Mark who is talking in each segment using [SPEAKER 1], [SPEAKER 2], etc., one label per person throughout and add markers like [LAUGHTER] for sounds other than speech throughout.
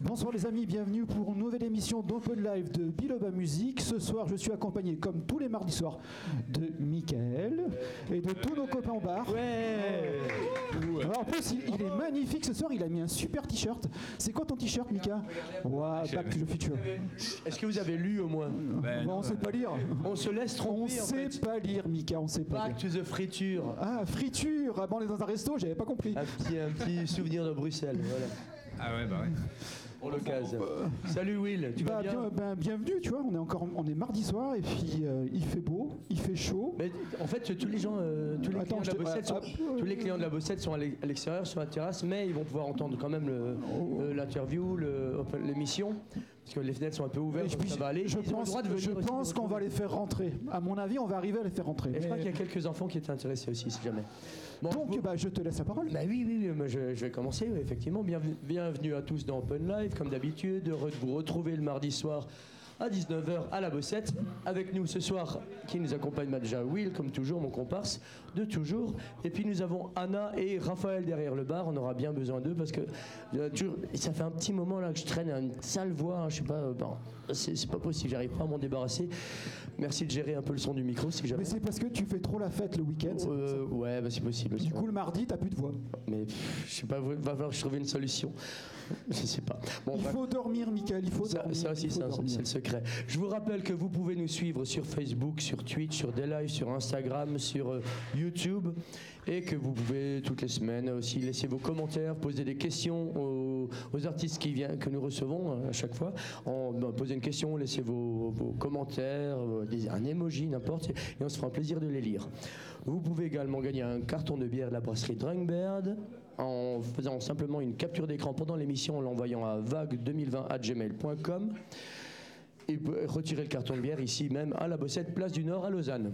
[SPEAKER 1] Bonsoir les amis, bienvenue pour une nouvelle émission d'Open Live de Biloba Musique. Ce soir, je suis accompagné, comme tous les mardis soirs, de Michael et de tous nos copains au bar. Alors, en plus, il, il est magnifique ce soir, il a mis un super t-shirt. C'est quoi ton t-shirt, Mika Ouah, Back to the Future.
[SPEAKER 2] Est-ce que vous avez lu au moins
[SPEAKER 1] Bah, on sait pas lire.
[SPEAKER 2] On se laisse tromper
[SPEAKER 1] On
[SPEAKER 2] en
[SPEAKER 1] sait
[SPEAKER 2] fait.
[SPEAKER 1] pas lire, Mika, on sait pas
[SPEAKER 2] Back
[SPEAKER 1] lire.
[SPEAKER 2] to the friture.
[SPEAKER 1] Ah, friture Ah, bon, on est dans un resto, j'avais pas compris.
[SPEAKER 2] Un petit, un petit souvenir de Bruxelles, voilà.
[SPEAKER 3] Ah ouais, bah ouais.
[SPEAKER 2] Pour l'occasion. Salut Will, tu vas
[SPEAKER 1] Bah,
[SPEAKER 2] bien
[SPEAKER 1] bien- ben, bienvenue, tu vois, on est encore on est mardi soir et puis euh, il fait beau, il fait chaud.
[SPEAKER 2] Mais en fait, tous les gens, euh, tous les
[SPEAKER 1] Attends,
[SPEAKER 2] clients de
[SPEAKER 1] je Ah,
[SPEAKER 2] la
[SPEAKER 1] te-
[SPEAKER 2] Bossette sont,
[SPEAKER 1] ouais, hop.
[SPEAKER 2] tous les clients de la Bossette sont à l'e- à l'extérieur, sur la terrasse, mais ils vont pouvoir entendre quand même le-
[SPEAKER 1] Oh.
[SPEAKER 2] euh, l'interview, le- hop, l'émission, parce que les fenêtres sont un peu
[SPEAKER 1] Et
[SPEAKER 2] ouvertes,
[SPEAKER 1] je,
[SPEAKER 2] donc ça va aller.
[SPEAKER 1] je
[SPEAKER 2] Ils ont le
[SPEAKER 1] pense,
[SPEAKER 2] droit de venir
[SPEAKER 1] je
[SPEAKER 2] aussi
[SPEAKER 1] pense
[SPEAKER 2] nous
[SPEAKER 1] qu'on va les
[SPEAKER 2] retrouver.
[SPEAKER 1] faire rentrer. À mon avis, on va arriver à les faire rentrer.
[SPEAKER 2] Et je crois
[SPEAKER 1] Mais-
[SPEAKER 2] qu'il y a quelques enfants qui étaient intéressés aussi, si jamais. Bon,
[SPEAKER 1] Donc,
[SPEAKER 2] vous-
[SPEAKER 1] bah, je te laisse la parole.
[SPEAKER 2] Bah oui, oui, oui, moi, je, je vais commencer, oui, effectivement. Bienvenue, bienvenue à tous dans Open Live, comme d'habitude. Heureux de vous retrouver le mardi soir à 19h à la Bossette. Avec nous ce soir, qui nous accompagne bah, déjà Will, comme toujours, mon comparse, de toujours. Et puis nous avons Anna et Raphaël derrière le bar. On aura bien besoin d'eux parce que euh, tu- ça fait un petit moment là que je traîne une sale voix. hein, je sais pas, euh, bon, c'est c'est pas possible, j'arrive pas à m'en débarrasser. Merci de gérer un peu le son du micro si jamais.
[SPEAKER 1] Mais c'est parce que tu fais trop la fête le week-end. c'est pour ça.
[SPEAKER 2] Euh, ouais, bah, c'est possible.
[SPEAKER 1] Du
[SPEAKER 2] c'est
[SPEAKER 1] coup, le mardi, t'as plus de voix.
[SPEAKER 2] mais pff, je sais pas, va falloir que je trouve une solution. Je sais pas. Bon,
[SPEAKER 1] Il
[SPEAKER 2] bref.
[SPEAKER 1] faut dormir, Michael. Il faut
[SPEAKER 2] Ça,
[SPEAKER 1] dormir.
[SPEAKER 2] ça aussi,
[SPEAKER 1] il faut
[SPEAKER 2] c'est un-
[SPEAKER 1] dormir.
[SPEAKER 2] c'est le secret. Je vous rappelle que vous pouvez nous suivre sur Facebook, sur Twitch, sur Delive, sur Instagram, sur euh, YouTube. Et que vous pouvez toutes les semaines aussi laisser vos commentaires, poser des questions aux, aux artistes qui viennent, que nous recevons euh, à chaque fois. En, ben, poser une question, laisser vos, vos commentaires, euh, des- un emoji, n'importe. Et on se fera un plaisir de les lire. Vous pouvez également gagner un carton de bière de la brasserie Drunkbird en faisant simplement une capture d'écran pendant l'émission en l'envoyant à vague2020@gmail.com et p- retirer le carton de bière ici même à la Bossette, place du Nord à Lausanne.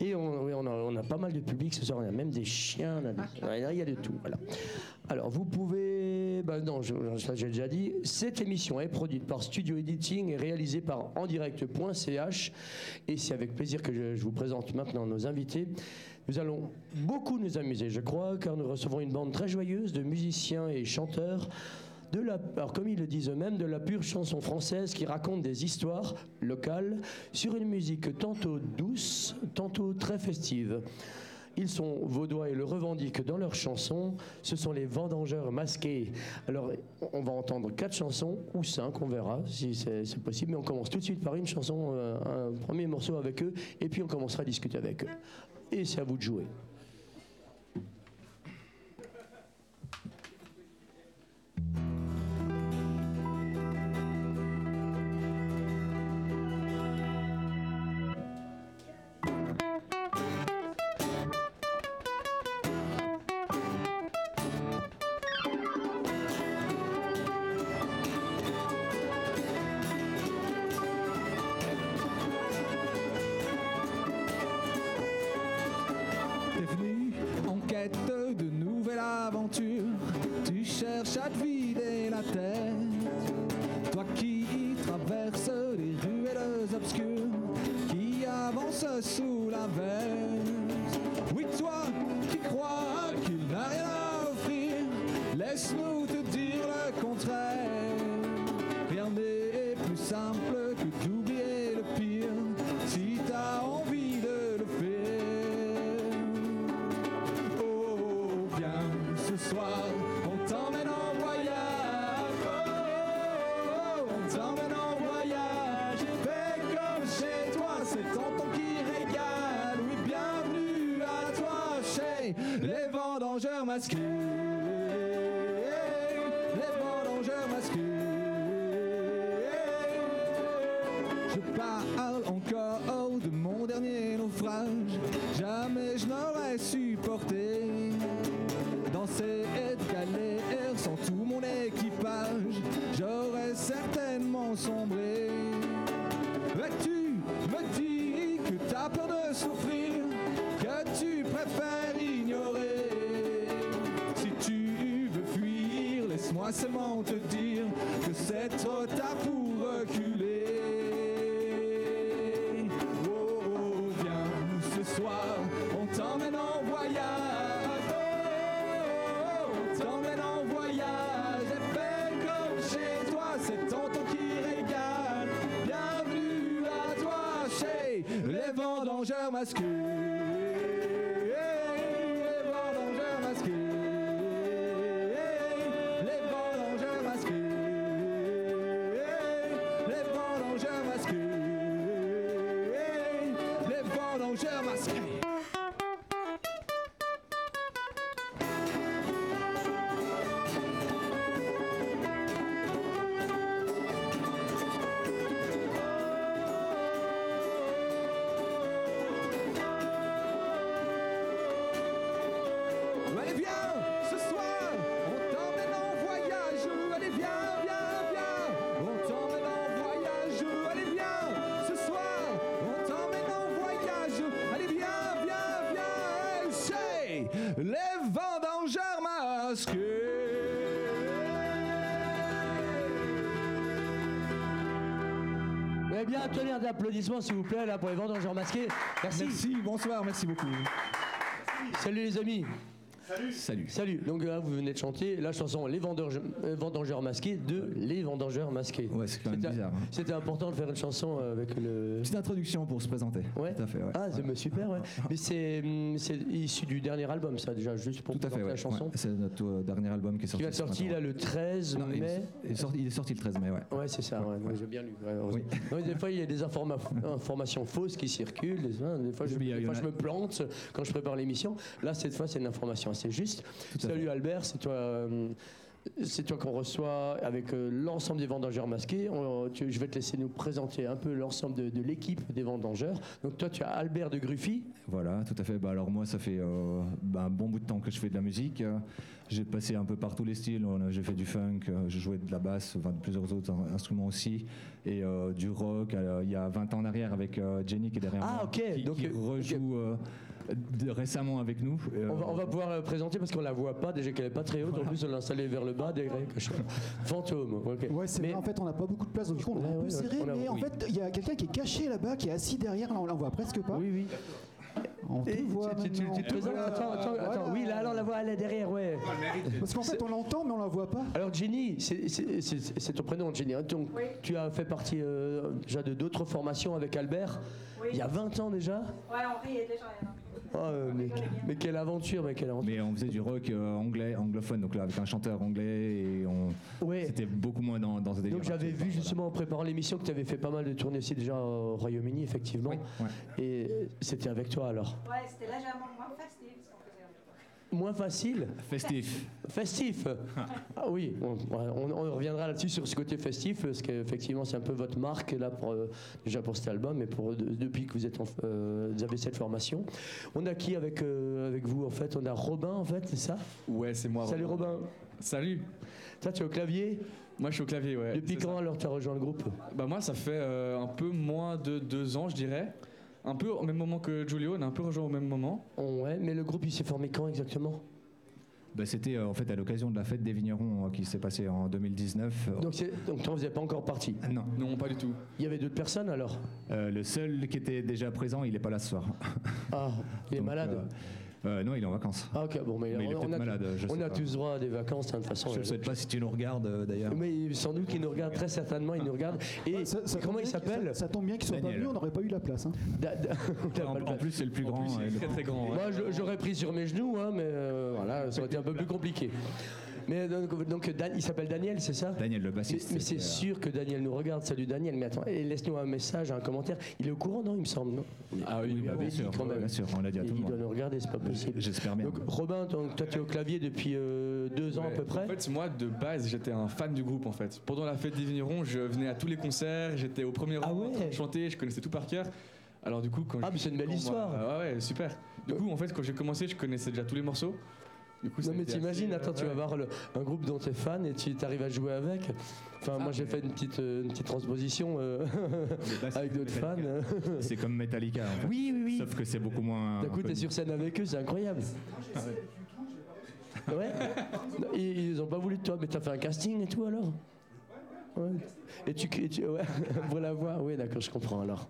[SPEAKER 2] Et on, oui, on a, on a pas mal de public ce soir, on a même des chiens, on a des- il y a de tout. Voilà. Alors vous pouvez, bah non, je- je- ça j'ai déjà dit, cette émission est produite par Studio Editing et réalisée par endirect.ch et c'est avec plaisir que je, je vous présente maintenant nos invités. Nous allons beaucoup nous amuser, je crois, car nous recevons une bande très joyeuse de musiciens et chanteurs de la, alors comme ils le disent eux-mêmes, de la pure chanson française qui raconte des histoires locales sur une musique tantôt douce, tantôt très festive. Ils sont vaudois et le revendiquent dans leurs chansons. Ce sont les vendangeurs masqués. Alors, on va entendre quatre chansons ou cinq, on verra si c'est c'est possible. Mais on commence tout de suite par une chanson, euh, un premier morceau avec eux, et puis on commencera à discuter avec eux. Et c'est à vous de jouer.
[SPEAKER 4] T'es venu en quête de nouvelle aventure. Tu cherches à te vider la tête. Toi qui traverses les ruelles obscures, qui avance sous la veste. Oui, toi qui crois qu'il n'a rien à offrir, laisse-nous te dire le contraire. Rien n'est plus simple que d'oublier le pire si t'as envie de le faire. Oh, viens ce soir, on t'emmène en voyage. Oh, on t'emmène en voyage. Fais comme chez toi, c'est tonton qui régale. Oui, bienvenue à toi chez les vendangeurs masqués. Les vendangeurs masqués. Je parle encore de mon dernier naufrage. Jamais je n'aurais supporté. Dans cette galère, sans tout mon équipage, j'aurais certainement sombré. Mais tu me dis que t'as peur de souffrir, que tu préfères ignorer. Si tu veux fuir, laisse-moi seulement te dire que c'est trop tard pour reculer. Oh, oh, viens ce soir, on t'emmène en voyage. Oh, oh, oh, on t'emmène en voyage. Et fais comme chez toi. vendangeur masqué. Les vendangeurs masqués. Les vendangeurs masqués. Les vendangeurs masqués. Les vendangeurs masqués. Allez bien, ce soir, on t'emmène en voyage. Allez bien, bien, bien, on t'emmène en voyage. Allez bien, ce soir, on t'emmène en voyage. Allez bien, bien, bien, c'est les vendangeurs masqués.
[SPEAKER 2] Eh bien, un tonnerre d'applaudissements, s'il vous plaît, là, pour les vendangeurs masqués. Merci.
[SPEAKER 4] Merci, bonsoir, merci beaucoup.
[SPEAKER 2] Salut, les amis.
[SPEAKER 4] Salut.
[SPEAKER 2] Salut. Donc, là, vous venez de chanter la chanson Les Vendangeurs, euh, Vendangeurs masqués de Les Vendangeurs masqués.
[SPEAKER 4] Ouais, c'est quand même
[SPEAKER 2] C'était-
[SPEAKER 4] bizarre. hein.
[SPEAKER 2] C'était important de faire une chanson avec le.
[SPEAKER 4] Petite introduction pour se présenter.
[SPEAKER 2] Ouais.
[SPEAKER 4] Tout à fait, ouais.
[SPEAKER 2] Ah, c'est
[SPEAKER 4] Ouais.
[SPEAKER 2] super, ouais. Mais c'est hum, c'est issu du dernier album, ça, déjà, juste pour
[SPEAKER 4] Tout à
[SPEAKER 2] présenter
[SPEAKER 4] fait, ouais.
[SPEAKER 2] la chanson.
[SPEAKER 4] Ouais, C'est notre euh, dernier album qui est
[SPEAKER 2] Qui
[SPEAKER 4] sorti.
[SPEAKER 2] va être
[SPEAKER 4] ce
[SPEAKER 2] sorti,
[SPEAKER 4] printemps.
[SPEAKER 2] là, le 13
[SPEAKER 4] Non, il,
[SPEAKER 2] mai.
[SPEAKER 4] il est sorti, il est sorti le 13 mai, ouais.
[SPEAKER 2] Ouais, c'est ça, ouais, j'ai bien lu. ouais, heureusement.
[SPEAKER 4] Oui.
[SPEAKER 2] Non, mais des fois, il y a des informa- informations fausses qui circulent. Des fois, des fois, je,
[SPEAKER 4] Oui, il y
[SPEAKER 2] des fois,
[SPEAKER 4] en a-
[SPEAKER 2] je me plante quand je prépare l'émission. Là, cette fois, c'est une information assez juste.
[SPEAKER 4] à
[SPEAKER 2] Salut Albert, c'est toi. euh, c'est toi qu'on reçoit avec euh, l'ensemble des vendangeurs masqués. On- tu- je vais te laisser nous présenter un peu l'ensemble de, de l'équipe des vendangeurs. Donc toi, tu as Albert de Gruffy.
[SPEAKER 4] Voilà, tout à fait. Bah, alors moi, ça fait euh, bah, un bon bout de temps que je fais de la musique. Euh, J'ai passé un peu par tous les styles. On a- J'ai fait du funk, euh, j'ai joué de la basse, enfin, de plusieurs autres in- instruments aussi, et euh, du rock. euh, il y a 20 ans en arrière avec euh, Jenny qui est derrière
[SPEAKER 2] Ah,
[SPEAKER 4] moi,
[SPEAKER 2] ok.
[SPEAKER 4] qui,
[SPEAKER 2] Donc,
[SPEAKER 4] qui
[SPEAKER 2] euh,
[SPEAKER 4] rejoue euh, de- récemment avec nous. Euh,
[SPEAKER 2] On va, on va pouvoir la présenter parce qu'on la voit pas déjà qu'elle est pas très haute. En plus, on l'a installée vers le bas. Des...
[SPEAKER 4] [LAUGHS]
[SPEAKER 2] Fantôme. ok.
[SPEAKER 1] Ouais, c'est
[SPEAKER 2] Mais-
[SPEAKER 1] vrai, en fait, on n'a pas beaucoup de place, donc du coup, on est
[SPEAKER 2] Ouais,
[SPEAKER 1] un peu
[SPEAKER 2] ouais,
[SPEAKER 1] serré,
[SPEAKER 2] on a-
[SPEAKER 1] mais en
[SPEAKER 2] oui.
[SPEAKER 1] fait, il y a quelqu'un qui est caché là-bas, qui est assis derrière, là, on la voit presque pas.
[SPEAKER 2] Oui, oui.
[SPEAKER 1] On te
[SPEAKER 2] Et
[SPEAKER 1] voit
[SPEAKER 2] tu, tu- tu-
[SPEAKER 1] maintenant.
[SPEAKER 2] tu te présentes Attends, attends,
[SPEAKER 1] Voilà.
[SPEAKER 2] attends. Oui, là, alors la voix, elle est derrière, ouais.
[SPEAKER 1] Parce qu'en fait, on l'entend, mais on la voit pas.
[SPEAKER 2] Alors Jenny, c'est- c'est c'est- c'est ton prénom, Jenny. hein. Donc, tu as fait partie euh, déjà de d'autres formations avec Albert.
[SPEAKER 3] Oui.
[SPEAKER 2] Il y a 20 ans déjà.
[SPEAKER 5] Oh,
[SPEAKER 3] Ouais, on rit, les gens, il y en a.
[SPEAKER 2] Ah, euh, mais, mais quelle aventure, mais quelle aventure.
[SPEAKER 4] Mais on faisait du rock euh, anglais, anglophone, donc là avec un chanteur anglais et on
[SPEAKER 2] Ouais.
[SPEAKER 4] c'était beaucoup moins dans, dans ce délire.
[SPEAKER 2] Donc j'avais vu justement en préparant l'émission que tu avais fait pas mal de tournées aussi déjà au Royaume-Uni, effectivement.
[SPEAKER 4] ouais.
[SPEAKER 2] Et euh, c'était avec toi alors.
[SPEAKER 3] Ouais, c'était légèrement moins facile. si on faisait un peu.
[SPEAKER 2] Moins facile
[SPEAKER 4] Festif.
[SPEAKER 2] Festif Ah oui, on, on- on reviendra là-dessus sur ce côté festif, parce qu'effectivement c'est un peu votre marque là pour, euh, déjà pour cet album, mais pour, de- depuis que vous, êtes en- euh, vous avez cette formation. On a qui avec, euh, avec vous en fait On a Robin en fait, c'est ça
[SPEAKER 6] Ouais, c'est moi.
[SPEAKER 2] Salut Robin
[SPEAKER 6] Salut.
[SPEAKER 2] Toi tu es au clavier
[SPEAKER 6] Moi, je suis au clavier, ouais.
[SPEAKER 2] Depuis
[SPEAKER 6] C'est ça.
[SPEAKER 2] quand alors tu as rejoint le groupe
[SPEAKER 6] Bah moi, ça fait euh, un peu moins de deux ans, je dirais. Un peu au même moment que Julio, on a un peu rejoint au même moment.
[SPEAKER 2] Oh, Ouais, mais le groupe il s'est formé quand exactement
[SPEAKER 4] Bah, c'était euh, en fait à l'occasion de la fête des vignerons euh, qui s'est passée en 2019. Euh,
[SPEAKER 2] Donc, c'est- donc toi vous n'êtes pas encore parti.
[SPEAKER 4] ah, non,
[SPEAKER 6] Non, pas du tout.
[SPEAKER 2] Il y avait d'autres personnes alors
[SPEAKER 4] Euh, le seul qui était déjà présent, il est pas là ce
[SPEAKER 2] [LAUGHS]
[SPEAKER 4] soir.
[SPEAKER 2] Ah, il est
[SPEAKER 4] Donc,
[SPEAKER 2] malade
[SPEAKER 4] euh, euh, Non, il est en vacances.
[SPEAKER 2] Ah ok, bon mais,
[SPEAKER 4] Mais il est
[SPEAKER 2] on,
[SPEAKER 4] peut-être
[SPEAKER 2] a,
[SPEAKER 4] malade, je
[SPEAKER 2] on
[SPEAKER 4] sais
[SPEAKER 2] a
[SPEAKER 4] pas.
[SPEAKER 2] tous droit à des vacances hein, de toute façon.
[SPEAKER 4] Je ne
[SPEAKER 2] euh,
[SPEAKER 4] souhaite pas si tu nous regardes euh, d'ailleurs.
[SPEAKER 2] Ah, Mais sans doute qu'il nous regarde très certainement, il nous regarde.
[SPEAKER 4] Ah,
[SPEAKER 2] Et
[SPEAKER 1] Ça- ça
[SPEAKER 2] comment
[SPEAKER 1] tombe
[SPEAKER 2] il
[SPEAKER 1] bien qu'il-
[SPEAKER 2] s'appelle
[SPEAKER 1] ça, ça tombe bien qu'ils soient pas
[SPEAKER 4] Daniel.
[SPEAKER 1] venus, on n'aurait pas eu la place. hein.
[SPEAKER 2] Da- da- [LAUGHS]
[SPEAKER 4] En, [LAUGHS] en plus, c'est le plus
[SPEAKER 6] En
[SPEAKER 4] grand.
[SPEAKER 6] plus,
[SPEAKER 4] euh,
[SPEAKER 6] il est
[SPEAKER 4] le-
[SPEAKER 6] très très grand. hein. ouais.
[SPEAKER 2] Moi, je- j'aurais pris sur mes genoux, hein, mais euh, voilà, ça aurait été un peu plus compliqué. Mais donc, donc, Dan- il s'appelle Daniel, c'est ça
[SPEAKER 4] Daniel, le
[SPEAKER 2] Mais,
[SPEAKER 4] bassiste.
[SPEAKER 2] mais c'est
[SPEAKER 4] c'était, euh,
[SPEAKER 2] sûr que Daniel nous regarde. Salut Daniel, mais attends, et laisse-nous un message, un commentaire. Il est au courant, non Il me semble, non
[SPEAKER 6] Ah oui,
[SPEAKER 4] oui, bah,
[SPEAKER 2] avait
[SPEAKER 4] bien
[SPEAKER 2] dit
[SPEAKER 4] sûr,
[SPEAKER 2] quand même.
[SPEAKER 4] bien sûr, on l'a dit à
[SPEAKER 2] Il,
[SPEAKER 4] tout le
[SPEAKER 2] il doit
[SPEAKER 4] monde.
[SPEAKER 2] nous regarder, c'est pas possible.
[SPEAKER 4] J'espère bien.
[SPEAKER 2] Donc Robin, donc, toi tu es au clavier depuis euh, deux ans à
[SPEAKER 6] Ouais.
[SPEAKER 2] peu près.
[SPEAKER 6] En fait, moi, de base, j'étais un fan du groupe, en fait. Pendant la fête des vignerons, je venais à tous les concerts, j'étais au premier
[SPEAKER 2] Ah
[SPEAKER 6] rang,
[SPEAKER 2] ouais.
[SPEAKER 6] je chantais, je connaissais tout par cœur. Alors du coup, quand
[SPEAKER 2] Ah,
[SPEAKER 6] je-
[SPEAKER 2] mais c'est une belle
[SPEAKER 6] quand moi-
[SPEAKER 2] histoire. Euh.
[SPEAKER 6] Ah ouais, super. Du coup, en fait, quand j'ai commencé, je connaissais déjà tous les morceaux. Du coup, ça
[SPEAKER 2] Non
[SPEAKER 6] a
[SPEAKER 2] mais
[SPEAKER 6] été
[SPEAKER 2] t'imagines,
[SPEAKER 6] assez, euh,
[SPEAKER 2] attends, tu
[SPEAKER 6] ouais.
[SPEAKER 2] vas voir le- un groupe dont t'es fan et tu t'arrives à jouer avec. Enfin, moi j'ai fait une petite, euh, une petite transposition euh,
[SPEAKER 4] Le bassiste
[SPEAKER 2] avec d'autres fans.
[SPEAKER 4] Metallica. C'est comme Metallica. en fait.
[SPEAKER 2] euh, Oui, oui, oui.
[SPEAKER 4] Sauf que c'est beaucoup
[SPEAKER 6] Ah,
[SPEAKER 4] moins.
[SPEAKER 2] D'un coup, t'es
[SPEAKER 4] connu.
[SPEAKER 2] sur scène avec eux, c'est incroyable. Ah Ouais. Non, Ils, ils ont pas voulu de toi, mais t'as fait un casting et tout alors. Ouais. Et tu, et tu- ouais, [LAUGHS] pour la voix, oui, d'accord, je comprends alors.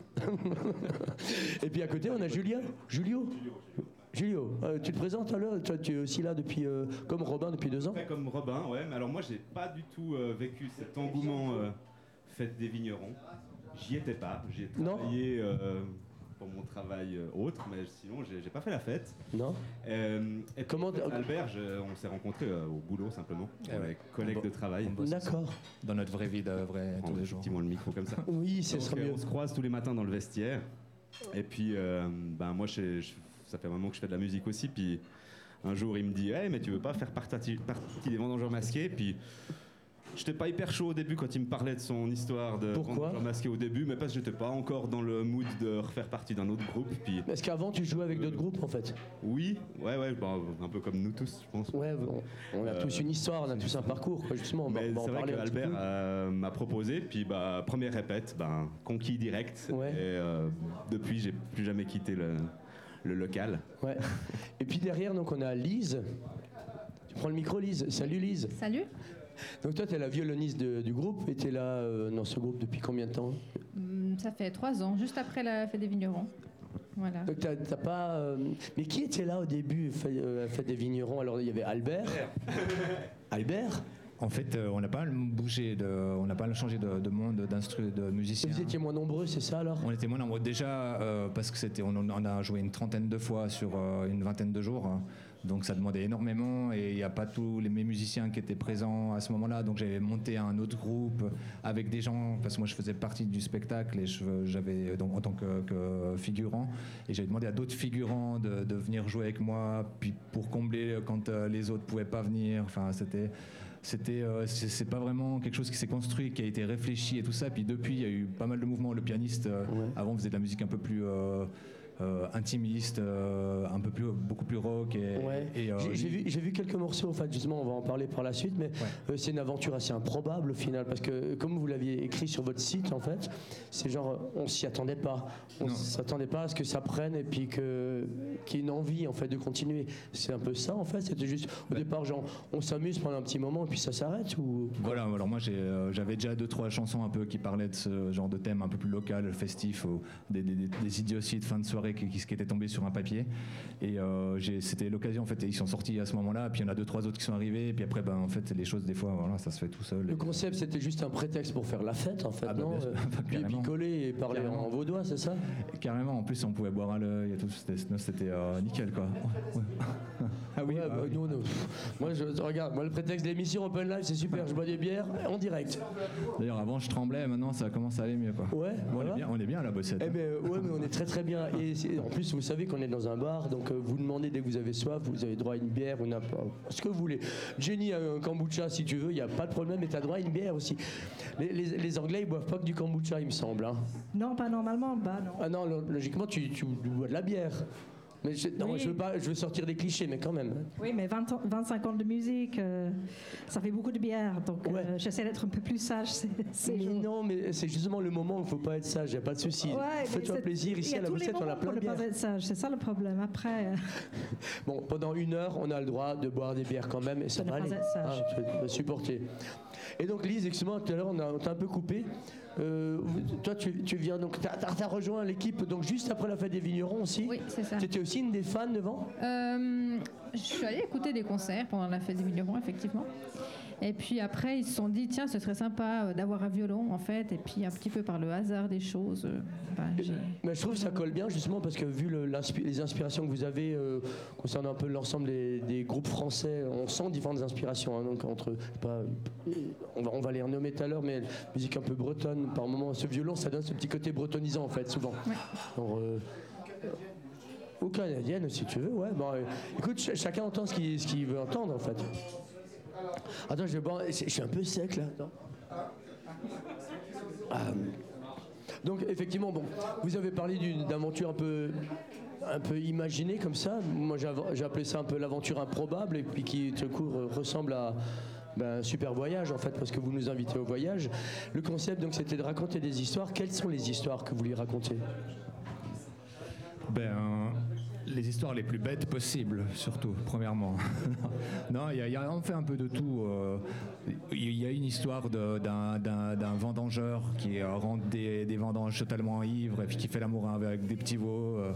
[SPEAKER 2] [LAUGHS] et puis à côté, on a Julien, Julio, Julio. euh, tu te présentes alors Toi, tu es aussi là depuis, euh, comme Robin, depuis deux ans.
[SPEAKER 7] Fait comme Robin, ouais. Mais alors moi, j'ai pas du tout euh, vécu cet engouement euh, fête des vignerons. J'y étais pas. J'ai
[SPEAKER 2] Non.
[SPEAKER 7] travaillé euh, pour mon travail euh, autre, mais sinon j'ai j'ai pas fait la fête.
[SPEAKER 2] Non
[SPEAKER 7] Euh, et puis,
[SPEAKER 2] Comment-
[SPEAKER 7] en fait, Albert, je- on s'est rencontrés euh, au boulot simplement,
[SPEAKER 4] Ah ouais.
[SPEAKER 7] avec collègues de travail.
[SPEAKER 4] On bosse
[SPEAKER 2] D'accord.
[SPEAKER 4] Dans notre vraie vie, de vrai, tous les jours.
[SPEAKER 7] effectivement le micro comme ça.
[SPEAKER 2] Oui, ce
[SPEAKER 7] Donc,
[SPEAKER 2] sera
[SPEAKER 7] euh,
[SPEAKER 2] mieux.
[SPEAKER 7] On se croise tous les matins dans le vestiaire. Et puis, euh, ben, moi, je- je- ça fait un moment que je fais de la musique aussi. Puis, un jour, il me dit Hey, mais tu veux pas faire partati- partie des vendangeurs masqués Puis, j'étais pas hyper chaud au début quand il me parlait de son histoire de
[SPEAKER 2] Pourquoi
[SPEAKER 7] vendangeurs masqués au début, mais parce que j'étais pas encore dans le mood de refaire partie d'un autre groupe. Puis,
[SPEAKER 2] Parce qu'avant, tu jouais avec d'autres groupes, en fait.
[SPEAKER 7] oui, ouais, ouais, ben, un peu comme nous tous, je pense.
[SPEAKER 2] Ouais, on, on a
[SPEAKER 7] Euh,
[SPEAKER 2] tous une histoire, on a tous un parcours, quoi, justement. On va,
[SPEAKER 7] Mais
[SPEAKER 2] on va en
[SPEAKER 7] c'est vrai
[SPEAKER 2] parler
[SPEAKER 7] que
[SPEAKER 2] un petit
[SPEAKER 7] Albert
[SPEAKER 2] peu.
[SPEAKER 7] euh, m'a proposé, puis bah, première répète, ben, conquis direct.
[SPEAKER 2] Ouais.
[SPEAKER 7] Et euh, depuis, j'ai plus jamais quitté le, le local.
[SPEAKER 2] Ouais. Et puis derrière, donc, on a Lise. Tu prends le micro, Lise. Salut, Lise.
[SPEAKER 8] Salut.
[SPEAKER 2] Donc, toi, t'es la violoniste de- du groupe et t'es là euh, dans ce groupe depuis combien de temps
[SPEAKER 8] Hum, Ça fait trois ans, juste après la fête des vignerons. Voilà.
[SPEAKER 2] Donc, t'as t'as pas. euh, Mais qui était là au début, fait, euh, fête des vignerons Alors, il y avait
[SPEAKER 7] [LAUGHS]
[SPEAKER 2] Albert. Albert
[SPEAKER 4] En fait, euh, on n'a pas bougé, de, on n'a pas changé de, de monde d'instru, de musicien.
[SPEAKER 2] Vous étiez moins nombreux, c'est ça alors
[SPEAKER 4] On était moins nombreux déjà euh, parce que c'était, on, on a joué une trentaine de fois sur euh, une vingtaine de jours, hein. donc ça demandait énormément et il n'y a pas tous les mes musiciens qui étaient présents à ce moment-là. Donc j'avais monté un autre groupe avec des gens parce que moi je faisais partie du spectacle et je- j'avais donc en tant que, que figurant et j'avais demandé à d'autres figurants de, de venir jouer avec moi puis pour combler quand euh, les autres pouvaient pas venir. Enfin c'était c'était euh, c'est c'est pas vraiment quelque chose qui s'est construit qui a été réfléchi et tout ça puis depuis il y a eu pas mal de mouvements le pianiste euh,
[SPEAKER 2] Ouais.
[SPEAKER 4] avant faisait de la musique un peu plus euh, euh, intimiste euh, un peu plus beaucoup plus rock et,
[SPEAKER 2] Ouais.
[SPEAKER 4] et, euh,
[SPEAKER 2] J'ai- J'ai vu, j'ai vu quelques morceaux, en fait, justement, on va en parler par la suite, mais euh, c'est une aventure assez improbable au final, parce que euh, comme vous l'aviez écrit sur votre site, en fait, c'est genre, euh, on s'y attendait pas. On
[SPEAKER 4] Non.
[SPEAKER 2] s'attendait pas à ce que ça prenne et puis que- qu'il y ait une envie, en fait, de continuer. C'est un peu ça, en fait, c'était juste,
[SPEAKER 4] Ben.
[SPEAKER 2] au départ, genre, on s'amuse pendant un petit moment et puis ça s'arrête ou...
[SPEAKER 4] Voilà, alors moi j'ai, euh, j'avais déjà deux, trois chansons un peu qui parlaient de ce genre de thème un peu plus local, festif, ou des, des- des- des idioties de fin de soirée qui, qui, qui étaient tombées sur un papier. Et euh, j'ai- c'était l'occasion, en fait, et ils sont sortis à ce moment-là, puis il y en a deux, trois autres qui sont arrivés, et puis après, ben, en fait, les choses, des fois, voilà, ça se fait tout seul.
[SPEAKER 2] Le
[SPEAKER 4] Et-
[SPEAKER 2] concept, c'était juste un prétexte pour faire la fête, en fait,
[SPEAKER 4] Ah bah,
[SPEAKER 2] non
[SPEAKER 4] bien sûr.
[SPEAKER 2] Euh, Puis
[SPEAKER 4] [LAUGHS] Carrément.
[SPEAKER 2] picoler et parler
[SPEAKER 4] Carrément.
[SPEAKER 2] en vaudois, c'est ça
[SPEAKER 4] Carrément, en plus, on pouvait boire à l'œil et tout, c'était, non, c'était euh, nickel, quoi. Ouais. ah oui,
[SPEAKER 2] Ouais,
[SPEAKER 4] bah
[SPEAKER 2] bah,
[SPEAKER 4] oui.
[SPEAKER 2] nous, on est- pff, moi, je, regarde, moi, le prétexte de l'émission Open Live, c'est super. Je bois des bières en direct.
[SPEAKER 4] D'ailleurs, avant, je tremblais, maintenant, ça commence à aller mieux, quoi.
[SPEAKER 2] Ouais,
[SPEAKER 4] Bon,
[SPEAKER 2] voilà.
[SPEAKER 4] on, est bien, on est bien à la bossette.
[SPEAKER 2] Eh ben, euh, ouais, mais on est très très bien. Et c'est- en plus, vous savez qu'on est dans un bar, donc euh, vous demandez dès que vous avez soif, vous avez droit à une bière ou n'importe ce que vous voulez. Jenny a un kombucha si tu veux, il n'y a pas de problème, mais tu as droit à une bière aussi. Les, les- les Anglais, ils boivent pas que du kombucha, il me semble. hein.
[SPEAKER 5] Non, pas normalement, bah non.
[SPEAKER 2] Ah non, lo- logiquement, tu, tu bois de la bière. Mais je, non,
[SPEAKER 5] Oui.
[SPEAKER 2] je veux pas, je veux sortir des clichés, mais quand même. hein.
[SPEAKER 5] Oui, mais 20 ans- 25 ans de musique, euh, ça fait beaucoup de bière, donc euh,
[SPEAKER 2] Ouais.
[SPEAKER 5] j'essaie d'être un peu plus sage. ces- ces
[SPEAKER 2] Mais
[SPEAKER 5] jours.
[SPEAKER 2] non, mais c'est justement le moment où il faut pas être sage, il a pas de souci.
[SPEAKER 5] Ouais, mais
[SPEAKER 2] Fais-toi
[SPEAKER 5] c'est-
[SPEAKER 2] plaisir,
[SPEAKER 5] il y
[SPEAKER 2] ici à
[SPEAKER 5] a
[SPEAKER 2] la
[SPEAKER 5] tous les
[SPEAKER 2] boussette, on a
[SPEAKER 5] moments
[SPEAKER 2] plein
[SPEAKER 5] pour
[SPEAKER 2] de
[SPEAKER 5] ne
[SPEAKER 2] bières.
[SPEAKER 5] pas être sage, c'est ça le problème. Après, euh,
[SPEAKER 2] Bon, pendant une heure, on a le droit de boire des bières quand même, et ça
[SPEAKER 5] De ne
[SPEAKER 2] va
[SPEAKER 5] pas
[SPEAKER 2] aller.
[SPEAKER 5] être sage.
[SPEAKER 2] Ah, tu vas supporter. Et donc, Lise, excuse-moi, tout à l'heure, on a- on t'a un peu coupé. Euh, vous- toi, tu, tu viens donc, t'as as, rejoint l'équipe donc juste après la fête des vignerons aussi.
[SPEAKER 8] Oui, c'est ça.
[SPEAKER 2] Tu étais aussi une des fans devant
[SPEAKER 8] Euh, je suis allée écouter des concerts pendant la fête des vignerons, effectivement. Et puis après, ils se sont dit, tiens, ce serait sympa euh, d'avoir un violon, en fait. Et puis, un petit peu par le hasard des choses, euh, ben, j'ai-
[SPEAKER 2] Mais je trouve que ça colle bien justement parce que vu le- l'inspi- les inspirations que vous avez euh, concernant un peu l'ensemble des, des groupes français, on sent différentes inspirations. hein, donc entre, je sais pas, on va, on va les renommer tout à l'heure, mais musique un peu bretonne par moment. Ce violon, ça donne ce petit côté bretonnisant en fait, souvent. Genre, euh, ou canadienne si tu veux, ouais. Bon, euh, écoute, ch- chacun entend ce qu'il ce qu'il veut entendre en fait. Attends, je vais boire- Je je suis un peu sec là. Attends. Donc effectivement, bon, vous avez parlé d'une aventure un peu, un peu imaginée comme ça. Moi, j'av- j'ai appelé ça un peu l'aventure improbable et puis qui, tout court, euh, ressemble à ben, un super voyage en fait, parce que vous nous invitez au voyage. Le concept, donc, c'était de raconter des histoires. Quelles sont les histoires que vous voulez raconter
[SPEAKER 4] Ben, les histoires les plus bêtes possibles, surtout, premièrement. [LAUGHS] non, il y, a- il y a on fait un peu de tout. euh. Il y a une histoire de- d'un d'un- d'un vendangeur qui euh, rentre des, des vendanges totalement ivres et puis qui fait l'amour avec des petits veaux. euh.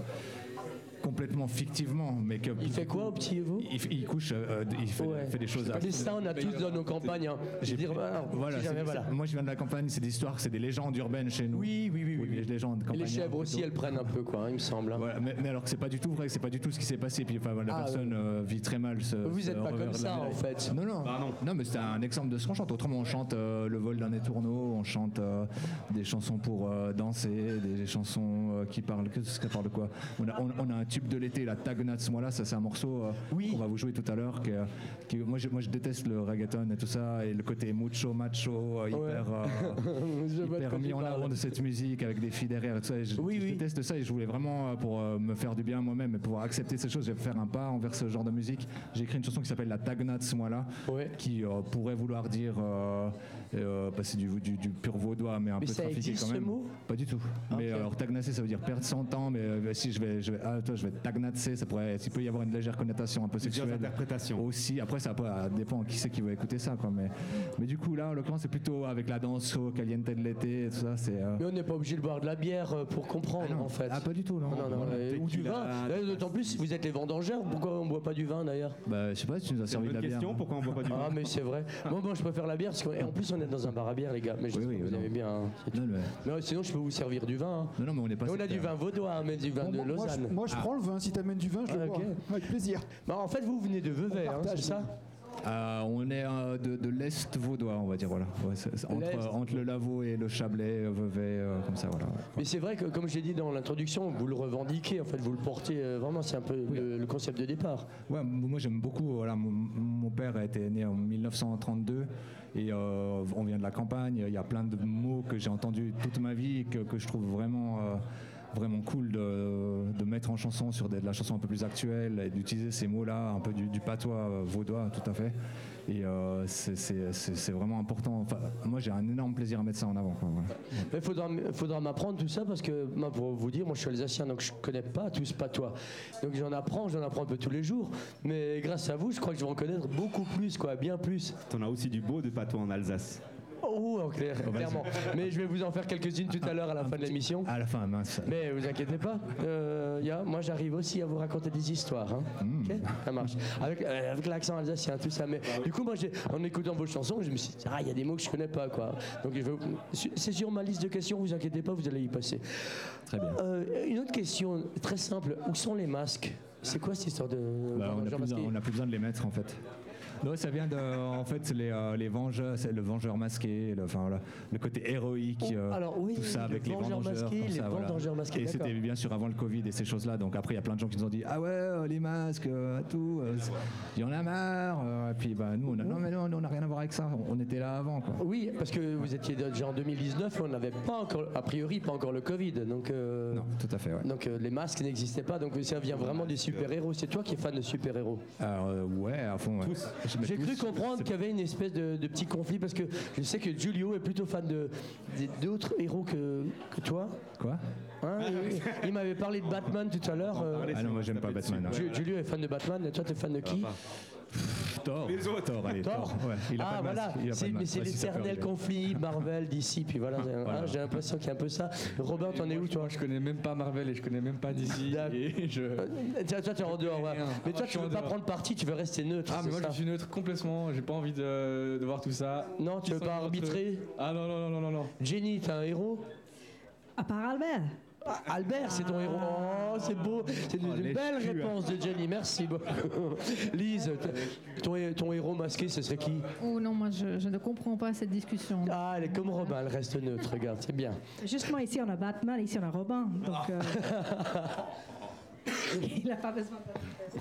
[SPEAKER 4] complètement fictivement, mais que
[SPEAKER 2] Il fait quoi au petit Evo
[SPEAKER 4] il, f- il couche, euh, euh, il fait,
[SPEAKER 2] Ouais.
[SPEAKER 4] fait des choses.
[SPEAKER 2] C'est ça, on a tous dans nos campagnes. hein. Je veux dire, voilà,
[SPEAKER 4] Voilà,
[SPEAKER 2] si
[SPEAKER 4] c'est-
[SPEAKER 2] jamais,
[SPEAKER 4] c'est-
[SPEAKER 2] voilà.
[SPEAKER 4] Moi, je viens de la campagne. C'est des histoires, c'est des légendes urbaines chez nous.
[SPEAKER 2] Oui, oui, oui, oui.
[SPEAKER 4] les
[SPEAKER 2] oui.
[SPEAKER 4] légendes.
[SPEAKER 2] Et les
[SPEAKER 4] campagnardes
[SPEAKER 2] chèvres aussi,
[SPEAKER 4] plutôt.
[SPEAKER 2] elles prennent un peu, quoi, hein, il me semble. hein.
[SPEAKER 4] Voilà, mais, mais alors que c'est pas du tout vrai, c'est pas du tout ce qui s'est passé. Puis enfin, la
[SPEAKER 2] Ah,
[SPEAKER 4] personne euh, vit très mal. Ce,
[SPEAKER 2] Vous
[SPEAKER 4] ce
[SPEAKER 2] êtes pas
[SPEAKER 4] revers
[SPEAKER 2] comme
[SPEAKER 4] de la
[SPEAKER 2] ça,
[SPEAKER 4] médaille.
[SPEAKER 2] en fait.
[SPEAKER 4] Non, non,
[SPEAKER 7] Bah,
[SPEAKER 4] non.
[SPEAKER 7] non.
[SPEAKER 4] mais c'est un exemple de ce qu'on chante. Autrement, on chante euh, le vol d'un étourneau, on chante euh, des chansons pour euh, danser, des chansons euh, qui parlent. Que, ça parle de quoi on a, on- on a un tube de l'été, la Tagnat ce mois-là, ça c'est un morceau euh,
[SPEAKER 2] Oui.
[SPEAKER 4] qu'on va vous jouer tout à l'heure. qui, euh, qui- moi, je, moi je déteste le reggaeton et tout ça, et le côté mucho, macho,
[SPEAKER 2] Ouais.
[SPEAKER 4] euh, hyper.
[SPEAKER 2] [LAUGHS]
[SPEAKER 4] euh,
[SPEAKER 2] Je vois de
[SPEAKER 4] hyper
[SPEAKER 2] quoi tu
[SPEAKER 4] mis en
[SPEAKER 2] parles.
[SPEAKER 4] avant de cette musique avec des filles derrière et tout ça. Et je,
[SPEAKER 2] Oui,
[SPEAKER 4] je
[SPEAKER 2] oui.
[SPEAKER 4] déteste ça et je voulais vraiment, euh, pour euh, me faire du bien moi-même et pouvoir accepter ces choses, je vais faire un pas envers ce genre de musique. J'ai écrit une chanson qui s'appelle La Tagnat ce mois-là,
[SPEAKER 2] Ouais.
[SPEAKER 4] qui euh, pourrait vouloir dire euh, euh, passer du, du, du pur vaudois, mais un
[SPEAKER 2] Mais
[SPEAKER 4] peu
[SPEAKER 2] ça
[SPEAKER 4] trafiqué
[SPEAKER 2] existe,
[SPEAKER 4] quand
[SPEAKER 2] ce
[SPEAKER 4] même.
[SPEAKER 2] mot Ah,
[SPEAKER 4] Pas du tout. Mais euh, alors tagnasser, ça veut dire perdre son temps. Mais euh, si je vais, je vais, ah, toi, je vais tagnatser, ça pourrait, il peut y avoir une légère connotation un peu
[SPEAKER 7] Plusieurs
[SPEAKER 4] sexuelle
[SPEAKER 7] interprétations.
[SPEAKER 4] aussi. Après, ça après, ça dépend qui c'est qui va écouter ça. Quoi. Mais, mais du coup, là, en l'occurrence, c'est plutôt avec la danse au caliente de l'été et tout ça. C'est, euh,
[SPEAKER 2] Mais on n'est pas obligé de boire de la bière euh, pour comprendre,
[SPEAKER 4] ah non.
[SPEAKER 2] en fait.
[SPEAKER 4] Ah, pas du tout, non.
[SPEAKER 2] Non, non, non,
[SPEAKER 4] Voilà.
[SPEAKER 2] euh, ou du
[SPEAKER 7] Tequila,
[SPEAKER 2] vin. Là, D'autant plus, vous êtes les vendangeurs, pourquoi on ne boit pas du vin
[SPEAKER 4] [LAUGHS]
[SPEAKER 2] d'ailleurs
[SPEAKER 4] Bah, je sais pas si tu nous as
[SPEAKER 7] C'est une
[SPEAKER 4] servi de
[SPEAKER 7] bonne
[SPEAKER 4] la
[SPEAKER 7] question,
[SPEAKER 4] bière.
[SPEAKER 7] pourquoi on ne
[SPEAKER 4] [LAUGHS]
[SPEAKER 7] voit pas du
[SPEAKER 2] Ah, mais c'est vrai. Moi, moi, je préfère la bière, parce qu'en et en plus, on est dans un bar à bière, les gars. Mais je
[SPEAKER 4] Oui,
[SPEAKER 2] sais
[SPEAKER 4] oui,
[SPEAKER 2] que vous
[SPEAKER 4] non.
[SPEAKER 2] aimez bien. hein. C'est tout.
[SPEAKER 4] Non, mais,
[SPEAKER 2] Mais ouais, sinon, je peux vous servir du vin. hein.
[SPEAKER 4] non, non, mais on est pas.
[SPEAKER 2] Et on a
[SPEAKER 4] sectaire.
[SPEAKER 2] du vin vaudois, hein, mais du vin
[SPEAKER 1] Bon,
[SPEAKER 2] de
[SPEAKER 1] moi, moi, je,
[SPEAKER 2] Lausanne.
[SPEAKER 1] moi, je prends le vin. Si t'amènes du vin, je
[SPEAKER 2] Ah,
[SPEAKER 1] le bois.
[SPEAKER 2] ok.
[SPEAKER 1] Avec plaisir.
[SPEAKER 2] Bah, en fait, vous venez de Vevey,
[SPEAKER 1] On
[SPEAKER 2] hein,
[SPEAKER 1] partage,
[SPEAKER 2] c'est ça
[SPEAKER 4] Ah, on est euh, de, de l'est vaudois, on va dire. Voilà. Ouais, c'est- c'est entre,
[SPEAKER 2] L'Est.
[SPEAKER 4] euh, entre le Lavaux et le Chablais, euh, Vevey, euh, comme ça. Voilà.
[SPEAKER 2] Mais c'est vrai que, comme je l'ai dit dans l'introduction, vous le revendiquez, en fait, vous le portez euh, vraiment, c'est un peu le, le concept de départ.
[SPEAKER 4] Ouais, m- moi j'aime beaucoup. Voilà, mon, mon père a été né en 1932 et euh, on vient de la campagne. Il y a plein de mots que j'ai entendus toute ma vie et que, que je trouve vraiment, euh, vraiment cool de, de mettre en chanson sur des- de la chanson un peu plus actuelle et d'utiliser ces mots-là, un peu du, du patois euh, vaudois, tout à fait. Et euh, c'est- c'est c'est- c'est vraiment important. Enfin, moi j'ai un énorme plaisir à mettre ça en avant. quoi, voilà.
[SPEAKER 2] Mais faudra, m- faudra m'apprendre tout ça parce que, moi, pour vous dire, moi je suis alsacien donc je connais pas tous pas toi. Donc j'en apprends, j'en apprends un peu tous les jours. Mais grâce à vous, je crois que je vais en connaître beaucoup plus, quoi, bien plus.
[SPEAKER 7] T'en as aussi du beau de patois en Alsace.
[SPEAKER 2] Oh, en clair, clairement. Mais je vais vous en faire quelques-unes tout à l'heure à la fin de l'émission.
[SPEAKER 4] À la fin, mince.
[SPEAKER 2] Mais vous inquiétez pas, euh, y a- moi j'arrive aussi à vous raconter des histoires. hein.
[SPEAKER 4] Hmm.
[SPEAKER 2] Ok ça marche. Avec, euh, avec l'accent alsacien, tout ça. Mais
[SPEAKER 4] Ah
[SPEAKER 2] du coup, moi, j'ai- en écoutant vos chansons, je me suis dit, ah, il y a des mots que je connais pas, quoi. Donc, je vais- c'est sur ma liste de questions, vous inquiétez pas, vous allez y passer.
[SPEAKER 4] Très bien.
[SPEAKER 2] Euh, une autre question très simple où sont les masques C'est quoi cette histoire de.
[SPEAKER 4] Bah,
[SPEAKER 2] Jean
[SPEAKER 4] on n'a plus,
[SPEAKER 2] Masquet
[SPEAKER 4] besoin- on a plus besoin de les mettre en fait. Non, ça vient de, en fait, les, euh, les vengeurs, c'est le vengeur masqué, le, enfin, voilà, le côté héroïque,
[SPEAKER 2] Oh,
[SPEAKER 4] euh,
[SPEAKER 2] alors oui,
[SPEAKER 4] tout ça
[SPEAKER 2] le
[SPEAKER 4] avec les
[SPEAKER 2] vengeur
[SPEAKER 4] vendangeurs,
[SPEAKER 2] masqué,
[SPEAKER 4] comme
[SPEAKER 2] les
[SPEAKER 4] ça, voilà.
[SPEAKER 2] vendangeurs masqués,
[SPEAKER 4] Et
[SPEAKER 2] d'accord.
[SPEAKER 4] c'était bien sûr avant le Covid et ces choses-là. Donc après, il y a plein de gens qui nous ont dit, ah ouais, euh, les masques, euh, tout, euh, c'est- il y en a marre. euh, et puis bah nous, on a, non mais non, nous, on n'a rien à voir avec ça. On, on était là avant. Quoi.
[SPEAKER 2] Oui, parce que vous étiez déjà en 2019 et on n'avait pas encore, a priori, pas encore le Covid. Donc, euh,
[SPEAKER 4] Non, tout à fait. Ouais.
[SPEAKER 2] donc euh, les masques n'existaient pas. Donc ça vient vraiment des super-héros. C'est toi qui es fan de super-héros.
[SPEAKER 4] Alors, euh, ouais, à fond. ouais. Mais
[SPEAKER 2] J'ai
[SPEAKER 4] tous,
[SPEAKER 2] cru comprendre qu'il y avait une espèce de, de petit conflit parce que je sais que Giulio est plutôt fan de des- d'autres héros que, que toi.
[SPEAKER 4] Quoi
[SPEAKER 2] Hein, il- [LAUGHS] il m'avait parlé de Batman tout à l'heure. euh,
[SPEAKER 7] Allez,
[SPEAKER 4] Ah
[SPEAKER 7] si
[SPEAKER 4] non,
[SPEAKER 7] on
[SPEAKER 4] moi,
[SPEAKER 7] va
[SPEAKER 4] j'aime
[SPEAKER 7] se
[SPEAKER 4] pas
[SPEAKER 7] taper
[SPEAKER 4] Batman,
[SPEAKER 7] dessus.
[SPEAKER 4] hein.
[SPEAKER 2] Ju- Giulio est fan de Batman et toi t'es fan de qui
[SPEAKER 4] Thor.
[SPEAKER 7] Les autres.
[SPEAKER 4] Thor, allez,
[SPEAKER 2] Thor
[SPEAKER 4] Thor. ouais. Il a
[SPEAKER 2] ah
[SPEAKER 4] pas de masque,
[SPEAKER 2] voilà,
[SPEAKER 4] il a pas de
[SPEAKER 2] c'est, mais
[SPEAKER 4] masque,
[SPEAKER 2] c'est
[SPEAKER 4] ouais, si ça peut
[SPEAKER 2] l'éternel
[SPEAKER 4] arriver.
[SPEAKER 2] conflit Marvel d'ici, puis voilà, hein,
[SPEAKER 4] Voilà.
[SPEAKER 2] j'ai l'impression qu'il y a un peu ça. Robert, t'en es où toi
[SPEAKER 6] Moi, je connais même pas Marvel et je connais même pas DC.
[SPEAKER 2] D'accord.
[SPEAKER 6] et je-
[SPEAKER 2] Euh, Tiens, toi, t'es en dehors. ouais.
[SPEAKER 6] rien.
[SPEAKER 2] Mais
[SPEAKER 6] Ah,
[SPEAKER 2] toi,
[SPEAKER 6] je
[SPEAKER 2] tu
[SPEAKER 6] suis
[SPEAKER 2] veux
[SPEAKER 6] en
[SPEAKER 2] pas
[SPEAKER 6] dehors.
[SPEAKER 2] prendre parti, tu veux rester neutre.
[SPEAKER 6] Ah,
[SPEAKER 2] c'est
[SPEAKER 6] mais moi,
[SPEAKER 2] ça
[SPEAKER 6] je suis neutre complètement. J'ai pas envie de, de voir tout ça.
[SPEAKER 2] Non, tu
[SPEAKER 6] Ils
[SPEAKER 2] veux
[SPEAKER 6] sont
[SPEAKER 2] pas
[SPEAKER 6] entre eux.
[SPEAKER 2] arbitrer
[SPEAKER 6] Ah non, non, non, non, non, non.
[SPEAKER 2] Jenny, t'es un héros
[SPEAKER 5] À part Albert.
[SPEAKER 2] Ah, Albert, c'est ton héros. Oh, c'est beau. C'est une, une
[SPEAKER 4] les
[SPEAKER 2] belle réponse de Jenny. Merci. beaucoup. [LAUGHS] Lise, t'es- ton, hé- ton héros masqué, ce serait qui
[SPEAKER 8] Oh non, moi je, je ne comprends pas cette discussion.
[SPEAKER 2] Ah, elle est comme Robin, elle reste neutre. Regarde, c'est bien.
[SPEAKER 5] Justement, ici, on a Batman, ici, on a Robin.
[SPEAKER 2] Ah.
[SPEAKER 5] Donc, euh, [LAUGHS] il n'a pas besoin de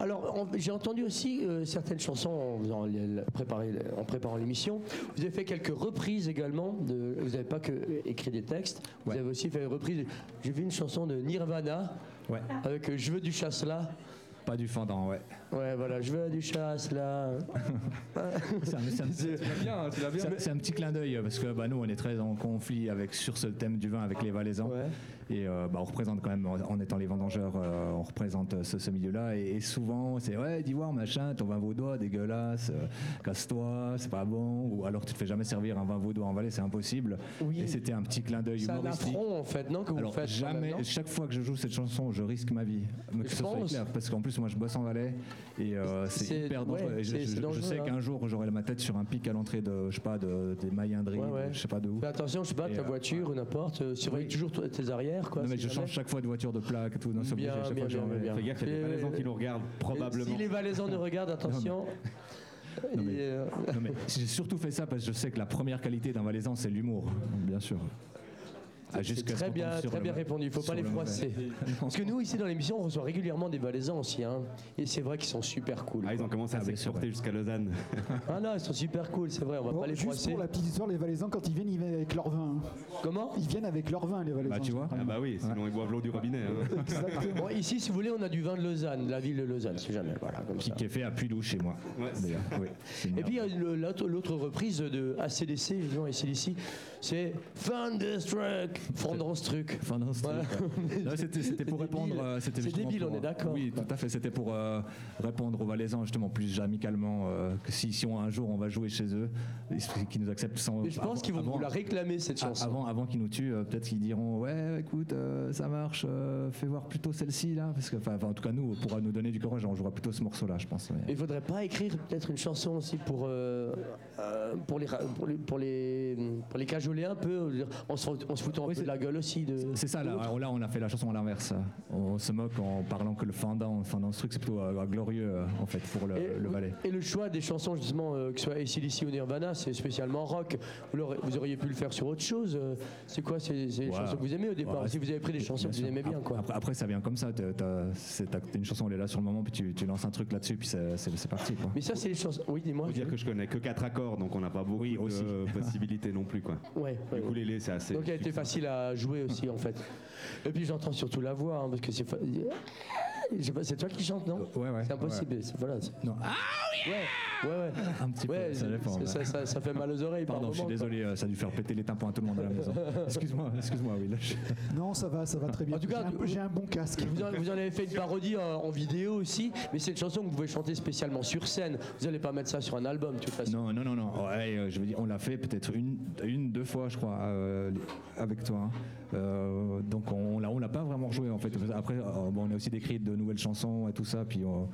[SPEAKER 2] Alors, on- j'ai entendu aussi euh, certaines chansons en, faisant les- la- préparer- en préparant l'émission. Vous avez fait quelques reprises également. de- vous n'avez pas que euh, écrit des textes. Vous
[SPEAKER 4] Ouais.
[SPEAKER 2] avez aussi fait une reprise. J'ai vu une chanson de Nirvana
[SPEAKER 4] Ouais.
[SPEAKER 2] avec euh, Je veux du chasse là.
[SPEAKER 4] Pas du fendant, [LAUGHS] ouais.
[SPEAKER 2] Ouais, voilà, je veux à du chasse là.
[SPEAKER 4] C'est un- c'est un-
[SPEAKER 6] Tu l'as bien, hein, tu l'as bien.
[SPEAKER 4] c'est un- c'est un petit clin d'œil euh, parce que bah, nous, on est très en conflit avec, sur ce thème du vin avec les Valaisans.
[SPEAKER 2] Ouais.
[SPEAKER 4] Et euh, bah, on représente quand même, en en étant les vendangeurs, euh, on représente euh, ce, ce milieu-là. Et, et souvent, c'est ouais, d'ivoire, machin, ton vin vaudois, dégueulasse, euh, casse-toi, c'est pas bon. Ou alors tu te fais jamais servir un vin vaudois en Valais, c'est impossible.
[SPEAKER 2] Oui.
[SPEAKER 4] Et c'était un petit clin d'œil
[SPEAKER 2] C'est un
[SPEAKER 4] humoristique.
[SPEAKER 2] affront en fait, non que vous
[SPEAKER 4] Alors
[SPEAKER 2] faites quand même,
[SPEAKER 4] jamais,
[SPEAKER 2] non
[SPEAKER 4] chaque fois que je joue cette chanson, je risque ma vie. Mais que
[SPEAKER 2] Je
[SPEAKER 4] ce soit
[SPEAKER 2] pense.
[SPEAKER 4] clair, parce qu'en plus moi je bosse en Valais et euh,
[SPEAKER 2] C'est-
[SPEAKER 4] c'est hyper dangereux.
[SPEAKER 2] ouais,
[SPEAKER 4] Et je,
[SPEAKER 2] c'est-
[SPEAKER 4] je-
[SPEAKER 2] c'est
[SPEAKER 4] je
[SPEAKER 2] dangereux,
[SPEAKER 4] sais
[SPEAKER 2] hein.
[SPEAKER 4] qu'un jour j'aurai ma tête sur un pic à l'entrée de, je sais pas, de, des Mayendries,
[SPEAKER 2] Ouais, ouais.
[SPEAKER 4] je sais pas de où.
[SPEAKER 2] Fais attention, je sais pas,
[SPEAKER 4] Et,
[SPEAKER 2] ta
[SPEAKER 4] euh,
[SPEAKER 2] voiture ou n'importe, euh, surveille
[SPEAKER 4] Oui.
[SPEAKER 2] toujours toi- tes arrières quoi.
[SPEAKER 4] non mais
[SPEAKER 2] si
[SPEAKER 4] je
[SPEAKER 2] jamais.
[SPEAKER 4] change chaque fois de voiture, de plaque, et tout. Non, c'est obligé.
[SPEAKER 2] Bien,
[SPEAKER 4] Chaque
[SPEAKER 2] bien,
[SPEAKER 4] fois, je
[SPEAKER 2] bien,
[SPEAKER 4] remets.
[SPEAKER 2] bien,
[SPEAKER 7] Fais gaffe, il y a
[SPEAKER 2] Et-
[SPEAKER 7] des valaisans qui nous regardent, probablement.
[SPEAKER 2] Si les Valaisans nous regardent, attention.
[SPEAKER 4] Non, mais-
[SPEAKER 2] Et, euh,
[SPEAKER 4] Non, mais j'ai surtout fait ça parce que je sais que la première qualité d'un Valaisan c'est l'humour, bien sûr. Ah,
[SPEAKER 2] C'est
[SPEAKER 4] jusqu'à ce
[SPEAKER 2] très
[SPEAKER 4] qu'on
[SPEAKER 2] bien,
[SPEAKER 4] tombe sur
[SPEAKER 2] très
[SPEAKER 4] le-
[SPEAKER 2] bien répondu. Il faut
[SPEAKER 4] sur
[SPEAKER 2] pas les
[SPEAKER 4] le mauvais.
[SPEAKER 2] froisser. [LAUGHS] Parce que nous, ici dans l'émission, on reçoit régulièrement des Valaisans aussi. hein. Et c'est vrai qu'ils sont super cool.
[SPEAKER 7] Ah, ils ont commencé à
[SPEAKER 4] Ah, bien sûr,
[SPEAKER 7] s'exporter
[SPEAKER 4] ouais.
[SPEAKER 7] jusqu'à Lausanne.
[SPEAKER 2] Ah non, ils sont super cool, c'est vrai, on va
[SPEAKER 1] Bon,
[SPEAKER 2] pas les
[SPEAKER 1] juste
[SPEAKER 2] froisser.
[SPEAKER 1] pour la petite histoire, les Valaisans, quand ils viennent, ils viennent avec leur vin. hein.
[SPEAKER 2] Comment
[SPEAKER 1] Ils viennent avec leur vin, les Valaisans.
[SPEAKER 4] Bah tu vois.
[SPEAKER 7] Ah bah oui, sinon ils boivent l'eau du robinet. hein.
[SPEAKER 1] Exactement.
[SPEAKER 2] Bon, Ici, si vous voulez, on a du vin de Lausanne, la ville de Lausanne, si jamais. Voilà, comme
[SPEAKER 4] Qui
[SPEAKER 2] ça.
[SPEAKER 4] qui est fait à Puylou chez moi.
[SPEAKER 7] Ouais, c'est-
[SPEAKER 4] D'ailleurs, oui. C'est une
[SPEAKER 2] Et puis il y a Eh le- l'autre l'autre reprise de ACDC, justement, ACDC, c'est Thunderstruck, Thunderstruck.
[SPEAKER 4] Enfin, non, c'était-
[SPEAKER 2] Voilà. [LAUGHS]
[SPEAKER 4] Non, c'était c'était pour
[SPEAKER 2] Bah, C'est
[SPEAKER 4] répondre.
[SPEAKER 2] débile.
[SPEAKER 4] euh, c'était
[SPEAKER 2] C'est
[SPEAKER 4] justement
[SPEAKER 2] débile,
[SPEAKER 4] pour,
[SPEAKER 2] on est
[SPEAKER 4] euh,
[SPEAKER 2] d'accord.
[SPEAKER 4] Oui, tout à fait. C'était pour euh, répondre aux Valaisans, justement, plus amicalement. euh, que si, si on, un jour on va jouer chez eux, ils- qu'ils nous acceptent sans.
[SPEAKER 2] Et je pense
[SPEAKER 4] avant-
[SPEAKER 2] qu'ils vont
[SPEAKER 4] avant-
[SPEAKER 2] vous la réclamer, cette
[SPEAKER 4] a-
[SPEAKER 2] chanson.
[SPEAKER 4] Avant, avant qu'ils nous tuent, euh, peut-être qu'ils diront Ouais, écoute, euh, ça marche, euh, fais voir plutôt celle-ci, là. Parce que, enfin, enfin, en tout cas, nous, pour nous donner du courage, on jouera plutôt ce morceau-là, je pense. mais-
[SPEAKER 2] Il faudrait pas écrire peut-être une chanson aussi pour, euh, euh, pour, les, ra- pour, les, pour, les, pour les cajoler un peu, dire, en se, en se foutant un
[SPEAKER 4] Oui,
[SPEAKER 2] peu de
[SPEAKER 4] c'est-
[SPEAKER 2] la gueule aussi. De,
[SPEAKER 4] C'est ça, là,
[SPEAKER 2] de l'autre.
[SPEAKER 4] là, on a fait la chanson à l'inverse. On se moque en parlant que le fendant, fendant ce truc, c'est plutôt euh, glorieux, euh, en fait, pour le, le Valais.
[SPEAKER 2] et le choix des chansons, justement, euh, que ce soit ACDC ou Nirvana, c'est spécialement rock. Vous, l'aurez- vous auriez pu le faire sur autre chose. euh, C'est quoi C'est c'est les
[SPEAKER 4] Ouais.
[SPEAKER 2] chansons que vous aimez au départ
[SPEAKER 4] Ouais,
[SPEAKER 2] Si vous avez pris des chansons que vous
[SPEAKER 4] sûr.
[SPEAKER 2] aimez bien, quoi.
[SPEAKER 4] Après, après, ça vient comme ça. T'as t'as- c'est- t'as- t'as une chanson, elle est là sur le moment, puis tu, tu lances un truc là-dessus, puis c'est c'est- c'est parti. Quoi.
[SPEAKER 2] Mais ça, c'est les chansons. Oui, dis-moi.
[SPEAKER 7] Faut dire que je connais que 4 accords, donc on n'a pas beaucoup
[SPEAKER 4] aussi.
[SPEAKER 7] de [LAUGHS] possibilités non plus. Quoi.
[SPEAKER 2] Ouais, ouais,
[SPEAKER 7] Du
[SPEAKER 2] ouais.
[SPEAKER 7] coup, les c'est assez.
[SPEAKER 2] Donc elle était facile à jouer aussi en
[SPEAKER 4] [LAUGHS]
[SPEAKER 2] fait. Et puis j'entends surtout la voix hein, parce que c'est fa- Je sais pas, c'est toi qui chante non
[SPEAKER 4] Euh, Ouais, ouais,
[SPEAKER 2] C'est impossible. c'est- Voilà. c'est-
[SPEAKER 4] Non. Ah,
[SPEAKER 2] Ouais, ouais, ouais.
[SPEAKER 4] [LAUGHS] un petit
[SPEAKER 2] Ouais,
[SPEAKER 4] peu, ça dépend.
[SPEAKER 2] c'est- ça,
[SPEAKER 4] ouais.
[SPEAKER 2] ça- ça fait mal aux oreilles. par
[SPEAKER 4] Pardon, je suis
[SPEAKER 2] moment, quoi.
[SPEAKER 4] désolé, euh, ça a dû faire péter les tympans à tout le monde à
[SPEAKER 2] [LAUGHS]
[SPEAKER 4] la maison. Excuse-moi, excuse-moi, oui. là, je-
[SPEAKER 1] Non, ça va, ça va très bien.
[SPEAKER 2] En tout cas, euh,
[SPEAKER 1] J'ai un- j'ai un, bon casque.
[SPEAKER 2] Vous en, vous en avez fait une parodie euh, en vidéo aussi, mais c'est une chanson que vous pouvez chanter spécialement sur scène. Vous n'allez pas mettre ça sur un album, de toute façon.
[SPEAKER 4] Non, non, non, non. Ouais, euh, je veux dire, on l'a fait peut-être une, une, deux fois, je crois, euh, avec toi. hein. Euh, donc on, on l'a, on l'a pas vraiment joué en fait. Après, euh, bon, on a aussi décrit de nouvelles chansons et tout ça, puis on-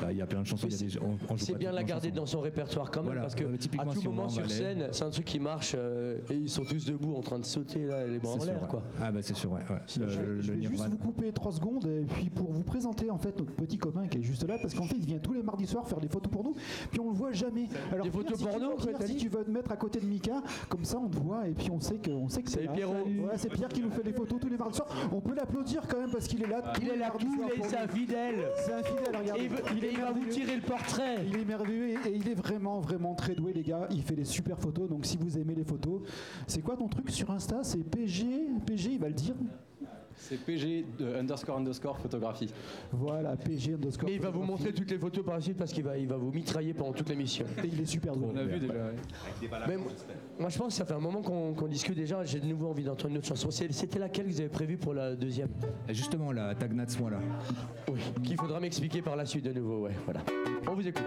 [SPEAKER 4] bah, il y a plein de chansons. il y a des- on- on joue
[SPEAKER 2] C'est
[SPEAKER 4] pas
[SPEAKER 2] bien
[SPEAKER 4] toutes
[SPEAKER 2] la
[SPEAKER 4] nos
[SPEAKER 2] garder
[SPEAKER 4] chansons.
[SPEAKER 2] dans son répertoire quand même,
[SPEAKER 4] Voilà,
[SPEAKER 2] parce que
[SPEAKER 4] euh,
[SPEAKER 2] à
[SPEAKER 4] typiquement,
[SPEAKER 2] tout
[SPEAKER 4] si on
[SPEAKER 2] moment
[SPEAKER 4] va en
[SPEAKER 2] sur
[SPEAKER 4] Valais-
[SPEAKER 2] scène, c'est un truc qui marche euh, et ils sont tous debout en train de sauter là, les bras en
[SPEAKER 4] C'est sûr,
[SPEAKER 2] l'air, quoi.
[SPEAKER 4] ouais. Ah bah c'est sûr, ouais. ouais. Le,
[SPEAKER 1] Je
[SPEAKER 4] le-
[SPEAKER 1] vais- je
[SPEAKER 4] le
[SPEAKER 1] vais juste
[SPEAKER 4] Nirvana.
[SPEAKER 1] vous couper trois secondes et puis pour vous présenter en fait notre petit copain qui est juste là parce qu'en fait il vient tous les mardis soirs faire des photos pour nous puis on le voit jamais. Alors
[SPEAKER 2] Des
[SPEAKER 1] Pierre,
[SPEAKER 2] photos
[SPEAKER 1] si tu-
[SPEAKER 2] porno,
[SPEAKER 1] Pierre,
[SPEAKER 2] quoi, t'as
[SPEAKER 1] si
[SPEAKER 2] dit
[SPEAKER 1] tu veux te mettre à côté de Mika comme ça on te voit et puis on sait que on sait que c'est
[SPEAKER 2] Salut,
[SPEAKER 1] là.
[SPEAKER 2] Pierrot.
[SPEAKER 1] Salut. Ouais, c'est Pierre qui nous fait les photos tous les mardis soirs. On peut l'applaudir quand même parce qu'il est là. tous
[SPEAKER 2] Il est
[SPEAKER 1] les
[SPEAKER 2] là
[SPEAKER 1] mardis
[SPEAKER 2] tous
[SPEAKER 1] soirs pour
[SPEAKER 2] les
[SPEAKER 1] nous.
[SPEAKER 2] infidèles.
[SPEAKER 1] C'est un fidèle, regardez.
[SPEAKER 2] Et il veut-
[SPEAKER 1] Il est
[SPEAKER 2] et il va vous
[SPEAKER 1] merveilleux.
[SPEAKER 2] tirer le portrait.
[SPEAKER 1] Il est merveilleux et et il est vraiment vraiment très doué les gars. Il fait des super photos donc si vous aimez les photos, c'est quoi ton truc sur Insta C'est PG PG il va le dire.
[SPEAKER 9] C'est PG de underscore underscore photographie.
[SPEAKER 1] Voilà PG underscore.
[SPEAKER 2] Mais il va vous montrer toutes les photos par la suite parce qu'il va, il va vous mitrailler pendant toute l'émission.
[SPEAKER 1] Et il est super doué.
[SPEAKER 6] On a vu déjà. ouais.
[SPEAKER 2] Mais moi- moi, je pense que ça fait un moment qu'on qu'on discute déjà. J'ai de nouveau envie d'entendre une autre chanson. C'est- C'était laquelle que vous avez prévue pour la deuxième
[SPEAKER 4] Et Justement, la Tagnat ce mois-là.
[SPEAKER 2] Oui, qu'il faudra m'expliquer par la suite de nouveau. Ouais, voilà. On vous écoute.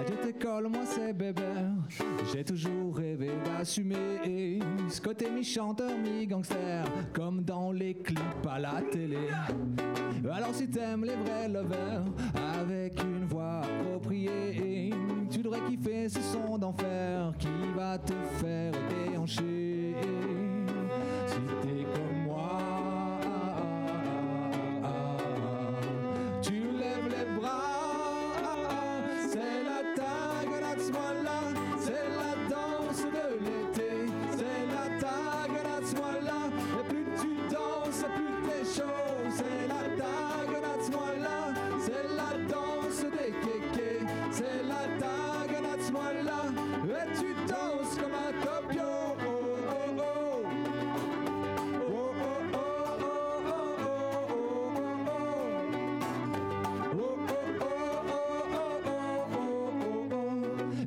[SPEAKER 10] Adieu tes cols, moi c'est bébé. J'ai toujours rêvé d'assumer ce côté mi-chanteur, mi-gangster, comme dans les clips à la télé. Alors si t'aimes les vrais lovers, avec une voix appropriée, tu devrais kiffer ce son d'enfer qui va te faire déhancher. Si t'es comme moi, tu lèves les bras.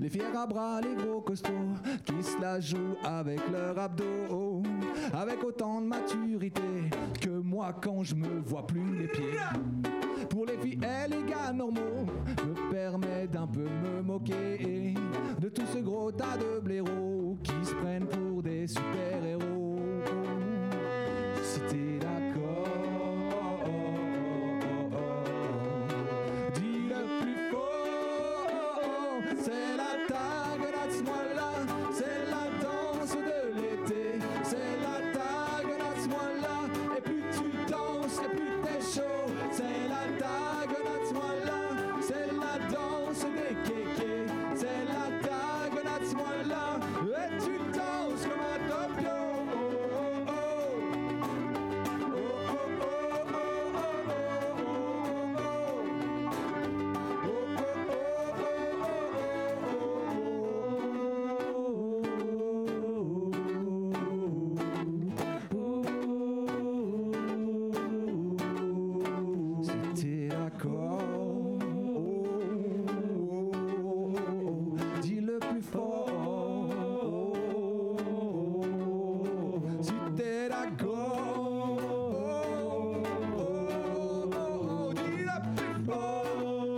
[SPEAKER 4] fiers à bras les gros costauds qui se la jouent avec leur abdos, avec autant de maturité que moi quand je me vois plus les pieds. Pour les filles et les gars normaux, me permet d'un peu me moquer de tout ce gros tas de blaireaux qui se prennent pour des super-héros. Si t'es d'accord, dis le plus fort. C'est la tag de ce mois-là, c'est la danse de l'été. C'est la tag de ce mois-là, et plus tu danses, et plus t'es chaud. C'est la tag de ce mois-là, c'est la danse des kékés. C'est la tag de ce mois-là, et tu danses comme un topio. Oh, oh, oh. Oh, oh, oh, oh, oh, oh, oh, oh. C'était d'accord. Dis le plus fort. Si t'es d'accord. Dis le plus fort.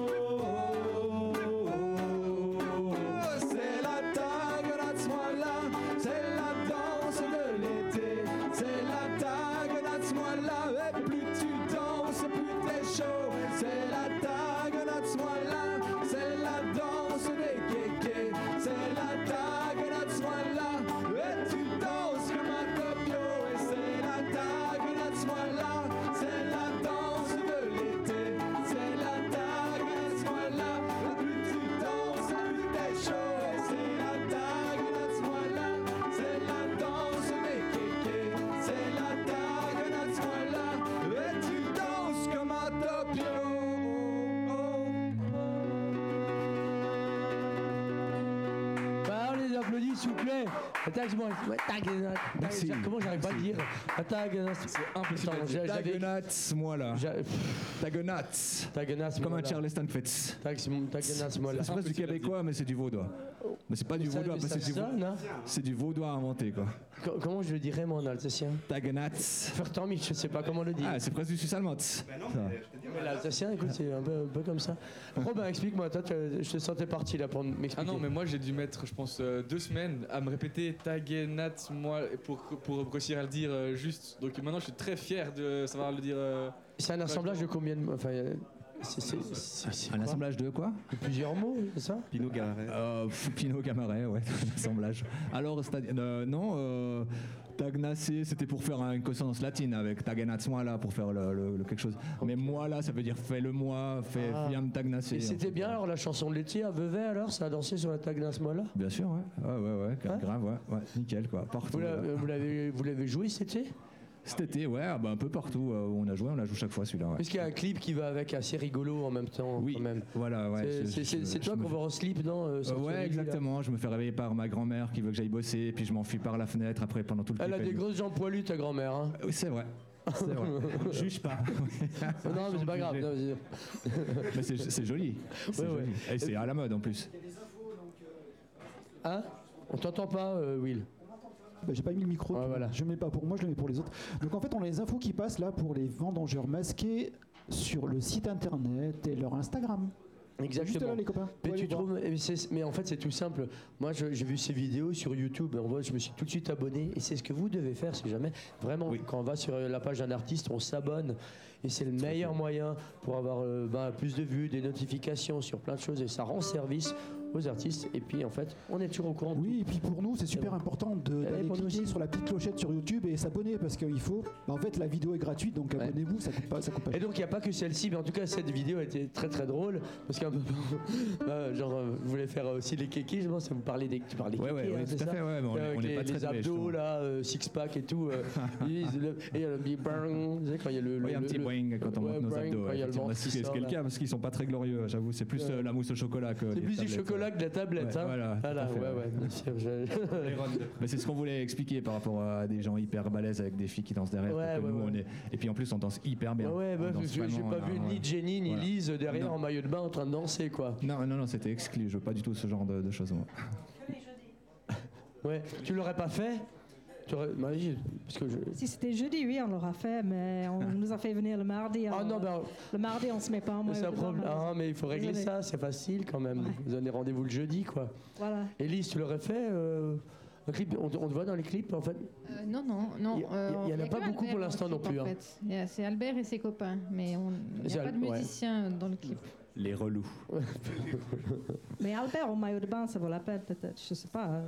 [SPEAKER 4] C'est la tag de ce mois-là. C'est la danse de l'été. C'est la tag de ce mois-là. Et plus tu danses, plus t'es chaud. C'est la tag de ce mois-là. C'est la danse des kékés. C'est la tag de ce mois-là. Et tu danses comme un topio. Et c'est la tag de ce mois-là. C'est la danse de l'été. C'est la tag de ce mois-là. Et plus tu danses, plus t'es chaud. Et c'est la tag de ce mois-là. C'est la danse des kékés. C'est la tag de ce mois-là. Et tu danses comme un topio.
[SPEAKER 2] Bah, on les applaudit, s'il vous plaît. Attaque, moi, ouais, tag, euh,
[SPEAKER 11] Merci.
[SPEAKER 2] tag, Comment j'arrive pas à dire Attaque, c'est impossible.
[SPEAKER 11] à dire.
[SPEAKER 2] Tagonats,
[SPEAKER 11] moi là.
[SPEAKER 2] Tagonats.
[SPEAKER 11] Comme un Charleston Fitz.
[SPEAKER 2] Tagonats, moi là.
[SPEAKER 11] C'est pas du québécois, mais c'est du vaudois. Mais c'est pas du
[SPEAKER 2] Vous savez,
[SPEAKER 11] vaudois, parce que
[SPEAKER 2] ça
[SPEAKER 11] c'est du,
[SPEAKER 2] sonne, hein
[SPEAKER 11] c'est du vaudois inventé quoi.
[SPEAKER 2] Co- Comment je le dirais, moi, en alsacien
[SPEAKER 11] Tagonats.
[SPEAKER 2] Fertamich, je sais pas comment le dire.
[SPEAKER 11] Ah, c'est presque du suisse allemand.
[SPEAKER 2] Bah Mais l'alsacien, écoute, c'est un peu, un peu comme ça. Robin, explique-moi, toi, tu- je te sentais parti là pour
[SPEAKER 6] Ah
[SPEAKER 2] m'expliquer.
[SPEAKER 6] non, mais moi j'ai dû mettre, je pense, euh, deux semaines à me répéter Tagenat, moi, pour, pour réussir à le dire euh, juste. Donc maintenant je suis très fier de savoir le dire. euh,
[SPEAKER 2] C'est un assemblage de combien de mots Enfin, euh, c'est- c'est- c'est- c'est quoi
[SPEAKER 11] de quoi
[SPEAKER 2] De plusieurs mots, c'est ça
[SPEAKER 11] Pinot Gamaret. Euh, Pinot Gamaret, ouais, [LAUGHS] l'assemblage. Alors, c'est-à-dire- euh, non, euh, Tagnacé, c'était pour faire une consonance latine avec Tagenats moi là, pour faire le, le- le quelque chose. Mais moi là, ça veut dire fais-le moi, fais
[SPEAKER 2] Ah.
[SPEAKER 11] fiam Tagnacé.
[SPEAKER 2] Et c'était bien alors la chanson de l'été à Vevey alors ça a dansé sur la tag d'un ce mois là
[SPEAKER 11] Bien sûr, ouais. Ah, Ouais, ouais, ouais, gra- grave, ouais, ouais, nickel, quoi. Partout.
[SPEAKER 2] Vous l'avez- vous l'avez vous l'avez joué cet été
[SPEAKER 11] Cet été, ouais, ah bah, un peu partout euh, où on a joué, on la joue chaque fois celui-là, ouais.
[SPEAKER 2] Parce qu'il y a un clip qui va avec assez rigolo en même temps quand même.
[SPEAKER 11] Voilà, ouais,
[SPEAKER 2] C'est-
[SPEAKER 11] je-
[SPEAKER 2] c'est-
[SPEAKER 11] je-
[SPEAKER 2] C'est c'est
[SPEAKER 11] je
[SPEAKER 2] toi
[SPEAKER 11] me
[SPEAKER 2] qu'on va en slip dans euh,
[SPEAKER 11] Euh,
[SPEAKER 2] Sanctuary, là
[SPEAKER 11] ouais, exactement. Je me fais réveiller par ma grand-mère qui veut que j'aille bosser, puis je m'enfuis par la fenêtre après pendant tout le
[SPEAKER 2] Elle a
[SPEAKER 11] clip,
[SPEAKER 2] des grosses jambes poilues ta grand-mère. hein.
[SPEAKER 11] Oui, c'est vrai. C'est
[SPEAKER 2] [LAUGHS]
[SPEAKER 11] vrai. Juge pas.
[SPEAKER 4] Ah,
[SPEAKER 2] non, mais
[SPEAKER 11] [LAUGHS]
[SPEAKER 2] c'est pas grave. non, mais c'est-
[SPEAKER 11] Mais c'est c'est joli. C'est
[SPEAKER 2] Ouais, ouais.
[SPEAKER 11] joli. Et c'est à la mode en plus.
[SPEAKER 2] Hein On t'entend pas, euh, Will
[SPEAKER 1] Bah, j'ai pas mis le micro, donc je mets pas pour moi, je le mets pour les autres. Donc en fait, on a les infos qui passent là pour les vendangeurs masqués sur le site internet et leur Instagram. Juste
[SPEAKER 2] Exactement.
[SPEAKER 1] là, les copains.
[SPEAKER 2] Mais,
[SPEAKER 1] Faut
[SPEAKER 2] tu
[SPEAKER 1] aller voir.
[SPEAKER 2] trouves, mais, c'est- mais en fait, c'est tout simple. Moi, je- j'ai vu ces vidéos sur YouTube. et on voit, je me suis tout de suite abonné. Et c'est ce que vous devez faire si jamais. Vraiment, quand on va sur euh, la page d'un artiste, on s'abonne. Et c'est le meilleur moyen pour avoir euh, ben, plus de vues, des notifications sur plein de choses. Et ça rend service aux artistes. Et puis, en fait, on est toujours au courant.
[SPEAKER 1] Oui, et puis pour nous, c'est super important de-
[SPEAKER 2] Allez,
[SPEAKER 1] d'aller
[SPEAKER 2] pour nous
[SPEAKER 1] cliquer sur la petite clochette sur YouTube et s'abonner parce qu'il faut. bah, en fait, la vidéo est gratuite, donc abonnez-vous, ça coûte pas, ça coûte pas
[SPEAKER 2] Et donc il n'y a pas que celle-ci, mais en tout cas cette vidéo a été très très drôle parce qu'un peu [LAUGHS] bah, genre euh, vous voulez faire aussi les kékis, je pense que vous parlez des tu parles des
[SPEAKER 11] Ouais, ouais,
[SPEAKER 2] kékis,
[SPEAKER 11] ouais,
[SPEAKER 2] hein,
[SPEAKER 11] tout
[SPEAKER 2] c'est
[SPEAKER 11] à
[SPEAKER 2] ça
[SPEAKER 11] fait, ouais, mais on est-
[SPEAKER 2] Avec
[SPEAKER 11] on est
[SPEAKER 2] les,
[SPEAKER 11] pas très
[SPEAKER 2] les
[SPEAKER 11] doués,
[SPEAKER 2] abdos
[SPEAKER 11] justement.
[SPEAKER 2] là, euh, six pack et tout,
[SPEAKER 11] [LAUGHS]
[SPEAKER 2] euh, ils- le- et le big bang, vous savez, quand il y a le,
[SPEAKER 11] Ouais, il y a un
[SPEAKER 2] le-
[SPEAKER 11] petit
[SPEAKER 2] le-
[SPEAKER 11] boing quand on
[SPEAKER 2] ouais,
[SPEAKER 11] monte nos
[SPEAKER 2] bang,
[SPEAKER 11] abdos.
[SPEAKER 2] quand il y a le
[SPEAKER 11] effectivement.
[SPEAKER 2] ventre
[SPEAKER 11] C'est
[SPEAKER 2] qui
[SPEAKER 11] ce
[SPEAKER 2] sort,
[SPEAKER 11] qu'est le
[SPEAKER 2] là.
[SPEAKER 11] cas, parce qu'ils sont pas très glorieux, hein, j'avoue. C'est plus
[SPEAKER 2] Ouais.
[SPEAKER 11] euh, la mousse au chocolat que.
[SPEAKER 2] C'est
[SPEAKER 11] les
[SPEAKER 2] plus du
[SPEAKER 11] tablettes,
[SPEAKER 2] Coca-Cola que de la tablette.
[SPEAKER 4] Ouais,
[SPEAKER 2] hein.
[SPEAKER 4] voilà, tout à fait,
[SPEAKER 2] ouais,
[SPEAKER 4] ouais.
[SPEAKER 2] ouais, bien sûr.
[SPEAKER 11] [LAUGHS]
[SPEAKER 2] je- Ah
[SPEAKER 4] Mais c'est ce qu'on voulait expliquer par rapport à des gens hyper balèzes avec des filles qui dansent derrière.
[SPEAKER 2] Ouais,
[SPEAKER 4] alors que
[SPEAKER 2] ouais,
[SPEAKER 4] nous,
[SPEAKER 2] ouais.
[SPEAKER 4] on est- Et puis en plus, on danse hyper bien.
[SPEAKER 2] Ouais, ouais, bah,
[SPEAKER 4] On danse
[SPEAKER 2] j'ai j'ai
[SPEAKER 4] vraiment,
[SPEAKER 2] pas
[SPEAKER 4] là,
[SPEAKER 2] vu
[SPEAKER 4] ouais.
[SPEAKER 2] ni Jenny ni
[SPEAKER 4] Voilà.
[SPEAKER 2] Lise derrière
[SPEAKER 4] Non.
[SPEAKER 2] en maillot de bain en train de danser, quoi.
[SPEAKER 4] Non, non, non, c'était exclu. Je veux pas du tout ce genre de, de choses. moi.
[SPEAKER 2] Ouais. Tu l'aurais pas fait Tu aurais- Marie, parce que je...
[SPEAKER 5] Si c'était jeudi, oui, on l'aura fait, mais
[SPEAKER 2] [LAUGHS]
[SPEAKER 5] on nous a fait venir le mardi.
[SPEAKER 2] Ah
[SPEAKER 5] on-
[SPEAKER 2] non, ben,
[SPEAKER 5] Le mardi, on se met pas en
[SPEAKER 2] c'est un
[SPEAKER 5] maillot de bain,
[SPEAKER 2] problème.
[SPEAKER 5] malheureusement.
[SPEAKER 2] Ah, mais il faut régler
[SPEAKER 5] Désolé.
[SPEAKER 2] ça, c'est facile quand même. Vous donnez rendez-vous le jeudi, quoi.
[SPEAKER 5] Voilà.
[SPEAKER 2] Élise, tu l'aurais fait euh, un clip, on, te- on te voit dans les clips, en fait
[SPEAKER 8] Euh, non, non, non.
[SPEAKER 2] Il y a-
[SPEAKER 8] euh,
[SPEAKER 2] il y en a
[SPEAKER 8] que
[SPEAKER 2] pas
[SPEAKER 8] Albert
[SPEAKER 2] beaucoup pour
[SPEAKER 8] dans le
[SPEAKER 2] l'instant
[SPEAKER 8] clip,
[SPEAKER 2] non plus,
[SPEAKER 8] en
[SPEAKER 2] hein.
[SPEAKER 8] fait. Il y a- C'est Albert et ses copains, mais on- il n'y
[SPEAKER 2] C'est
[SPEAKER 8] a pas de
[SPEAKER 2] Al- ouais.
[SPEAKER 8] musicien dans le clip.
[SPEAKER 4] Les relous.
[SPEAKER 5] Mais Albert au maillot de bain, ça vaut la peine peut-être. Je sais pas. hein.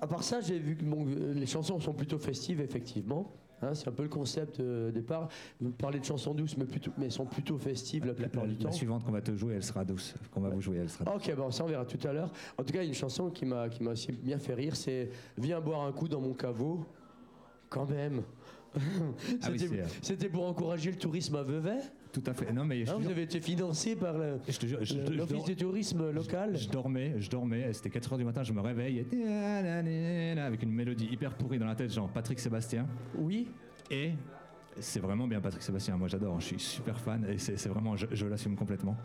[SPEAKER 2] À part ça, j'ai vu que bon, euh, les chansons sont plutôt festives, effectivement. Hein, c'est un peu le concept euh, au départ. Vous parlez de chansons douces, mais, plutôt, mais elles sont plutôt festives la
[SPEAKER 4] La,
[SPEAKER 2] plupart du temps.
[SPEAKER 4] la suivante qu'on va te jouer, elle sera douce. Qu'on va vous jouer, elle sera douce.
[SPEAKER 2] Ok, bon, ça on verra tout à l'heure. En tout cas, il y a une chanson qui m'a qui m'a aussi bien fait rire, c'est Viens boire un coup dans mon caveau. Quand même.
[SPEAKER 4] Ah oui,
[SPEAKER 2] C'était-
[SPEAKER 4] c'est, euh,
[SPEAKER 2] C'était pour encourager le tourisme à Vevey.
[SPEAKER 4] Tout à fait. Non, mais je
[SPEAKER 2] hein,
[SPEAKER 4] te
[SPEAKER 2] vous
[SPEAKER 4] jure-
[SPEAKER 2] avez été financé par le-
[SPEAKER 4] je te jure, je- je-
[SPEAKER 2] le-
[SPEAKER 4] je
[SPEAKER 2] l'Office
[SPEAKER 4] dors-
[SPEAKER 2] du tourisme local.
[SPEAKER 4] Je dormais, je dormais, c'était 4h du matin, je me réveille, et- avec une mélodie hyper pourrie dans la tête, genre Patrick Sébastien.
[SPEAKER 2] Oui.
[SPEAKER 4] Et c'est vraiment bien Patrick Sébastien, moi j'adore, je suis super fan, et c'est c'est vraiment, je, je l'assume complètement.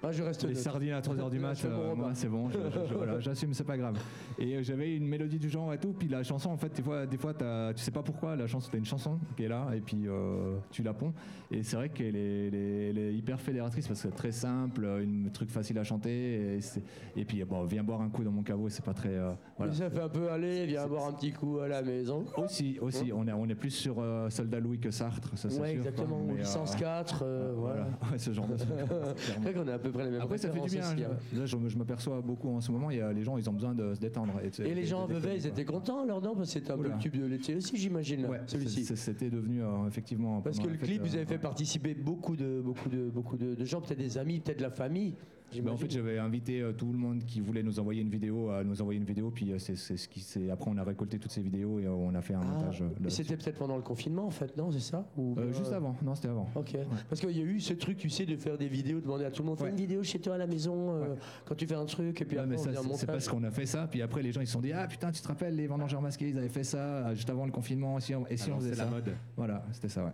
[SPEAKER 2] Ah, je reste
[SPEAKER 4] Les
[SPEAKER 2] neutre.
[SPEAKER 4] sardines à 3h du
[SPEAKER 2] Je
[SPEAKER 4] mat,
[SPEAKER 2] fais mon
[SPEAKER 4] euh,
[SPEAKER 2] repas.
[SPEAKER 4] moi c'est bon, je- je- je- voilà, j'assume, c'est pas grave. Et euh, j'avais une mélodie du genre et tout, puis la chanson en fait, des fois, des fois t'as- tu sais pas pourquoi, la chanson, t'as une chanson qui est là, et puis euh, tu la ponds. Et c'est vrai qu'elle est, elle est- elle est hyper fédératrice parce que c'est très simple, euh, une truc facile à chanter, et, c'est- et puis bon, viens boire un coup dans mon caveau, c'est pas très. euh, voilà.
[SPEAKER 2] Mais Ça fait un peu aller, viens boire un petit coup à la maison.
[SPEAKER 4] Aussi, aussi, on est, on est plus sur euh, Soldat Louis que Sartre, ça c'est
[SPEAKER 2] ouais,
[SPEAKER 4] sûr. quoi,
[SPEAKER 2] exactement.
[SPEAKER 4] mais, euh,
[SPEAKER 2] Licence 4, euh, voilà.
[SPEAKER 4] [LAUGHS] Ouais, ce genre
[SPEAKER 2] [LAUGHS]
[SPEAKER 4] de truc.
[SPEAKER 2] C'est vrai qu'on a à peu près les mêmes
[SPEAKER 4] Après, ça fait du bien.
[SPEAKER 2] références aussi, hein.
[SPEAKER 4] je- Là, je, me- je m'aperçois beaucoup en ce moment, il y a, les gens, ils ont besoin de se détendre. de-
[SPEAKER 2] Et les
[SPEAKER 4] de-
[SPEAKER 2] gens à
[SPEAKER 4] de
[SPEAKER 2] Vevey, ils
[SPEAKER 4] déconner,
[SPEAKER 2] étaient contents alors non Parce que c'était un peu
[SPEAKER 4] Oula.
[SPEAKER 2] le tube de l'été aussi, j'imagine,
[SPEAKER 4] quoi.
[SPEAKER 2] là,
[SPEAKER 4] Ouais,
[SPEAKER 2] celui-ci.
[SPEAKER 4] c'est- C'était devenu, euh, effectivement.
[SPEAKER 2] Parce que
[SPEAKER 4] pendant
[SPEAKER 2] le
[SPEAKER 4] la
[SPEAKER 2] clip,
[SPEAKER 4] fête,
[SPEAKER 2] vous
[SPEAKER 4] euh,
[SPEAKER 2] avez fait
[SPEAKER 4] ouais.
[SPEAKER 2] participer beaucoup de, beaucoup de, beaucoup de, de gens, peut-être des amis, peut-être de la famille.
[SPEAKER 4] Ben, en
[SPEAKER 2] j'imagine.
[SPEAKER 4] fait, j'avais invité euh, tout le monde qui voulait nous envoyer une vidéo à nous envoyer une vidéo, puis euh, c'est c'est ce qui s'est. Après, on a récolté toutes ces vidéos et euh, on a fait un
[SPEAKER 2] Ah,
[SPEAKER 4] montage. euh,
[SPEAKER 2] mais
[SPEAKER 4] là-dessus.
[SPEAKER 2] c'était peut-être pendant le confinement, en fait, non C'est ça Ou
[SPEAKER 4] Euh,
[SPEAKER 2] bien-
[SPEAKER 4] Juste avant, non, c'était avant.
[SPEAKER 2] Ok. Parce qu'il y a eu ce truc, tu sais, de faire des vidéos, demander à tout le monde, fais
[SPEAKER 4] Ouais.
[SPEAKER 2] une vidéo chez toi à la maison, euh, quand tu fais un truc, et puis
[SPEAKER 4] Non,
[SPEAKER 2] après,
[SPEAKER 4] mais
[SPEAKER 2] on
[SPEAKER 4] ça,
[SPEAKER 2] vient
[SPEAKER 4] c'est-
[SPEAKER 2] monter.
[SPEAKER 4] c'est
[SPEAKER 2] un-
[SPEAKER 4] parce qu'on a fait ça. Puis après, les gens ils se sont dit Ah putain, tu te rappelles, les vendangeurs masqués, ils avaient fait ça euh, juste avant le confinement. Si on- et si on faisait
[SPEAKER 7] C'est
[SPEAKER 4] ça
[SPEAKER 7] la mode.
[SPEAKER 4] Voilà, c'était ça, ouais.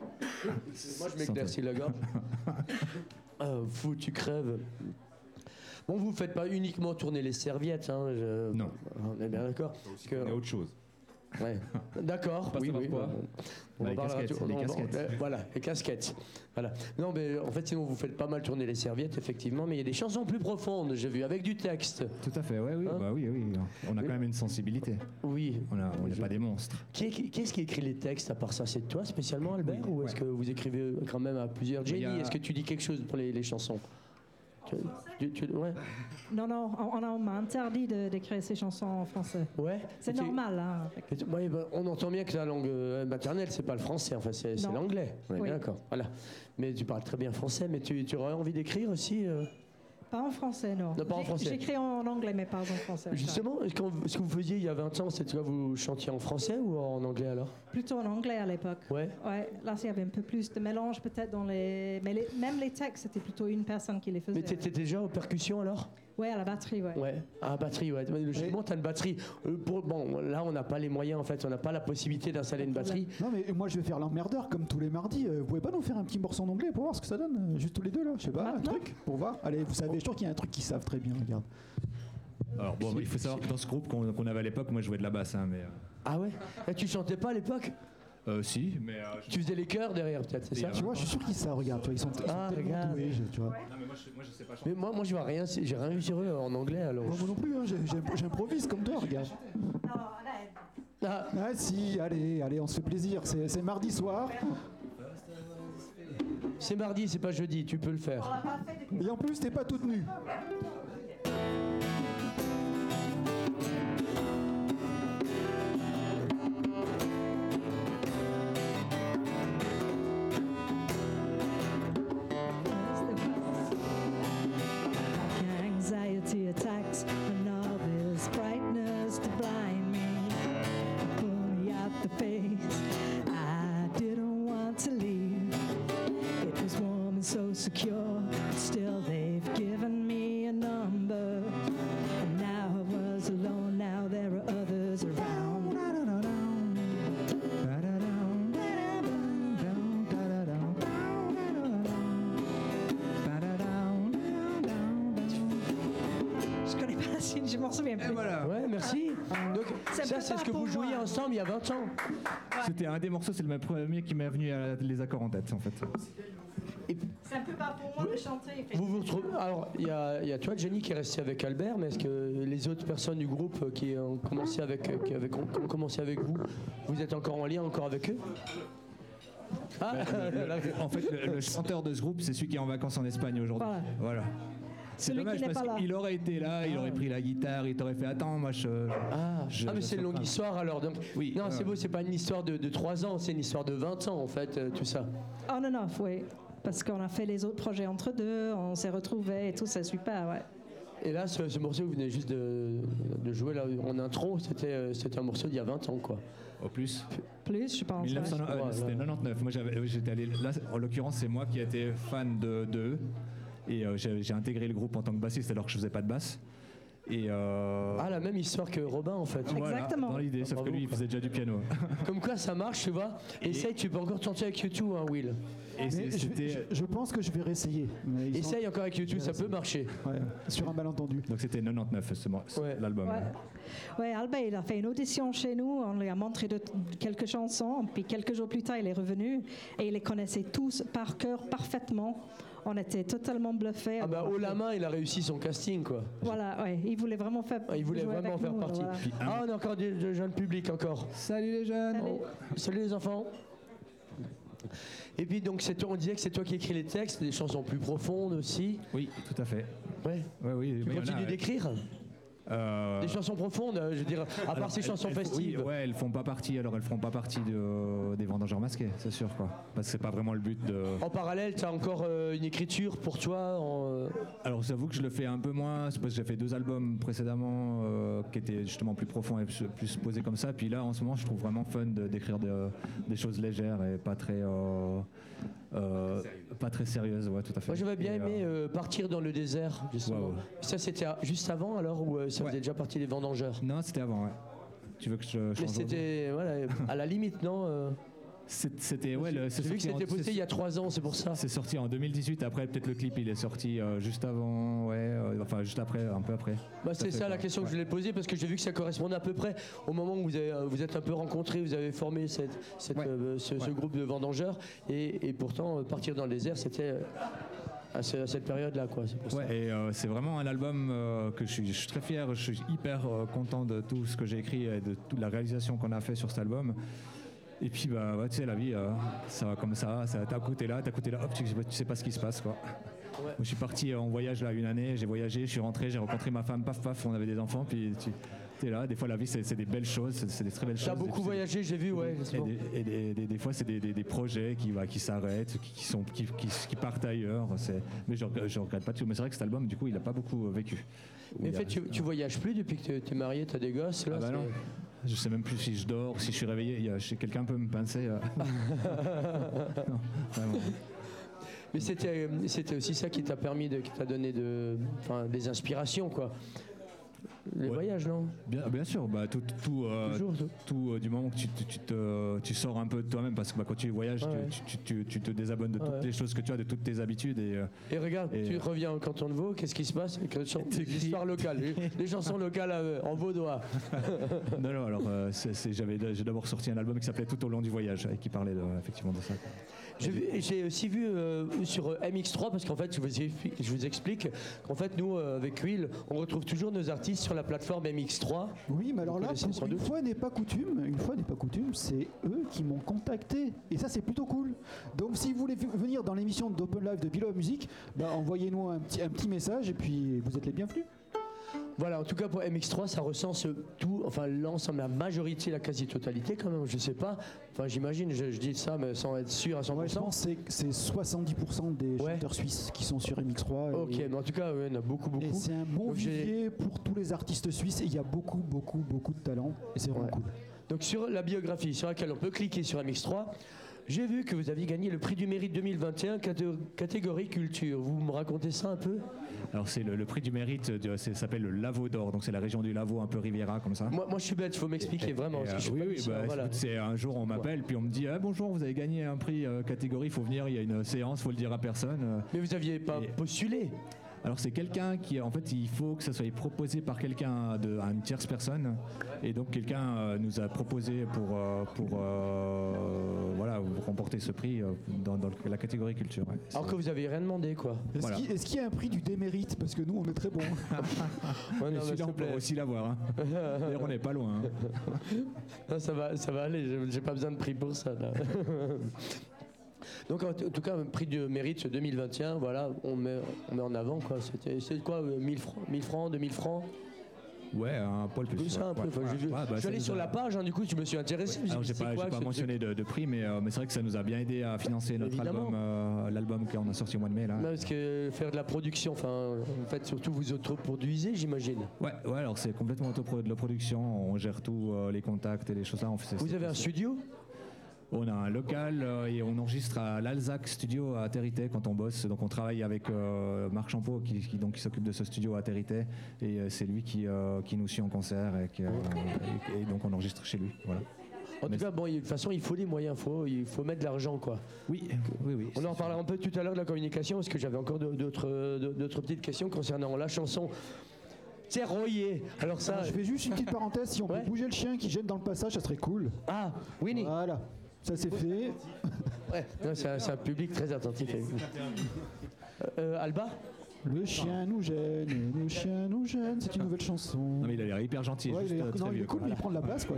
[SPEAKER 2] Moi, je m'éclaircis la gorge. Ah, fou, tu crèves. Bon, vous faites pas uniquement tourner les serviettes, hein je-
[SPEAKER 4] Non.
[SPEAKER 2] On est bien d'accord. Parce que-
[SPEAKER 7] Il y a autre chose.
[SPEAKER 2] Ouais. D'accord.
[SPEAKER 6] Pas
[SPEAKER 2] oui,
[SPEAKER 6] savoir
[SPEAKER 2] oui,
[SPEAKER 6] quoi.
[SPEAKER 2] On
[SPEAKER 4] Bah,
[SPEAKER 2] en
[SPEAKER 4] les
[SPEAKER 2] parlera
[SPEAKER 4] casquettes,
[SPEAKER 2] tout-
[SPEAKER 4] les
[SPEAKER 2] on- on-
[SPEAKER 4] casquettes.
[SPEAKER 2] euh, Voilà, les casquettes. Voilà. Non, mais en fait, sinon, vous faites pas mal tourner les serviettes, effectivement, mais il y a des chansons plus profondes, j'ai vu, avec du texte.
[SPEAKER 4] Tout à fait, ouais, oui,
[SPEAKER 2] Hein
[SPEAKER 4] bah oui, oui. On a
[SPEAKER 2] Oui.
[SPEAKER 4] quand même une sensibilité.
[SPEAKER 2] Oui.
[SPEAKER 4] On
[SPEAKER 11] Ah
[SPEAKER 4] a- on n'est
[SPEAKER 2] Je-
[SPEAKER 4] pas des monstres.
[SPEAKER 2] Qui, est- qui- qui est-ce qui écrit les textes, à part ça C'est toi spécialement, Albert
[SPEAKER 4] Oui,
[SPEAKER 2] Ou est-ce
[SPEAKER 4] ouais.
[SPEAKER 2] que vous écrivez euh, quand même à plusieurs
[SPEAKER 4] Il y
[SPEAKER 2] Jenny,
[SPEAKER 4] a-
[SPEAKER 2] est-ce que tu dis quelque chose pour les, les chansons Tu- tu- tu- ouais,
[SPEAKER 5] Non, non, on, on a- on m'a interdit de, de créer ces chansons en français.
[SPEAKER 2] ouais.
[SPEAKER 5] C'est
[SPEAKER 2] Ok.
[SPEAKER 5] normal, hein.
[SPEAKER 2] Et tu- ouais, ben, on entend bien que la langue euh, maternelle, c'est pas le français, enfin c'est c'est
[SPEAKER 5] Non.
[SPEAKER 2] l'anglais. On est
[SPEAKER 5] Oui.
[SPEAKER 2] bien d'accord. Voilà. Mais tu parles très bien français, mais tu, tu aurais envie d'écrire aussi euh
[SPEAKER 5] Pas en français, non.
[SPEAKER 2] Non, pas en
[SPEAKER 5] J'ai-
[SPEAKER 2] français.
[SPEAKER 5] J'écris en anglais, mais pas en français.
[SPEAKER 2] Justement, est-ce qu'on- ce que vous faisiez il y a 20 ans, c'est que vous chantiez en français ou en anglais alors
[SPEAKER 5] Plutôt en anglais à l'époque.
[SPEAKER 2] Ouais.
[SPEAKER 5] Ouais, là, il y avait un peu plus de mélange peut-être dans les... Mais les- même les textes, c'était plutôt une personne qui les faisait.
[SPEAKER 2] Mais t'étais déjà aux percussions alors
[SPEAKER 5] Ouais, à la batterie, ouais.
[SPEAKER 2] Ouais. Ah, batterie, ouais. Mais Logiquement, t'as une batterie. Euh, pour- bon, là, on n'a pas les moyens en fait, on n'a pas la possibilité d'installer une batterie.
[SPEAKER 1] Non mais moi je vais faire l'emmerdeur comme tous les mardis. Euh, Vous pouvez pas nous faire un petit morceau en anglais pour voir ce que ça donne euh, Juste tous les deux là, je sais pas, un
[SPEAKER 5] Maintenant
[SPEAKER 1] truc pour voir. Allez, vous savez, je trouve qu'il y a un truc qu'ils savent très bien, regarde.
[SPEAKER 4] Alors bon, il faut savoir que dans ce groupe qu'on qu'on avait à l'époque, moi je jouais de la basse, hein, mais. euh,
[SPEAKER 2] Ah ouais Et tu chantais pas à l'époque
[SPEAKER 4] euh, si, mais. euh, je-
[SPEAKER 2] Tu faisais les chœurs derrière peut-être, c'est ça
[SPEAKER 1] Bah,
[SPEAKER 5] ah,
[SPEAKER 1] Tu vois, je suis sûr qu'ils savent, regarde, tu vois, ils sont, ils sont
[SPEAKER 2] Ah,
[SPEAKER 1] tellement
[SPEAKER 2] regarde.
[SPEAKER 1] doués, je- tu vois.
[SPEAKER 4] Non, mais moi je, moi, je sais pas chanter.
[SPEAKER 2] Mais moi, moi, je vois rien, j'ai rien vu sur eux en anglais alors.
[SPEAKER 1] Moi, moi non plus, hein, j'ai- j'ai- j'improvise comme toi, regarde.
[SPEAKER 12] Non, là, elle-
[SPEAKER 2] Ah,
[SPEAKER 1] Ah si, allez, allez, on se fait plaisir, c'est c'est mardi soir.
[SPEAKER 2] C'est mardi, c'est pas jeudi, tu peux le
[SPEAKER 12] on
[SPEAKER 2] faire.
[SPEAKER 12] l'a pas fait depuis.
[SPEAKER 1] Et en plus, t'es pas toute nue.
[SPEAKER 5] Anxiety attacks and all this brightness to blind me. Pull me out the face. I didn't want to leave. It was warm and so secure, but still they've given me m'en souviens
[SPEAKER 11] Eh,
[SPEAKER 5] plus.
[SPEAKER 2] Ouais, merci. Donc, ça,
[SPEAKER 5] Ça me fait
[SPEAKER 2] c'est
[SPEAKER 5] Ah. pas
[SPEAKER 2] ce que
[SPEAKER 5] pour
[SPEAKER 2] vous
[SPEAKER 5] moi.
[SPEAKER 2] jouiez ensemble il y a 20 ans.
[SPEAKER 11] C'était un des morceaux, c'est le premier qui m'est venu à les accords en tête en fait.
[SPEAKER 3] Ça ne peut pas pour moi de chanter.
[SPEAKER 2] Vous vous retrouvez. Alors, il y a, il y a toi, Jenny, qui est restée avec Albert, mais est-ce que les autres personnes du groupe qui ont commencé avec, qui avaient com- qui ont commencé avec vous, vous êtes encore en lien, encore avec eux Ah,
[SPEAKER 11] Bah,
[SPEAKER 2] [LAUGHS]
[SPEAKER 11] En fait, le, le chanteur de ce groupe, c'est celui qui est en vacances en Espagne aujourd'hui.
[SPEAKER 5] Voilà.
[SPEAKER 11] Voilà. C'est
[SPEAKER 5] Celui qui
[SPEAKER 11] dommage
[SPEAKER 5] n'est pas là. Ah.
[SPEAKER 11] parce qu'il aurait été là, il aurait pris la guitare, il t'aurait fait attends, moi je.
[SPEAKER 2] Ah,
[SPEAKER 11] je-
[SPEAKER 2] ah, mais c'est
[SPEAKER 11] je-
[SPEAKER 2] une longue histoire alors. Donc,
[SPEAKER 11] Oui.
[SPEAKER 2] non, c'est
[SPEAKER 11] Ah.
[SPEAKER 2] beau, c'est pas une histoire de, de 3 ans, c'est une histoire de 20 ans en fait, euh, tout ça.
[SPEAKER 5] On and off, oui. Parce qu'on a fait les autres projets entre deux, on s'est retrouvés et tout, ça suit pas, ouais.
[SPEAKER 2] Et là, ce, ce morceau que vous venez juste de, de jouer là, en intro, c'était euh, c'était un morceau d'il y a 20 ans quoi.
[SPEAKER 11] Au plus.
[SPEAKER 5] Plus, je pense. ouais.
[SPEAKER 11] 1900, euh,
[SPEAKER 2] Ouais,
[SPEAKER 11] c'était
[SPEAKER 2] ouais.
[SPEAKER 11] 99. Moi, j'avais- euh, j'étais allé là. En l'occurrence, c'est moi qui ai été fan de d'eux et euh, j'ai j'ai intégré le groupe en tant que bassiste alors que je faisais pas de basse. Et euh,
[SPEAKER 2] Ah, la même histoire que Robin en fait.
[SPEAKER 11] Ah, voilà,
[SPEAKER 5] Exactement.
[SPEAKER 11] dans l'idée, sauf que
[SPEAKER 2] Bravo,
[SPEAKER 11] lui, il
[SPEAKER 2] quoi.
[SPEAKER 11] faisait déjà du [LAUGHS] piano.
[SPEAKER 2] Comme quoi ça marche, tu vois. Essaye, tu peux encore tenter avec YouTube, hein, Will.
[SPEAKER 11] Et
[SPEAKER 1] Mais
[SPEAKER 11] c'est-
[SPEAKER 1] je, je-
[SPEAKER 11] c'était euh,
[SPEAKER 1] je pense que je vais réessayer. mais ils sont-
[SPEAKER 2] Essaye encore avec YouTube, ça peut marcher.
[SPEAKER 1] ouais, sur un malentendu.
[SPEAKER 11] donc c'était 99 ce mor- ce-
[SPEAKER 2] Ouais.
[SPEAKER 11] l'album.
[SPEAKER 5] Ouais. Ouais, Albert, il a fait une audition chez nous, on lui a montré de- quelques chansons, puis quelques jours plus tard, il est revenu et il les connaissait tous par cœur parfaitement. On était totalement bluffés.
[SPEAKER 2] Ah bah haut la main, il a réussi son casting quoi.
[SPEAKER 5] Voilà, ouais, il voulait vraiment faire
[SPEAKER 2] Ah, Il voulait
[SPEAKER 5] jouer
[SPEAKER 2] vraiment
[SPEAKER 5] avec
[SPEAKER 2] faire
[SPEAKER 5] nous,
[SPEAKER 2] partie.
[SPEAKER 5] voilà.
[SPEAKER 2] Ah, on a encore du du jeune public encore.
[SPEAKER 11] Salut les jeunes.
[SPEAKER 5] Allez.
[SPEAKER 2] Salut les enfants. Et puis donc c'est toi, on disait que c'est toi qui écris les textes, des chansons plus profondes aussi.
[SPEAKER 11] Oui, tout à fait.
[SPEAKER 2] Ouais.
[SPEAKER 11] Ouais, oui,
[SPEAKER 2] Tu
[SPEAKER 11] oui, il y en a,
[SPEAKER 2] continues
[SPEAKER 11] ouais.
[SPEAKER 2] d'écrire
[SPEAKER 11] Euh,
[SPEAKER 2] Des chansons profondes, euh, je veux dire, à part
[SPEAKER 11] alors,
[SPEAKER 2] ces
[SPEAKER 11] elles-
[SPEAKER 2] chansons
[SPEAKER 11] elles font- oui,
[SPEAKER 2] festives.
[SPEAKER 11] ouais, elles font pas partie. Alors elles feront pas partie de- des vendangeurs masqués, c'est sûr quoi. Parce que c'est pas vraiment le but de.
[SPEAKER 2] En parallèle, tu as encore euh, une écriture pour toi en, euh,
[SPEAKER 11] Alors j'avoue que je le fais un peu moins, c'est parce que j'ai fait deux albums précédemment euh, qui étaient justement plus profonds et plus, plus posés comme ça. Puis là en ce moment je trouve vraiment fun de- d'écrire de- des choses légères et pas très, euh, euh, pas très sérieuses, ouais tout à fait.
[SPEAKER 2] Moi j'avais bien
[SPEAKER 11] Et,
[SPEAKER 2] aimé
[SPEAKER 11] euh,
[SPEAKER 2] euh, partir dans le désert, justement.
[SPEAKER 11] Ouais, ouais.
[SPEAKER 2] Ça c'était à- juste avant alors ou euh, ça
[SPEAKER 11] Ouais.
[SPEAKER 2] faisait déjà partie des vendangeurs
[SPEAKER 11] Non c'était avant. ouais. Tu veux que je
[SPEAKER 2] mais
[SPEAKER 11] change d'ordre
[SPEAKER 2] c'était voilà, à la limite, non euh,
[SPEAKER 11] C'est- C'était ouais. le-
[SPEAKER 2] J'ai
[SPEAKER 11] c'est
[SPEAKER 2] vu que
[SPEAKER 11] sorti en-
[SPEAKER 2] c'était posté
[SPEAKER 11] c'est-
[SPEAKER 2] il y a trois ans, c'est pour ça.
[SPEAKER 11] C'est sorti en 2018. Après peut-être le clip il est sorti euh, juste avant, ouais. euh, enfin juste après, un peu après.
[SPEAKER 2] Bah,
[SPEAKER 11] Tout à
[SPEAKER 2] c'est
[SPEAKER 11] fait,
[SPEAKER 2] ça la
[SPEAKER 11] ouais.
[SPEAKER 2] question que je voulais poser parce que j'ai vu que ça correspondait à peu près au moment où vous avez, euh, vous êtes un peu rencontrés, vous avez formé cette, cette,
[SPEAKER 11] Ouais.
[SPEAKER 2] euh, ce, ce
[SPEAKER 11] Ouais.
[SPEAKER 2] groupe de vendangeurs et, et pourtant euh, partir dans le désert c'était euh, à, ce- à cette période-là quoi. c'est pour ça.
[SPEAKER 11] Ouais, et euh, c'est vraiment un album euh, que je suis, je suis très fier, je suis hyper euh, content de tout ce que j'ai écrit et de toute la réalisation qu'on a fait sur cet album. Et puis, bah, ouais, tu sais, la vie, euh, ça va comme ça, ça t'as coûté là, t'as coûté là, hop, tu, tu sais pas ce qui se passe, quoi. Moi, Je suis parti en voyage là une année, j'ai voyagé, je suis rentré, j'ai rencontré ma femme, paf paf, on avait des enfants, puis tu es là. Des fois, la vie, c'est c'est des belles choses, c'est- c'est des très belles choses.
[SPEAKER 2] T'as
[SPEAKER 11] et puis
[SPEAKER 2] beaucoup
[SPEAKER 11] c'est-
[SPEAKER 2] voyagé, j'ai vu, ouais.
[SPEAKER 11] et,
[SPEAKER 2] justement.
[SPEAKER 11] des, et des- des- des fois, c'est des, des- des projets qui, va- qui s'arrêtent, qui, qui sont, qui, qui- qui partent ailleurs. c'est- Mais je ne regrette pas tout. Mais c'est vrai que cet album, du coup, il n'a pas beaucoup euh, vécu.
[SPEAKER 2] Mais en
[SPEAKER 11] Il a-
[SPEAKER 2] fait, tu, tu voyages plus depuis que t'es- t'es marié, t'as des gosses là.
[SPEAKER 11] Ah bah
[SPEAKER 2] c'est-
[SPEAKER 11] non. Je sais même plus si je dors, si je suis réveillé. Il y a- je sais- Quelqu'un peut me
[SPEAKER 2] [LAUGHS]
[SPEAKER 11] pincer. euh. Non, vraiment.
[SPEAKER 2] Mais c'était, euh, c'était aussi ça qui t'a permis, de, qui t'a donné de, enfin, des inspirations, quoi. Les
[SPEAKER 11] Ouais.
[SPEAKER 2] voyages, non
[SPEAKER 11] Bien, bien sûr, bah, tout, tout, euh,
[SPEAKER 2] Toujours tout.
[SPEAKER 11] tout, euh, du moment que tu, tu- tu te, tu sors un peu de toi-même, parce que bah, quand tu voyages,
[SPEAKER 2] Ouais, ouais.
[SPEAKER 11] tu, tu- tu- tu te désabonnes de toutes
[SPEAKER 2] Ouais.
[SPEAKER 11] les choses que tu as, de toutes tes
[SPEAKER 2] [LAUGHS]
[SPEAKER 11] habitudes. Et, euh,
[SPEAKER 2] Et regarde,
[SPEAKER 11] Et,
[SPEAKER 2] tu
[SPEAKER 11] euh,
[SPEAKER 2] reviens au canton de Vaud, qu'est-ce qui se passe euh, Les
[SPEAKER 11] [LAUGHS]
[SPEAKER 2] chansons-
[SPEAKER 11] T'es
[SPEAKER 2] les histoires locales, les- les chansons locales euh, en vaudois.
[SPEAKER 11] non, non, alors euh, c'est- c'est- j'avais- j'ai d'abord sorti un album qui s'appelait Tout au long du voyage et qui parlait de- effectivement de ça. quoi.
[SPEAKER 2] J'ai vu- J'ai aussi vu euh, sur euh, MX3, parce qu'en fait, je vous, explique- je vous explique qu'en fait, nous, euh, avec Will, on retrouve toujours nos artistes sur la plateforme MX3.
[SPEAKER 1] Oui, mais alors là,
[SPEAKER 2] connaissez
[SPEAKER 1] pour
[SPEAKER 2] sans
[SPEAKER 1] une
[SPEAKER 2] doute.
[SPEAKER 1] fois n'est pas coutume, une fois n'est pas coutume, c'est eux qui m'ont contacté. Et ça, c'est plutôt cool. Donc, si vous voulez v- venir dans l'émission d'Open Live de Below Music, bah, envoyez-nous un petit, un petit message et puis vous êtes les bienvenus.
[SPEAKER 2] Voilà, en tout cas pour MX3, ça recense tout, enfin l'ensemble, la majorité, la quasi-totalité quand même, je sais pas. Enfin j'imagine, je, je dis ça mais sans être sûr à 100%.
[SPEAKER 1] Moi, je pense que c'est- c'est 70% des
[SPEAKER 2] Ouais.
[SPEAKER 1] chanteurs suisses qui sont sur MX3. et-
[SPEAKER 2] ok, mais en tout cas, ouais, il y en a beaucoup,
[SPEAKER 1] euh, Et
[SPEAKER 2] beaucoup.
[SPEAKER 1] c'est un bon
[SPEAKER 2] Donc, j'ai-
[SPEAKER 1] vivier pour tous les artistes suisses. Et Il y a beaucoup, beaucoup, beaucoup de talent. Et c'est vraiment
[SPEAKER 2] Ouais.
[SPEAKER 1] cool.
[SPEAKER 2] Donc sur la biographie sur laquelle on peut cliquer sur MX3, j'ai vu que vous aviez gagné le prix du mérite 2021 catég- catégorie culture. Vous me racontez ça un peu
[SPEAKER 11] Alors c'est le, le prix du mérite, de- c'est- ça s'appelle le Lavaux d'Or, donc c'est la région du Lavaux, un peu Riviera comme ça.
[SPEAKER 2] moi, moi je suis bête, il faut m'expliquer vraiment.
[SPEAKER 11] Et,
[SPEAKER 2] parce que
[SPEAKER 11] euh,
[SPEAKER 2] je suis
[SPEAKER 11] oui,
[SPEAKER 2] pas
[SPEAKER 11] oui,
[SPEAKER 2] musicien,
[SPEAKER 11] bah,
[SPEAKER 2] voilà.
[SPEAKER 11] écoute, c'est un jour on m'appelle, puis on me dit Ah, bonjour, vous avez gagné un prix euh, catégorie, il faut venir, il y a une séance, faut le dire à personne.
[SPEAKER 2] Mais vous aviez pas
[SPEAKER 11] Et-
[SPEAKER 2] postulé
[SPEAKER 11] Euh, Alors c'est quelqu'un qui, en fait, il faut que ça soit proposé par quelqu'un, de, à une tierce personne. Et donc quelqu'un euh, nous a proposé pour, euh, pour euh, voilà, remporter ce prix euh, dans, dans le- la catégorie culture. ouais.
[SPEAKER 2] Alors que vous avez rien demandé, quoi.
[SPEAKER 1] Est-ce
[SPEAKER 11] Voilà.
[SPEAKER 1] qu'il est-ce qu'il y a un prix du démérite Parce que nous, on est très [LAUGHS] bons.
[SPEAKER 2] Ouais, non,
[SPEAKER 11] Et
[SPEAKER 2] mais s'il
[SPEAKER 11] celui-là,
[SPEAKER 2] te
[SPEAKER 11] on peut
[SPEAKER 2] plaît.
[SPEAKER 11] aussi l'avoir.
[SPEAKER 2] [LAUGHS]
[SPEAKER 11] hein. D'ailleurs, on n'est pas loin. hein.
[SPEAKER 2] Non, ça va, ça va aller. j'ai- J'ai pas besoin de prix pour ça. là. [LAUGHS] Donc en t- en tout cas, un prix de mérite ce 2021, voilà, on met, on met en avant quoi. C'était, c'est quoi, euh, 1000 francs, 1000 francs, 2000 francs,
[SPEAKER 11] Ouais, un poil plus.
[SPEAKER 2] comme ça un
[SPEAKER 11] ouais,
[SPEAKER 2] peu.
[SPEAKER 11] ouais,
[SPEAKER 2] Enfin, j'ai vu-
[SPEAKER 11] ouais, bah,
[SPEAKER 2] je suis
[SPEAKER 11] ça
[SPEAKER 2] allé
[SPEAKER 11] nous
[SPEAKER 2] sur
[SPEAKER 11] a-
[SPEAKER 2] la page, hein, du coup, tu me suis intéressé. je me suis
[SPEAKER 11] Alors,
[SPEAKER 2] dit,
[SPEAKER 11] j'ai
[SPEAKER 2] c'est
[SPEAKER 11] pas, j'ai
[SPEAKER 2] quoi
[SPEAKER 11] pas
[SPEAKER 2] ce
[SPEAKER 11] mentionné de, de prix, mais, euh, mais c'est vrai que ça nous a bien aidé à financer notre
[SPEAKER 2] Évidemment. Bah
[SPEAKER 11] album, euh, l'album qu'on a sorti au mois de mai. Là.
[SPEAKER 2] Non, parce que faire de la production, enfin, en fait, surtout vous autoproduisez, j'imagine.
[SPEAKER 11] Ouais, ouais, alors c'est complètement autopro de la production. On gère tout, euh, les contacts et les choses là. On fait,
[SPEAKER 2] Vous
[SPEAKER 11] c'est-
[SPEAKER 2] avez un
[SPEAKER 11] c'est-
[SPEAKER 2] studio
[SPEAKER 11] On a un local euh, et on enregistre à l'Alzac Studio à Territé quand on bosse. Donc on travaille avec euh, Marc Champeau qui, qui- donc, qui s'occupe de ce studio à Territé et euh, c'est lui qui, euh, qui nous suit en concert et, qui, euh, et- et donc on enregistre chez lui. Voilà.
[SPEAKER 2] En tout
[SPEAKER 11] Mais-
[SPEAKER 2] cas, bon, il- de toute façon, il faut des moyens, faut, il faut mettre de l'argent, quoi.
[SPEAKER 11] Oui, oui, oui.
[SPEAKER 2] On en reparlera un peu tout à l'heure de la communication, parce que j'avais encore de- d'autres de- d'autres petites questions concernant la chanson. C'est Royer. Alors ça.
[SPEAKER 1] Alors, je fais juste une petite parenthèse. Si on
[SPEAKER 2] Ouais.
[SPEAKER 1] peut bouger le chien qui gêne dans le passage, ça serait cool.
[SPEAKER 2] Ah, Winnie.
[SPEAKER 1] Voilà. Ça c'est fait.
[SPEAKER 2] Ouais. Non, C'est un, c'est un public très attentif. Euh, Alba
[SPEAKER 1] Le chien nous gêne, le chien nous gêne. C'est une nouvelle chanson.
[SPEAKER 11] Non mais il a l'air hyper gentil.
[SPEAKER 1] Ouais,
[SPEAKER 11] juste,
[SPEAKER 1] il, est,
[SPEAKER 11] euh, très
[SPEAKER 1] non, il est
[SPEAKER 11] vieux,
[SPEAKER 1] cool,
[SPEAKER 11] quoi.
[SPEAKER 1] mais il prend de la place, quoi.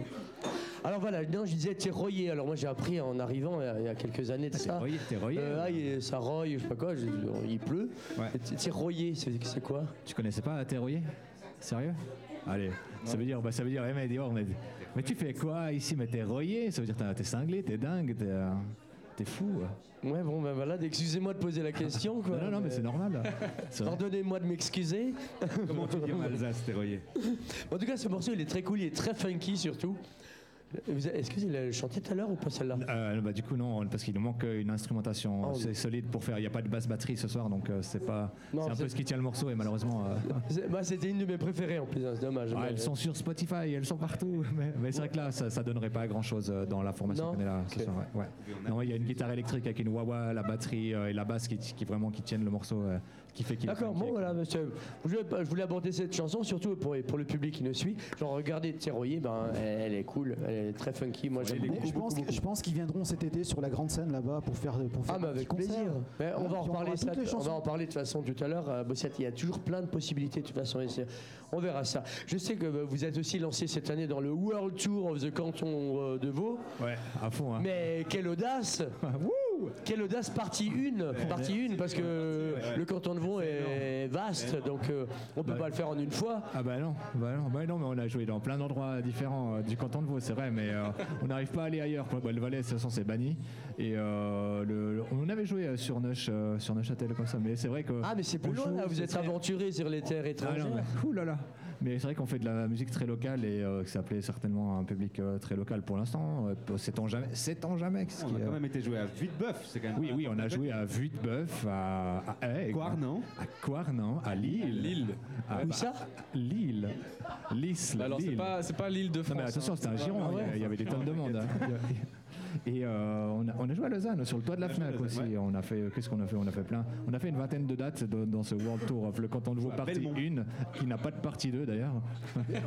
[SPEAKER 2] Alors voilà, non, je disais Royer. Alors moi, j'ai appris en arrivant il y a, il y a quelques années de
[SPEAKER 11] T'es
[SPEAKER 2] ça.
[SPEAKER 11] royé, t'es royé.
[SPEAKER 2] Euh, ah, il- ça roye, je sais pas quoi, je- euh, il pleut.
[SPEAKER 11] Ouais.
[SPEAKER 2] C'est Royer, c'est c'est quoi
[SPEAKER 11] Tu connaissais pas Terroyer Sérieux Allez, ça veut dire, bah, ça veut dire, eh, mais, Dior, mais, mais tu fais quoi ici Mais t'es royé, ça veut dire t'as- t'es cinglé, t'es dingue, t'es, euh, t'es fou.
[SPEAKER 2] Ouais, bon, ben voilà, excusez-moi de poser la question. Quoi,
[SPEAKER 11] Non, non, non, mais c'est
[SPEAKER 1] [LAUGHS]
[SPEAKER 11] normal. C'est vrai.
[SPEAKER 2] Pardonnez-moi de m'excuser.
[SPEAKER 7] Comment tu dis en Alsace, Terroyer
[SPEAKER 2] En tout cas, ce morceau, il est très cool, il est très funky surtout. Vous avez- Est-ce que vous l'avez chanté tout à l'heure ou pas celle-là
[SPEAKER 11] Euh, bah, du coup, non, parce qu'il nous manque euh, une instrumentation
[SPEAKER 2] Oh,
[SPEAKER 11] assez
[SPEAKER 2] oui.
[SPEAKER 11] solide pour faire. Il n'y a pas de basse batterie ce soir, donc euh, c'est pas.
[SPEAKER 2] Non,
[SPEAKER 11] c'est un
[SPEAKER 2] c'est-
[SPEAKER 11] peu ce qui tient le morceau, et malheureusement. euh,
[SPEAKER 2] C'est- bah, C'était une de mes préférées en plus, hein, c'est dommage.
[SPEAKER 11] ah,
[SPEAKER 2] mais-
[SPEAKER 11] elles sont sur Spotify, elles sont partout. [LAUGHS] Mais, mais c'est vrai que là, ça, ça donnerait pas grand chose dans la formation
[SPEAKER 2] Non
[SPEAKER 11] qu'on est là
[SPEAKER 2] Ok.
[SPEAKER 11] ce soir. ouais, ouais. Non, il y a une guitare électrique avec une wah-wah, la batterie euh, et la basse qui, qui vraiment qui tiennent le morceau, euh, qui fait qu'il.
[SPEAKER 2] D'accord,
[SPEAKER 11] qu'il-
[SPEAKER 2] bon voilà, monsieur. Je voulais, je voulais aborder cette chanson, surtout pour, pour le public qui nous suit. Genre, regardez Thierroyer, ben, elle, elle est cool, elle est très funky. Moi, j'aime
[SPEAKER 1] Mais
[SPEAKER 2] beaucoup,
[SPEAKER 1] je,
[SPEAKER 2] beaucoup,
[SPEAKER 1] pense,
[SPEAKER 2] beaucoup.
[SPEAKER 1] je pense qu'ils viendront cet été sur la grande scène là-bas pour faire, pour faire
[SPEAKER 2] Ah, mais
[SPEAKER 1] un petit
[SPEAKER 2] avec
[SPEAKER 1] concert.
[SPEAKER 2] plaisir. Mais
[SPEAKER 1] Voilà,
[SPEAKER 2] on va en
[SPEAKER 1] puis on
[SPEAKER 2] reparler
[SPEAKER 1] aura
[SPEAKER 2] ça.
[SPEAKER 1] toutes les
[SPEAKER 2] On va
[SPEAKER 1] chansons.
[SPEAKER 2] en parler de toute façon tout à l'heure. à Bossette, il y a toujours plein de possibilités de toute façon. et c'est- On verra ça. Je sais que euh, vous êtes aussi lancé cette année dans le World Tour of the Canton euh, de Vaud.
[SPEAKER 11] Ouais, à fond. Hein.
[SPEAKER 2] Mais quelle
[SPEAKER 11] [LAUGHS]
[SPEAKER 2] audace Quelle audace partie 1 Partie 1 parce que le canton de Vaud est vaste, donc euh, on peut
[SPEAKER 11] Ouais.
[SPEAKER 2] pas le faire en une fois.
[SPEAKER 11] Ah bah non, bah non, bah non, mais on a joué dans plein d'endroits différents euh, du canton de Vaud, c'est vrai, mais euh, on n'arrive pas à aller ailleurs. quoi. Bah, le Valais, de toute façon, c'est banni. Et euh, le- le- on avait joué euh, sur Neuch, euh, sur Neuchâtel comme ça, mais c'est vrai que.
[SPEAKER 2] Ah mais c'est
[SPEAKER 11] on
[SPEAKER 2] plus loin
[SPEAKER 11] joue,
[SPEAKER 2] là, vous
[SPEAKER 11] c'est
[SPEAKER 2] êtes
[SPEAKER 11] très-
[SPEAKER 2] aventuré sur les terres
[SPEAKER 11] Ah
[SPEAKER 2] étrangères.
[SPEAKER 11] non, mais- ouh là là. Mais c'est vrai qu'on fait de la musique très locale et euh, que ça plaît certainement à un public euh, très local pour l'instant. Euh, Sait-on jamais, sait-on jamais ce qui
[SPEAKER 7] On a
[SPEAKER 11] est- euh,
[SPEAKER 7] quand même été joué à Vuitbeuf, c'est quand même.
[SPEAKER 11] Oui, oui, on a joué à Vuitbeuf, à, à, Haye,
[SPEAKER 7] Quoi, non
[SPEAKER 11] à Coirnan, à Lille.
[SPEAKER 6] Lille.
[SPEAKER 11] à,
[SPEAKER 2] Où
[SPEAKER 11] [LAUGHS]
[SPEAKER 2] ça
[SPEAKER 11] Lille. L'Isle.
[SPEAKER 6] Alors, c'est
[SPEAKER 11] Lille.
[SPEAKER 6] pas, c'est pas l'île de
[SPEAKER 11] Non
[SPEAKER 6] France.
[SPEAKER 11] mais attention,
[SPEAKER 6] hein,
[SPEAKER 11] c'était un
[SPEAKER 6] pas-
[SPEAKER 11] giron,
[SPEAKER 6] Ah
[SPEAKER 11] il y
[SPEAKER 6] ouais.
[SPEAKER 11] a- il y avait des tonnes de monde. hein. Et euh, on, a, on a joué à Lausanne, sur le toit de la
[SPEAKER 7] On a joué à
[SPEAKER 11] FNAC aussi.
[SPEAKER 7] Lausanne,
[SPEAKER 11] On a fait, euh, qu'est-ce qu'on a fait On a fait plein. On a fait une vingtaine de dates dans, dans ce World Tour of le Canton de Vaud,
[SPEAKER 7] à
[SPEAKER 11] partie
[SPEAKER 7] Belmont.
[SPEAKER 11] 1, qui n'a pas de partie 2 d'ailleurs.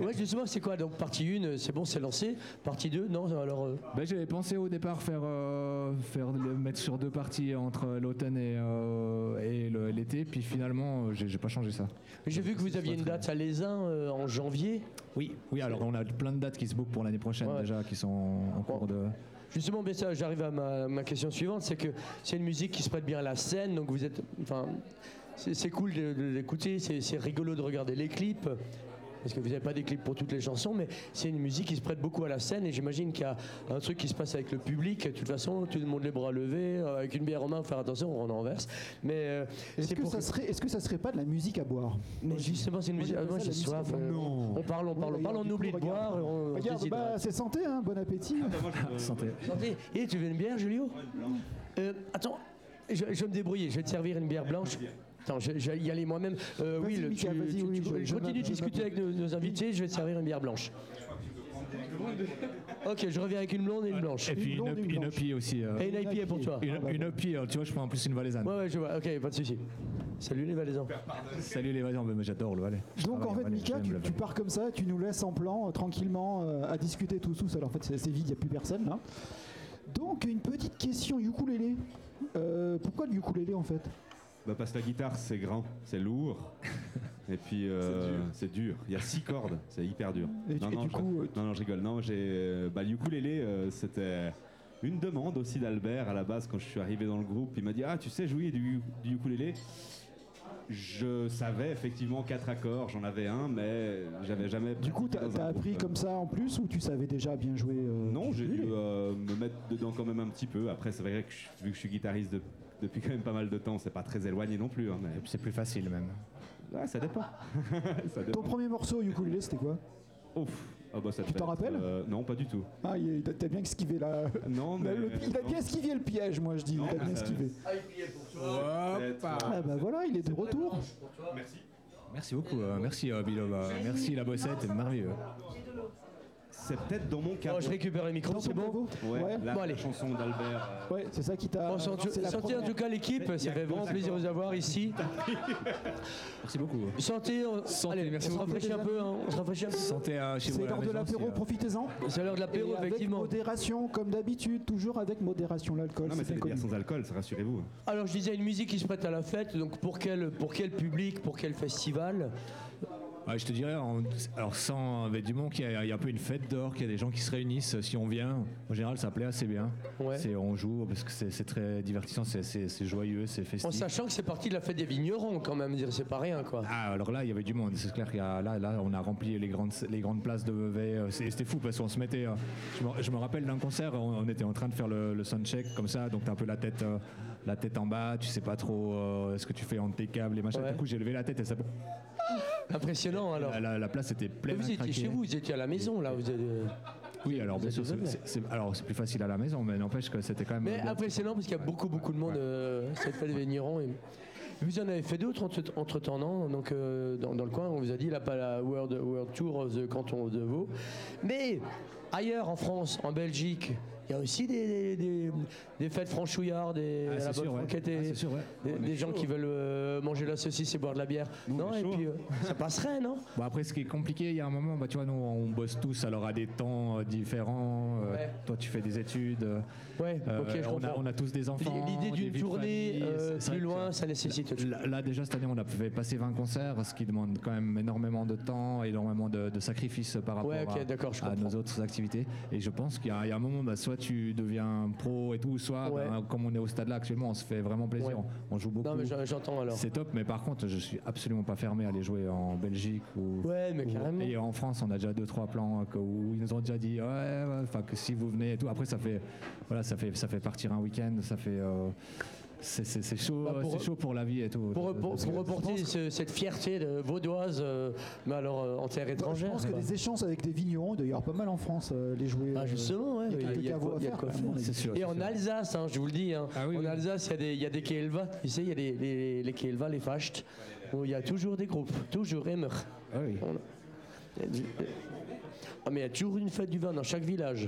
[SPEAKER 2] Ouais justement c'est quoi Donc partie 1, c'est bon, c'est lancé. Partie 2, non alors euh,
[SPEAKER 11] Ben, J'avais pensé au départ faire, euh, faire le mettre sur deux parties entre l'automne et, euh, et le- l'été, puis finalement, euh, j'ai j'ai pas changé ça.
[SPEAKER 2] j'ai vu que vous
[SPEAKER 11] C'est
[SPEAKER 2] aviez
[SPEAKER 11] pas
[SPEAKER 2] une
[SPEAKER 11] très
[SPEAKER 2] date à Les uns en janvier.
[SPEAKER 11] Oui, oui. Alors on a plein de dates qui se bookent pour l'année prochaine
[SPEAKER 2] Ouais.
[SPEAKER 11] déjà, qui sont en cours de.
[SPEAKER 2] Justement, mais ça, j'arrive à ma, ma question suivante, c'est que c'est une musique qui se prête bien à la scène, donc vous êtes, enfin, c'est c'est cool de, de l'écouter, c'est c'est rigolo de regarder les clips, parce que vous n'avez pas des clips pour toutes les chansons, mais c'est une musique qui se prête beaucoup à la scène, et j'imagine qu'il y a un truc qui se passe avec le public. De toute façon, tout le monde les bras levés, euh, avec une bière en main, faut faire attention, on en verse. Mais euh,
[SPEAKER 1] Est-ce
[SPEAKER 2] c'est
[SPEAKER 1] que,
[SPEAKER 2] pour
[SPEAKER 1] ça serait, est-ce que ça serait pas de la musique à boire
[SPEAKER 2] mais justement, c'est une
[SPEAKER 1] Moi,
[SPEAKER 2] musique.
[SPEAKER 1] j'appelle
[SPEAKER 2] ah, moi,
[SPEAKER 1] ça
[SPEAKER 2] j'ai
[SPEAKER 1] la musique à
[SPEAKER 2] soif.
[SPEAKER 1] boire.
[SPEAKER 2] euh,
[SPEAKER 11] Non.
[SPEAKER 2] On parle, on parle, on
[SPEAKER 1] Ouais,
[SPEAKER 2] parle,
[SPEAKER 1] bah,
[SPEAKER 2] on
[SPEAKER 1] du coup,
[SPEAKER 2] oublie de
[SPEAKER 1] regarde.
[SPEAKER 2] boire. et On, on
[SPEAKER 1] Regarde,
[SPEAKER 2] déshydrate.
[SPEAKER 1] bah, c'est santé, hein, bon appétit.
[SPEAKER 11] Ah, Santé.
[SPEAKER 2] Santé. Et tu veux une bière, Julio Euh, Attends, je, je vais me débrouiller, je vais te servir une bière blanche. Attends, je, je vais y aller moi-même. Euh,
[SPEAKER 1] Vas-y,
[SPEAKER 2] Will,
[SPEAKER 1] Mika,
[SPEAKER 2] tu-
[SPEAKER 1] vas-y,
[SPEAKER 2] tu-
[SPEAKER 1] oui,
[SPEAKER 2] tu-
[SPEAKER 1] je-
[SPEAKER 2] je
[SPEAKER 1] je
[SPEAKER 2] continue de
[SPEAKER 1] m'adapte, je
[SPEAKER 2] discuter avec nos, nos invités, je vais te servir une bière blanche. Ok, je reviens avec une blonde et une blanche.
[SPEAKER 11] Et puis une, op- une OPI aussi. euh,
[SPEAKER 2] Et une IPA pour toi.
[SPEAKER 11] Une,
[SPEAKER 1] Ah, bah,
[SPEAKER 11] une OPI, euh, tu vois, je prends en plus une valaisanne.
[SPEAKER 2] Ouais, ouais, je vois. Ok, pas de souci. Salut les Valaisans.
[SPEAKER 11] Salut les valaisannes, mais j'adore le Valais. Je
[SPEAKER 1] Donc en
[SPEAKER 11] travaille
[SPEAKER 1] fait, Mika,
[SPEAKER 11] j'aime
[SPEAKER 1] tu,
[SPEAKER 11] le
[SPEAKER 1] tu pars comme ça, tu nous laisses en plan euh, tranquillement euh, à discuter tous tous. Alors en fait, c'est c'est vide, il n'y a plus personne là. Donc une petite question ukulélé. Euh, pourquoi le ukulélé en fait
[SPEAKER 7] Bah parce que la guitare c'est grand, c'est lourd, [LAUGHS] et puis euh, c'est dur. Il y a six cordes, c'est hyper dur.
[SPEAKER 1] Et tu-
[SPEAKER 7] non,
[SPEAKER 1] et
[SPEAKER 7] non,
[SPEAKER 1] du
[SPEAKER 7] je,
[SPEAKER 1] coup,
[SPEAKER 7] non, non, je rigole. Non, j'ai euh, bah, le ukulélé, euh, c'était une demande aussi d'Albert à la base quand je suis arrivé dans le groupe. Il m'a dit ah tu sais jouer du, du ukulélé. Je savais effectivement quatre accords, j'en avais un, mais j'avais jamais.
[SPEAKER 11] Bah,
[SPEAKER 1] Du coup, t'as t'as
[SPEAKER 11] euh.
[SPEAKER 1] appris comme ça en plus ou tu savais déjà bien jouer euh,
[SPEAKER 7] Non,
[SPEAKER 1] du
[SPEAKER 7] j'ai dû
[SPEAKER 1] ukulélé
[SPEAKER 7] euh, me mettre dedans quand même un petit peu. Après, c'est vrai que je- vu que je suis guitariste de- depuis quand même pas mal de temps, c'est pas très éloigné non plus. hein,
[SPEAKER 11] C'est plus facile même.
[SPEAKER 7] Ah, ça dépend. [LAUGHS] ça
[SPEAKER 11] euh,
[SPEAKER 7] dépend.
[SPEAKER 1] Ton premier morceau ukulélé, c'était quoi
[SPEAKER 7] Ouf. Ah bah, ça
[SPEAKER 1] Tu
[SPEAKER 7] devait
[SPEAKER 1] t'en
[SPEAKER 7] être,
[SPEAKER 1] rappelles
[SPEAKER 7] euh, Non, pas du tout.
[SPEAKER 1] Ah, il il a- t'as bien esquivé là.
[SPEAKER 7] Non, mais- euh,
[SPEAKER 1] il a
[SPEAKER 7] non.
[SPEAKER 1] bien esquivé le piège, moi je dis.
[SPEAKER 7] Non,
[SPEAKER 1] il a bien
[SPEAKER 7] mais- euh,
[SPEAKER 1] esquivé. Ah bah voilà, il est de retour.
[SPEAKER 7] Merci.
[SPEAKER 11] Merci beaucoup, euh, merci euh, Biloba, merci la bossette,
[SPEAKER 1] [LAUGHS]
[SPEAKER 11] c'est merveilleux.
[SPEAKER 7] C'est peut-être dans mon cas.
[SPEAKER 2] Oh, je récupère les micros,
[SPEAKER 1] Dans
[SPEAKER 2] c'est
[SPEAKER 1] ton
[SPEAKER 2] bon
[SPEAKER 7] Ouais,
[SPEAKER 1] Ouais.
[SPEAKER 7] La
[SPEAKER 2] Bon, allez.
[SPEAKER 7] chanson d'Albert. euh.
[SPEAKER 1] Ouais, c'est ça qui t'a.
[SPEAKER 2] Bon, sorti-
[SPEAKER 1] c'est la
[SPEAKER 2] sorti en
[SPEAKER 1] première.
[SPEAKER 2] tout cas l'équipe,
[SPEAKER 7] Mais y
[SPEAKER 2] ça
[SPEAKER 7] a
[SPEAKER 2] fait
[SPEAKER 7] que
[SPEAKER 2] vraiment
[SPEAKER 7] deux
[SPEAKER 2] plaisir de vous avoir ici.
[SPEAKER 11] Merci beaucoup.
[SPEAKER 2] Sentez, on, allez,
[SPEAKER 13] merci
[SPEAKER 2] on se
[SPEAKER 13] beaucoup.
[SPEAKER 2] rafraîchit un peu, hein, on se rafraîchit un peu.
[SPEAKER 11] Sentez euh, chez vous.
[SPEAKER 1] C'est
[SPEAKER 11] à la
[SPEAKER 1] l'heure de
[SPEAKER 11] maison,
[SPEAKER 1] l'apéro,
[SPEAKER 11] si, euh,
[SPEAKER 1] profitez-en.
[SPEAKER 2] C'est l'heure de
[SPEAKER 1] Et
[SPEAKER 2] l'apéro,
[SPEAKER 1] avec
[SPEAKER 2] effectivement.
[SPEAKER 1] modération, comme d'habitude, toujours avec modération. L'alcool,
[SPEAKER 7] Non, mais c'est
[SPEAKER 1] c'est
[SPEAKER 7] des
[SPEAKER 1] connu.
[SPEAKER 7] bières sans alcool, ça, rassurez-vous.
[SPEAKER 2] Alors je disais une musique qui se prête à la fête, donc pour quel, pour quel public, pour quel festival
[SPEAKER 11] ouais, je te dirais, en- alors sans euh, avec du monde, il y, a- il y a un peu une fête d'or, qu'il y a des gens qui se réunissent. euh, Si on vient, en général, ça plaît assez bien.
[SPEAKER 2] Ouais.
[SPEAKER 11] C'est- On joue parce que c'est c'est très divertissant, c'est- c'est c'est joyeux, c'est
[SPEAKER 2] En
[SPEAKER 11] festif.
[SPEAKER 2] sachant que c'est parti de la fête des vignerons quand même, dire c'est pas rien quoi.
[SPEAKER 11] Ah, alors là, il y avait du monde. C'est clair qu'il y a- là, là, on a rempli les grandes, les grandes places de Vevey. Euh, c'est- C'était fou parce qu'on se mettait. euh, Je me, je me rappelle d'un concert, on, on était en train de faire le, le soundcheck comme ça, donc t'as un peu la tête, euh, la tête en bas, tu sais pas trop euh, ce que tu fais entre tes câbles et machin.
[SPEAKER 2] Ouais.
[SPEAKER 11] Du coup, j'ai levé la tête et ça.
[SPEAKER 2] Impressionnant alors.
[SPEAKER 11] Ah, La, la- la place était pleine. à
[SPEAKER 2] vous étiez
[SPEAKER 11] craquer.
[SPEAKER 2] chez vous, vous étiez à la maison là. Vous euh, avez-
[SPEAKER 11] Oui, alors bien sûr,
[SPEAKER 2] vous êtes
[SPEAKER 11] c'est- c'est c'est- alors, c'est plus facile à la maison, mais n'empêche que c'était quand même.
[SPEAKER 2] Mais
[SPEAKER 11] euh, bien.
[SPEAKER 2] impressionnant parce qu'il y a beaucoup beaucoup de monde euh, cette fête des vignerons. Et... Vous en avez fait d'autres entre, temps, non Donc euh, dans, dans le coin, on vous a dit la, la World, World Tour of the Canton de Vaud. Mais ailleurs, en France, en Belgique, il y a aussi des, des- des- des fêtes franchouillardes, des,
[SPEAKER 11] Ah,
[SPEAKER 2] à la
[SPEAKER 11] c'est
[SPEAKER 2] bonne
[SPEAKER 11] sûr, ouais.
[SPEAKER 2] franquette et-
[SPEAKER 11] Ah, c'est sûr, ouais.
[SPEAKER 2] Des, des gens qui veulent euh, manger la saucisse et boire de la bière. non,
[SPEAKER 7] on est
[SPEAKER 2] et
[SPEAKER 7] chaud,
[SPEAKER 2] puis euh, ça passerait, non
[SPEAKER 11] Bon, après, ce qui est compliqué, il y a un moment, bah, tu vois, nous, on bosse tous, alors à des temps euh, différents. euh,
[SPEAKER 2] Ouais.
[SPEAKER 11] Toi, tu fais des études. euh,
[SPEAKER 2] Ouais,
[SPEAKER 11] Euh,
[SPEAKER 2] ok, je
[SPEAKER 11] on, a,
[SPEAKER 2] comprends.
[SPEAKER 11] on a tous des enfants.
[SPEAKER 2] L'idée
[SPEAKER 11] des
[SPEAKER 2] d'une
[SPEAKER 11] vies de
[SPEAKER 2] tournée
[SPEAKER 11] famille,
[SPEAKER 2] euh,
[SPEAKER 11] c'est- c'est
[SPEAKER 2] plus
[SPEAKER 11] vrai que
[SPEAKER 2] loin, ça nécessite. autre chose.
[SPEAKER 11] Là, là, déjà, cette année, on a fait passer 20 concerts, ce qui demande quand même énormément de temps, énormément de, de sacrifices par rapport
[SPEAKER 2] Ouais, ok,
[SPEAKER 11] à-
[SPEAKER 2] d'accord, je
[SPEAKER 11] à,
[SPEAKER 2] comprends.
[SPEAKER 11] nos autres activités. Et je pense qu'il y, a il y a un moment, bah, soit tu deviens pro et tout, soit,
[SPEAKER 2] Ouais.
[SPEAKER 11] bah, comme on est au stade là actuellement, on se fait vraiment plaisir.
[SPEAKER 2] Ouais.
[SPEAKER 11] On joue beaucoup.
[SPEAKER 2] Non, mais j'en- j'entends alors.
[SPEAKER 11] C'est top, mais par contre, je suis absolument pas fermé à aller jouer en Belgique ou.
[SPEAKER 2] Ouais, mais
[SPEAKER 11] ou-
[SPEAKER 2] carrément.
[SPEAKER 11] Et en France, on a déjà deux trois plans euh, que- où ils nous ont déjà dit ouais, ouais, enfin que si vous venez et tout. Après, ça fait voilà, ça fait ça fait partir un week-end, ça fait euh, c'est c'est- c'est chaud,
[SPEAKER 2] Bah, pour-
[SPEAKER 11] c'est chaud pour la vie et tout.
[SPEAKER 2] Pour,
[SPEAKER 1] Euh,
[SPEAKER 11] Parce
[SPEAKER 2] pour,
[SPEAKER 11] que-
[SPEAKER 2] pour reporter ce- cette fierté de vaudoise, euh, mais alors euh, en terre
[SPEAKER 1] Bah, je
[SPEAKER 2] étrangère.
[SPEAKER 1] pense que
[SPEAKER 2] quoi.
[SPEAKER 1] les échanges avec des vignerons, d'ailleurs, pas mal en France, euh, les jouer.
[SPEAKER 2] Ah,
[SPEAKER 1] euh,
[SPEAKER 2] justement, ouais,
[SPEAKER 1] il y a
[SPEAKER 2] ouais,
[SPEAKER 1] quelques
[SPEAKER 2] il y a
[SPEAKER 1] caveaux
[SPEAKER 2] quoi-
[SPEAKER 1] à
[SPEAKER 2] il y a
[SPEAKER 1] faire.
[SPEAKER 2] quoi
[SPEAKER 1] à
[SPEAKER 2] faire.
[SPEAKER 1] mon avis.
[SPEAKER 11] c'est sûr.
[SPEAKER 2] Et
[SPEAKER 11] c'est
[SPEAKER 2] en
[SPEAKER 11] sûr.
[SPEAKER 2] Alsace, hein, je vous le dis, hein.
[SPEAKER 11] Ah oui,
[SPEAKER 2] en
[SPEAKER 11] oui.
[SPEAKER 2] Alsace, il y a des- il y, a des Keelva, tu sais, il y a les, les, les Keelva, les Facht, où il y a toujours des groupes, toujours Emmer.
[SPEAKER 11] Ah oui.
[SPEAKER 2] On- Ah, mais il y a toujours une fête du vin dans
[SPEAKER 1] [LAUGHS]
[SPEAKER 2] chaque village.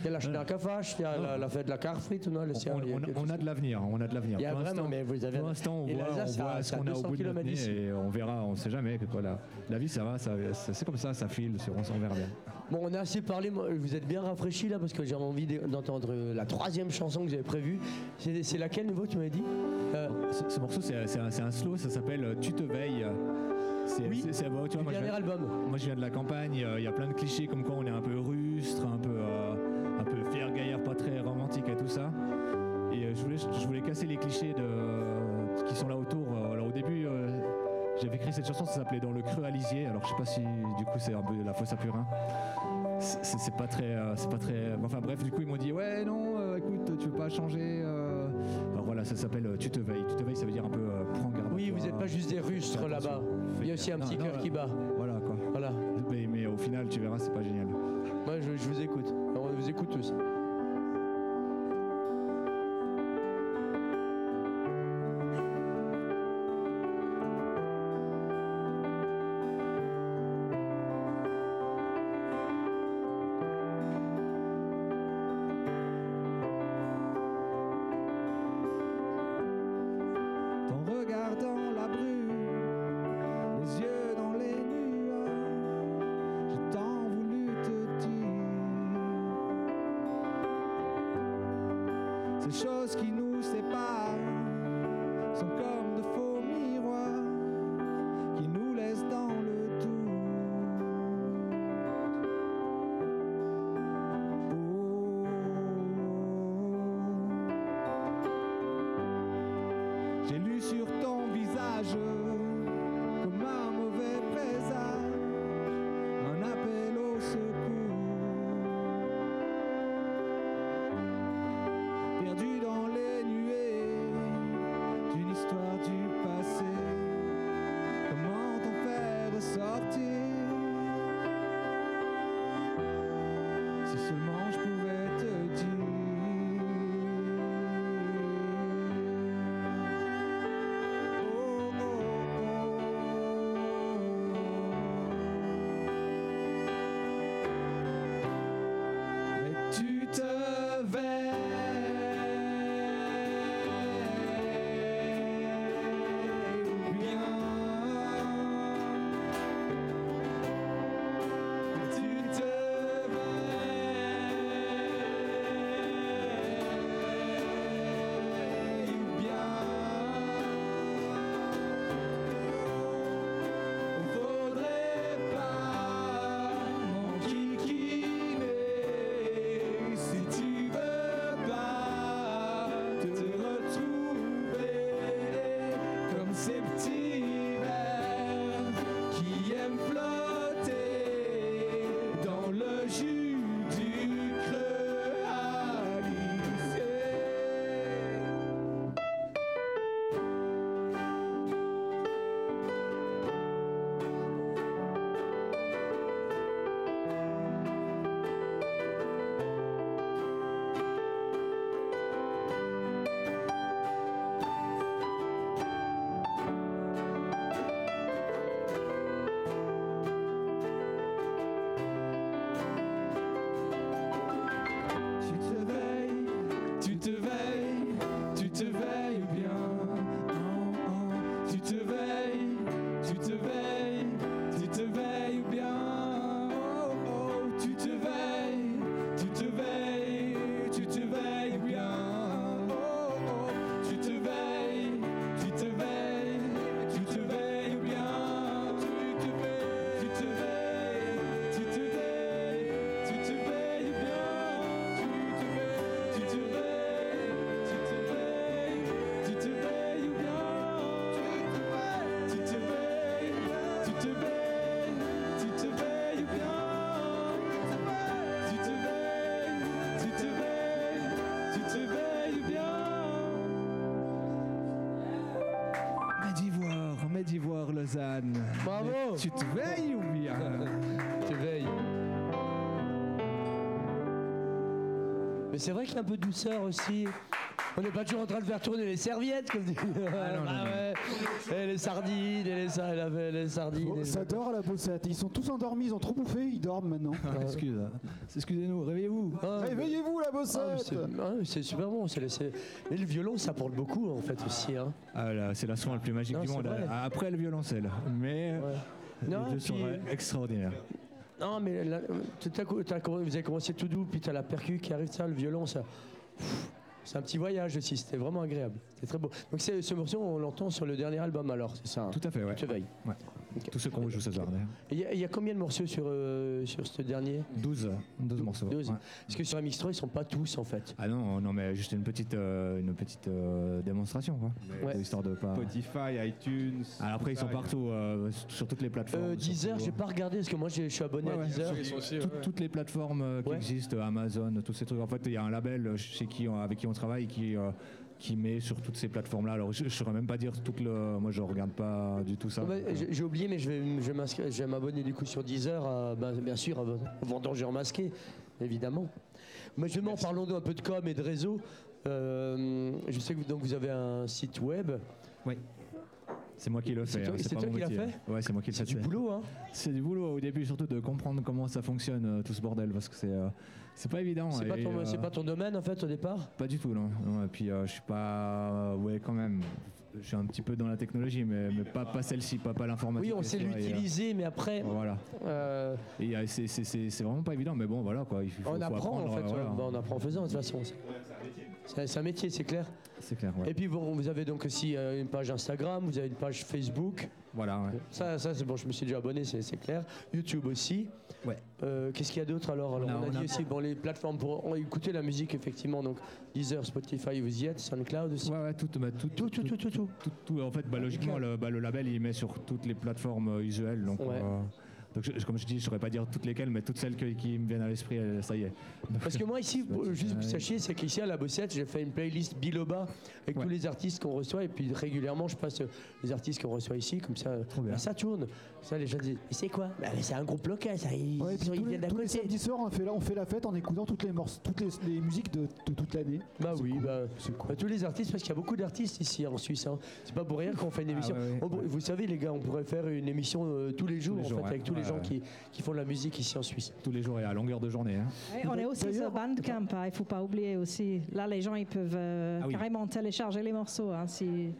[SPEAKER 2] Il y a la Schnackerfasch, il y a la, la fête de la Carfrit, non, le
[SPEAKER 11] On,
[SPEAKER 2] Sierra, il y a-
[SPEAKER 11] on-
[SPEAKER 2] il y a
[SPEAKER 11] on
[SPEAKER 2] tout
[SPEAKER 11] a de l'avenir, on a de l'avenir.
[SPEAKER 2] Il y a
[SPEAKER 11] Pour
[SPEAKER 2] vraiment,
[SPEAKER 11] l'instant-
[SPEAKER 2] mais vous avez-
[SPEAKER 11] pour l'instant, on
[SPEAKER 2] et
[SPEAKER 11] voit,
[SPEAKER 2] l'Alsace,
[SPEAKER 11] on
[SPEAKER 2] ça-
[SPEAKER 11] voit
[SPEAKER 2] ça
[SPEAKER 11] ce
[SPEAKER 2] a
[SPEAKER 11] qu'on a au
[SPEAKER 2] 200
[SPEAKER 11] bout de notre
[SPEAKER 2] kilomètres d'ici.
[SPEAKER 11] nez et on verra, on sait jamais. Voilà. La vie, ça va, ça, ça- c'est comme ça, ça file, c'est- on s'en verra bien.
[SPEAKER 2] Bon, on a assez parlé. moi, Vous êtes bien rafraîchi là parce que j'ai envie d'é- d'entendre euh, la troisième chanson que j'avais prévue. C'est c'est laquelle, nouveau, tu m'avais dit Euh,
[SPEAKER 11] Ce, ce morceau, c'est c'est un, c'est un slow, ça s'appelle euh, Tu te veilles. C'est,
[SPEAKER 2] Oui,
[SPEAKER 11] c'est- c'est- bah, tu vois,
[SPEAKER 2] Du
[SPEAKER 11] moi, je
[SPEAKER 2] dernier
[SPEAKER 11] viens,
[SPEAKER 2] album.
[SPEAKER 11] moi, je viens de la campagne, euh, il y a plein de clichés comme quoi on est un peu rustre, un peu, euh, un peu fier gaillard, pas très romantique et tout ça. Et euh, je, voulais, je voulais casser les clichés de, qui sont là autour. Euh, Alors au début, euh, j'avais écrit cette chanson, ça s'appelait Dans le creux à lisier. Alors je sais pas si du coup c'est un peu la fosse à purin. C'est- C'est c'est pas très, euh, c'est pas très. Enfin bref, du coup ils m'ont dit ouais non, euh, écoute, tu veux pas changer. euh. Alors voilà, ça s'appelle euh, Tu te veilles. Tu te veilles, ça veut dire un peu euh, prends garde. à
[SPEAKER 2] Oui,
[SPEAKER 11] toi.
[SPEAKER 2] vous n'êtes pas juste des rustres
[SPEAKER 11] Fais attention.
[SPEAKER 2] là-bas. Il y a aussi un
[SPEAKER 11] Non,
[SPEAKER 2] petit
[SPEAKER 11] non,
[SPEAKER 2] cœur
[SPEAKER 11] là-
[SPEAKER 2] qui bat.
[SPEAKER 11] Voilà quoi.
[SPEAKER 2] Voilà.
[SPEAKER 11] Mais, mais au final, tu verras, c'est pas génial.
[SPEAKER 2] Moi, je, je vous écoute. On vous écoute tous.
[SPEAKER 11] Tu
[SPEAKER 4] Les choses qui nous séparent sont comme de faux miroirs qui nous laissent dans le Oh. tout. J'ai lu sur ton visage comme un mauvais présage, un appel au secours. Perdu dans les nuées d'une histoire du passé, comment t'en faire ressortir Si seulement je pouvais te dire. Oh, Mais tu te veilles ou bien tu te veilles ou bien faudrait pas m'enquiquiner si tu veux pas te retrouver comme ces petits vers qui aiment flotter dans le jus du creux alisé. Tu te veilles, tu te veilles, tu te veilles bien. Oh, oh. Tu te veilles, tu te veilles, tu te veilles bien. Oh, oh. Tu te veilles, tu te veilles, tu te veilles bien. Oh, oh. Tu te veilles, tu te veilles, tu te veilles bien. Tu te veilles, tu te veilles, tu te veilles, tu te veilles bien. Tu te veilles, tu te veilles, tu te veilles ou bien Tu te veilles, tu te veilles, tu te veilles ou bien Tu te veilles, tu te veilles, tu te veilles ou bien Médivoire, Médivoire Lausanne. Bravo Tu te veilles ou bien
[SPEAKER 1] [LAUGHS]
[SPEAKER 2] Tu veilles. Mais c'est vrai qu'il y a un peu de douceur aussi. On n'est pas toujours en train de faire tourner les serviettes, comme dit. [LAUGHS] Ah ouais. Et les sardines, et les, sa- la- les sardines. et les-
[SPEAKER 1] Oh, Ça dort à la bossette. Ils sont tous endormis, ils ont trop bouffé, ils dorment maintenant.
[SPEAKER 2] Excuse.
[SPEAKER 1] Excusez-nous, réveillez-vous. Réveillez-vous la
[SPEAKER 2] Ah, Hein, mais
[SPEAKER 1] bossette
[SPEAKER 2] c'est- ah, mais c'est super bon, c'est laissé. Et le violon, ça porte beaucoup en fait aussi. Hein.
[SPEAKER 11] Ah là, c'est la son la plus magique
[SPEAKER 2] Non,
[SPEAKER 11] du
[SPEAKER 2] c'est
[SPEAKER 11] monde. hein.
[SPEAKER 2] vrai.
[SPEAKER 11] Après le violoncelle. Mais
[SPEAKER 2] Non,
[SPEAKER 11] les deux sont
[SPEAKER 2] puis-
[SPEAKER 11] euh, extraordinaires.
[SPEAKER 2] Non, mais là, tout à coup, t'as comm- vous avez commencé tout doux, puis t'as la percu qui arrive, ça, le violon, ça. Pff, C'est un petit voyage aussi, c'était vraiment agréable. C'était très beau. Donc c'est- ce morceau, on l'entend sur le dernier album alors, c'est ça Tout
[SPEAKER 11] à fait, ouais.
[SPEAKER 2] Tu te veilles.
[SPEAKER 11] Ouais. Tous ceux qu'on joue ce soir hein. d'ailleurs.
[SPEAKER 2] Il y, a- il y a combien de morceaux sur, euh, sur ce dernier
[SPEAKER 11] 12. 12 morceaux.
[SPEAKER 2] 12.
[SPEAKER 11] ouais.
[SPEAKER 2] Parce que sur MX3, ils sont pas tous en fait.
[SPEAKER 11] Ah non, non, mais juste une petite, euh, une petite euh, démonstration, quoi.
[SPEAKER 2] Ouais.
[SPEAKER 11] Histoire de pas.
[SPEAKER 7] Spotify, iTunes.
[SPEAKER 11] Ah, après, ils sont
[SPEAKER 7] Spotify.
[SPEAKER 11] partout, euh, sur toutes les plateformes.
[SPEAKER 2] Euh,
[SPEAKER 11] surtout,
[SPEAKER 2] Deezer,
[SPEAKER 11] euh,
[SPEAKER 2] j'ai pas regardé parce que moi j'ai- je suis abonné
[SPEAKER 11] Ouais, ouais.
[SPEAKER 2] à Deezer.
[SPEAKER 11] Sur- tout- Toutes les plateformes euh, qui existent, euh, Amazon, tous ces trucs. En fait, il y a un label euh, chez qui on- avec qui on travaille qui, euh, qui met sur toutes ces plateformes-là. Alors, je ne saurais même pas dire tout le. Moi, je regarde pas du tout ça.
[SPEAKER 2] Ah bah,
[SPEAKER 11] Donc, euh,
[SPEAKER 2] j'ai- J'ai oublié, mais je vais, m- je vais m'inscrire- je vais m'abonner du coup sur Deezer, à, bah, bien sûr, à votre- au Vendangeur Masqué, évidemment. Mais justement, parlons un peu de com et de réseau. Euh, je sais que vous, donc, vous avez un site web.
[SPEAKER 11] Oui. C'est moi qui le
[SPEAKER 2] C'est
[SPEAKER 11] fais.
[SPEAKER 2] toi-
[SPEAKER 11] hein,
[SPEAKER 2] c'est
[SPEAKER 11] pas
[SPEAKER 2] toi
[SPEAKER 11] mon
[SPEAKER 2] qui l'as
[SPEAKER 11] métier. Ouais, c'est moi qui le fais.
[SPEAKER 2] du boulot, hein
[SPEAKER 11] C'est du boulot au début, surtout de comprendre comment ça fonctionne euh, tout ce bordel, parce que c'est euh, c'est pas évident.
[SPEAKER 2] C'est pas,
[SPEAKER 11] et,
[SPEAKER 2] ton-
[SPEAKER 11] euh,
[SPEAKER 2] c'est pas ton domaine en fait au départ
[SPEAKER 11] Pas du tout, non. non et puis euh, je suis pas. ouais, quand même. Je suis un petit peu dans la technologie, mais, mais pas, pas celle-ci, pas, pas l'informatique.
[SPEAKER 2] Oui, on
[SPEAKER 11] tu
[SPEAKER 2] sait
[SPEAKER 11] vois, et, euh,
[SPEAKER 2] l'utiliser, mais après,
[SPEAKER 11] Voilà.
[SPEAKER 2] euh,
[SPEAKER 11] Et, euh, c'est- c'est c'est- c'est vraiment pas évident, mais bon, voilà quoi. Il faut,
[SPEAKER 2] on
[SPEAKER 11] faut
[SPEAKER 2] apprend en
[SPEAKER 11] apprendre,
[SPEAKER 2] fait.
[SPEAKER 11] euh, voilà.
[SPEAKER 2] ouais, bah, on apprend en faisant de toute façon. C'est c'est un métier, c'est clair
[SPEAKER 11] C'est clair,
[SPEAKER 2] Et puis bon, vous avez donc aussi euh, une page Instagram, vous avez une page Facebook.
[SPEAKER 11] Voilà,
[SPEAKER 2] Ça, ça c'est bon, je me suis déjà abonné, c'est c'est clair. YouTube aussi. Euh,
[SPEAKER 11] Ouais.
[SPEAKER 2] Qu'est-ce qu'il y a d'autre alors, Alors,
[SPEAKER 11] On a-
[SPEAKER 2] On a
[SPEAKER 11] on
[SPEAKER 2] dit
[SPEAKER 11] a-
[SPEAKER 2] aussi, bon, les plateformes pour écouter la musique, effectivement, donc Deezer, Spotify, vous y êtes, SoundCloud aussi.
[SPEAKER 11] Ouais, ouais, tout, bah, tout, tout,
[SPEAKER 2] tout, tout, tout,
[SPEAKER 11] tout, tout, en fait, bah, logiquement, le, bah, le label, il met sur toutes les plateformes euh, usuelles. Donc,
[SPEAKER 2] Ouais.
[SPEAKER 11] euh, donc, je- je- comme je dis, je ne saurais pas dire toutes lesquelles, mais toutes celles que- qui me viennent à l'esprit, euh, ça y est.
[SPEAKER 2] Parce que
[SPEAKER 1] [LAUGHS]
[SPEAKER 2] moi ici, pour- juste que vous
[SPEAKER 11] Ouais.
[SPEAKER 2] sachiez, c'est qu'ici à la Bossette, j'ai fait une playlist Biloba avec tous les artistes qu'on reçoit et puis régulièrement je passe euh, les artistes qu'on reçoit ici, comme ça, bah, ça tourne. Ça les gens disent, mais c'est quoi Bah, C'est un groupe local, ça, ils,
[SPEAKER 1] Ouais, et puis
[SPEAKER 2] sont- ils
[SPEAKER 1] tous les,
[SPEAKER 2] viennent d'à
[SPEAKER 1] tous les
[SPEAKER 2] côté.
[SPEAKER 1] samedis soirs, on fait, la- on fait la fête en écoutant toutes les, morce- toutes les, les musiques de, de toute l'année.
[SPEAKER 2] Bah oui, bah, bah, tous les artistes, parce qu'il y a beaucoup d'artistes ici en Suisse. hein. C'est pas pour rien qu'on fait une
[SPEAKER 11] Ah,
[SPEAKER 2] émission.
[SPEAKER 11] ouais, ouais.
[SPEAKER 2] On pour- Vous savez, les gars, on pourrait faire une émission euh, tous les jours,
[SPEAKER 11] les
[SPEAKER 2] en
[SPEAKER 11] jours,
[SPEAKER 2] fait,
[SPEAKER 11] ouais.
[SPEAKER 2] avec tous les
[SPEAKER 11] Ouais,
[SPEAKER 2] gens
[SPEAKER 11] ouais.
[SPEAKER 2] Qui, qui font de la musique ici en Suisse.
[SPEAKER 11] [LAUGHS] Tous les jours et à longueur de journée. hein.
[SPEAKER 5] Ouais, on est aussi sur Bandcamp, hein, il ne faut pas oublier aussi. Là, les gens, ils peuvent euh,
[SPEAKER 11] Ah oui.
[SPEAKER 5] carrément télécharger les morceaux. hein, si...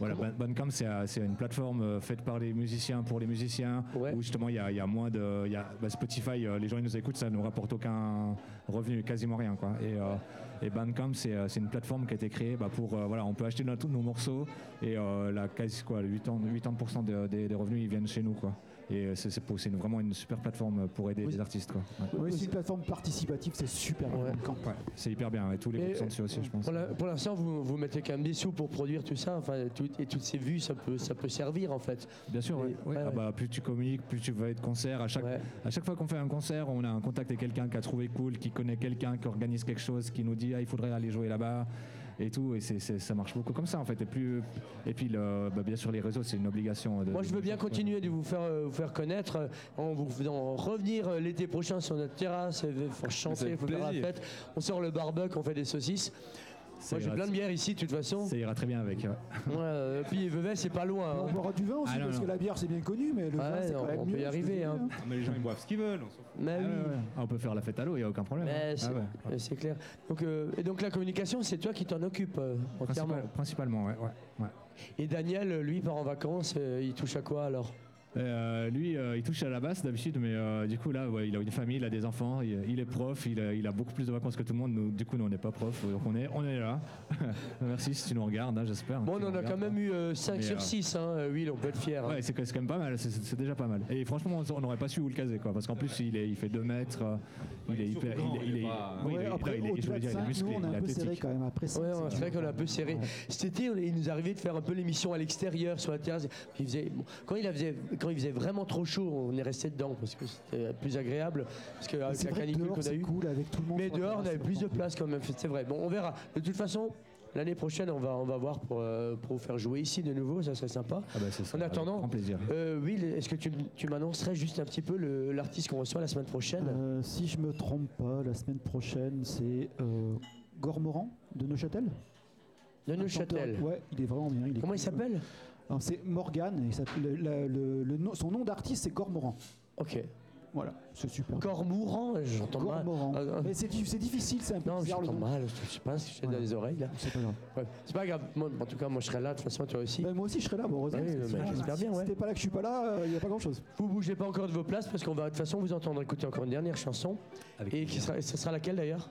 [SPEAKER 11] Voilà, Ban- Bandcamp, c'est euh, c'est une plateforme euh, faite par les musiciens pour les musiciens, où justement il y a, il y a moins de. il y a- bah, Spotify, euh, les gens ils nous écoutent, ça ne nous rapporte aucun revenu, quasiment rien. Quoi. Et, euh, et Bandcamp, c'est euh, c'est une plateforme qui a été créée bah, pour. euh, voilà, on peut acheter nos- tous nos morceaux et euh, la, quasi, quoi, 80%, 80 de- des, des revenus ils viennent chez nous. Quoi. Et euh, c'est c'est pour- c'est une- vraiment une super plateforme pour aider les artistes. Quoi. Ouais.
[SPEAKER 1] Oui, c'est une plateforme participative, c'est super bien.
[SPEAKER 11] Ouais, c'est hyper bien, et tous les
[SPEAKER 2] Et-
[SPEAKER 11] groupes sont dessus aussi, je pense.
[SPEAKER 2] Pour la- pour l'instant, vous, vous mettez quand même des sous pour produire tout ça, enfin, tout- et toutes ces vues, ça peut, ça peut servir en fait.
[SPEAKER 11] Bien sûr, ouais. Ouais, ah bah, plus tu communiques, plus tu vas être concert. À chaque, à chaque fois qu'on fait un concert, on a un contact avec quelqu'un qui a trouvé cool, qui connaît quelqu'un, qui organise quelque chose, qui nous dit ah, il faudrait aller jouer là-bas et tout. Et c'est- c'est- ça marche beaucoup comme ça en fait. Et, plus, et puis le- bah, bien sûr, les réseaux, c'est une obligation. De,
[SPEAKER 2] Moi, je veux bien continuer de vous faire, euh, vous faire connaître euh, en vous faisant revenir euh, l'été prochain sur notre terrasse, il faut chanter,
[SPEAKER 11] fait
[SPEAKER 2] il faut faire la
[SPEAKER 11] plaisir.
[SPEAKER 2] fête. On sort le barbecue, on fait des saucisses. Moi, j'ai
[SPEAKER 11] ira-
[SPEAKER 2] plein de bières ici, de toute façon.
[SPEAKER 11] Ça ira très bien avec. ouais. Ah
[SPEAKER 2] Ouais, euh, puis Vevey, c'est pas loin. hein.
[SPEAKER 1] On boira du vin aussi,
[SPEAKER 2] Ah, non,
[SPEAKER 1] parce
[SPEAKER 2] non.
[SPEAKER 1] que la bière c'est bien connu, mais le
[SPEAKER 2] Ah
[SPEAKER 1] vin
[SPEAKER 2] ouais,
[SPEAKER 1] c'est quand
[SPEAKER 2] on-
[SPEAKER 1] même
[SPEAKER 2] on
[SPEAKER 1] mieux,
[SPEAKER 2] peut y
[SPEAKER 1] je te
[SPEAKER 2] arriver,
[SPEAKER 1] dis,
[SPEAKER 2] hein.
[SPEAKER 7] Ah, Mais les gens ils boivent ce qu'ils veulent.
[SPEAKER 2] Mais
[SPEAKER 11] Ah
[SPEAKER 2] oui.
[SPEAKER 11] ouais, ouais. Ah, on peut faire la fête à l'eau, il n'y a aucun problème.
[SPEAKER 2] Mais
[SPEAKER 11] hein.
[SPEAKER 2] c'est
[SPEAKER 11] Ah ouais.
[SPEAKER 2] mais c'est clair. Donc, euh, et donc la communication, c'est toi qui t'en occupes euh, entièrement.
[SPEAKER 11] Principal- principalement, ouais. ouais, ouais.
[SPEAKER 2] Et Daniel, lui, part en vacances, euh, il touche à quoi alors
[SPEAKER 11] Euh, lui, euh, il touche à la basse d'habitude, mais euh, du coup, là, ouais, il a une famille, il a des enfants, il, il est prof, il a, il a beaucoup plus de vacances que tout le monde. Nous, du coup, nous, on n'est pas prof, donc on est, on est là. [LAUGHS] Merci si tu nous regardes, hein, j'espère.
[SPEAKER 2] Bon, on en a quand même eu 5
[SPEAKER 11] Mais,
[SPEAKER 2] sur
[SPEAKER 11] euh,
[SPEAKER 2] 6, oui, on peut être
[SPEAKER 1] hein.
[SPEAKER 2] fier. hein.
[SPEAKER 11] Ouais, c'est c'est quand même pas mal, c'est- c'est c'est déjà pas mal. Et franchement, on- on n'aurait pas su où le caser, quoi, parce qu'en plus, il, est, il fait 2 mètres, euh, il est hyper.
[SPEAKER 7] grand,
[SPEAKER 11] il est-
[SPEAKER 7] il est
[SPEAKER 11] il est-
[SPEAKER 7] pas-
[SPEAKER 11] oui, il
[SPEAKER 1] Ouais,
[SPEAKER 11] est-
[SPEAKER 1] après,
[SPEAKER 11] il est- je
[SPEAKER 1] au-delà
[SPEAKER 11] veux
[SPEAKER 1] de
[SPEAKER 11] dire, il est
[SPEAKER 1] cinq,
[SPEAKER 11] musclé,
[SPEAKER 1] nous, on est
[SPEAKER 11] il est
[SPEAKER 1] un peu
[SPEAKER 11] athlétique.
[SPEAKER 1] serré quand même. Après, cinq,
[SPEAKER 2] Ouais,
[SPEAKER 1] c'est-
[SPEAKER 2] ouais, c'est vrai qu'on a un peu serré. Cet été, on- il nous arrivait de faire un peu l'émission à l'extérieur, sur la terrasse. Il faisait, bon, quand, il la faisait, quand il faisait vraiment trop chaud, on est resté dedans parce que c'était plus agréable. Parce que avec
[SPEAKER 1] c'est
[SPEAKER 2] la
[SPEAKER 1] vrai que
[SPEAKER 2] canicule
[SPEAKER 1] dehors,
[SPEAKER 2] qu'on a
[SPEAKER 1] c'est
[SPEAKER 2] eue.
[SPEAKER 1] cool, avec tout le monde
[SPEAKER 2] mais
[SPEAKER 1] sur la
[SPEAKER 2] dehors, on
[SPEAKER 1] terrasse,
[SPEAKER 2] avait
[SPEAKER 1] c'est
[SPEAKER 2] plus de place quand même. C'est vrai. Bon, on verra. De toute façon, l'année prochaine, on va, on va voir pour, euh, pour vous faire jouer ici de nouveau. Ça serait sympa.
[SPEAKER 11] Ah bah, c'est ça,
[SPEAKER 2] en
[SPEAKER 11] avec
[SPEAKER 2] attendant,
[SPEAKER 11] grand plaisir.
[SPEAKER 2] euh, Will, est-ce que tu, m- tu m'annoncerais juste un petit peu le- l'artiste qu'on reçoit la semaine prochaine
[SPEAKER 1] Euh, si je me trompe pas, la semaine prochaine, c'est euh, Gormoran de Neuchâtel.
[SPEAKER 2] De
[SPEAKER 1] Un
[SPEAKER 2] Neuchâtel.
[SPEAKER 1] chanteur- Ouais, il est vraiment bien.
[SPEAKER 2] Comment il s'appelle
[SPEAKER 1] C'est Morgan. et il s'appelle- le- la- le- le nom- son nom d'artiste, c'est Gormoran.
[SPEAKER 2] Ok.
[SPEAKER 1] Voilà, c'est super.
[SPEAKER 2] Cormoran, j'entends mal.
[SPEAKER 1] Cormoran.
[SPEAKER 2] Euh,
[SPEAKER 1] Mais c'est di- c'est difficile, c'est un peu
[SPEAKER 2] Non,
[SPEAKER 1] bizarre le
[SPEAKER 2] j'entends
[SPEAKER 1] nom.
[SPEAKER 2] mal, je sais pas ce que j'ai dans les oreilles là.
[SPEAKER 1] C'est pas grave.
[SPEAKER 2] C'est pas grave, moi, en tout cas, moi je serai là, de toute façon, toi aussi.
[SPEAKER 1] Bah, moi aussi, je serai là, bon, heureusement.
[SPEAKER 2] Ouais,
[SPEAKER 1] parce que
[SPEAKER 2] mais
[SPEAKER 1] sinon,
[SPEAKER 2] j'espère
[SPEAKER 1] si
[SPEAKER 2] bien, ouais.
[SPEAKER 1] c'était pas là que je suis pas là, il n'y a pas grand chose.
[SPEAKER 2] Vous bougez pas encore de vos places parce qu'on va de toute façon vous entendre écouter encore une dernière chanson. Et qui sera, ce sera laquelle d'ailleurs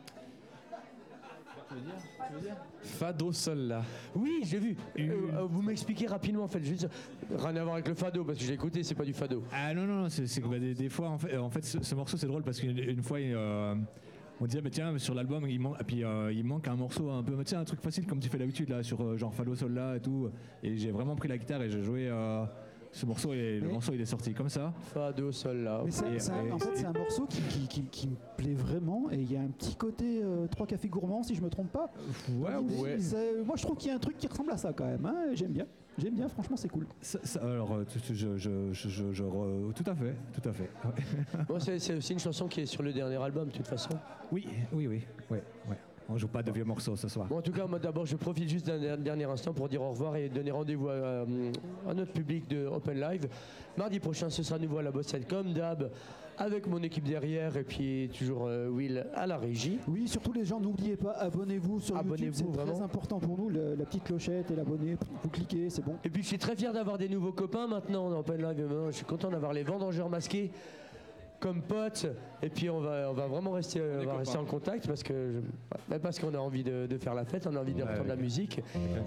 [SPEAKER 6] Fado Sol là.
[SPEAKER 2] Oui, j'ai vu. Euh, euh, vous m'expliquez rapidement en fait, juste rien à voir avec le fado parce que j'ai écouté, c'est pas du fado.
[SPEAKER 11] Ah non, non, non, c'est c'est que bah, des, des fois, en fait, euh, en fait, ce, ce morceau, c'est drôle parce qu'une une fois, il, euh, on disait, mais tiens, sur l'album, il, man- et puis, euh, il manque un morceau un peu, mais tiens, un truc facile comme tu fais d'habitude, là, sur euh, genre Fado Sol là et tout. Et j'ai vraiment pris la guitare et j'ai joué euh, ce morceau et le morceau, il est sorti comme ça.
[SPEAKER 2] Fado Sol là.
[SPEAKER 1] Mais c'est-
[SPEAKER 11] Et-
[SPEAKER 1] c'est un- en
[SPEAKER 11] et-
[SPEAKER 1] fait, c'est un morceau qui, qui- qui- qui me plaît vraiment et il y a un petit côté euh, trois cafés gourmands, si je me trompe pas. Donc, il-
[SPEAKER 11] ouais.
[SPEAKER 1] c'est- Moi, je trouve qu'il y a un truc qui ressemble à ça quand même. hein, et J'aime bien. J'aime bien, franchement, c'est cool.
[SPEAKER 11] Ça- ça- alors, euh, tu- tu- je, je- je- je- je re- tout à fait, tout à fait.
[SPEAKER 2] Bon, c'est c'est aussi une chanson qui est sur le dernier album de toute façon.
[SPEAKER 11] Oui, oui, oui, ouais, ouais. On joue pas de vieux morceaux ce soir.
[SPEAKER 2] Bon, en tout cas, moi d'abord, je profite juste d'un der- dernier instant pour dire au revoir et donner rendez-vous à, euh, à notre public de Open Live. Mardi prochain, ce sera à nouveau à la Bossette, comme d'hab, avec mon équipe derrière et puis toujours euh, Will à la régie.
[SPEAKER 1] Oui, surtout les gens, n'oubliez pas, abonnez-vous sur YouTube.
[SPEAKER 2] Abonnez-vous,
[SPEAKER 1] C'est très
[SPEAKER 2] vraiment.
[SPEAKER 1] important pour nous, le- la petite clochette et l'abonné. Vous cliquez, c'est bon.
[SPEAKER 2] Et puis, je suis très fier d'avoir des nouveaux copains maintenant en Open Live. Je suis content d'avoir les vendangeurs masqués. comme potes. Et puis on va, on va vraiment rester, on va rester en contact parce que je- même parce qu'on a envie de, de faire la fête, on a envie de reprendre la musique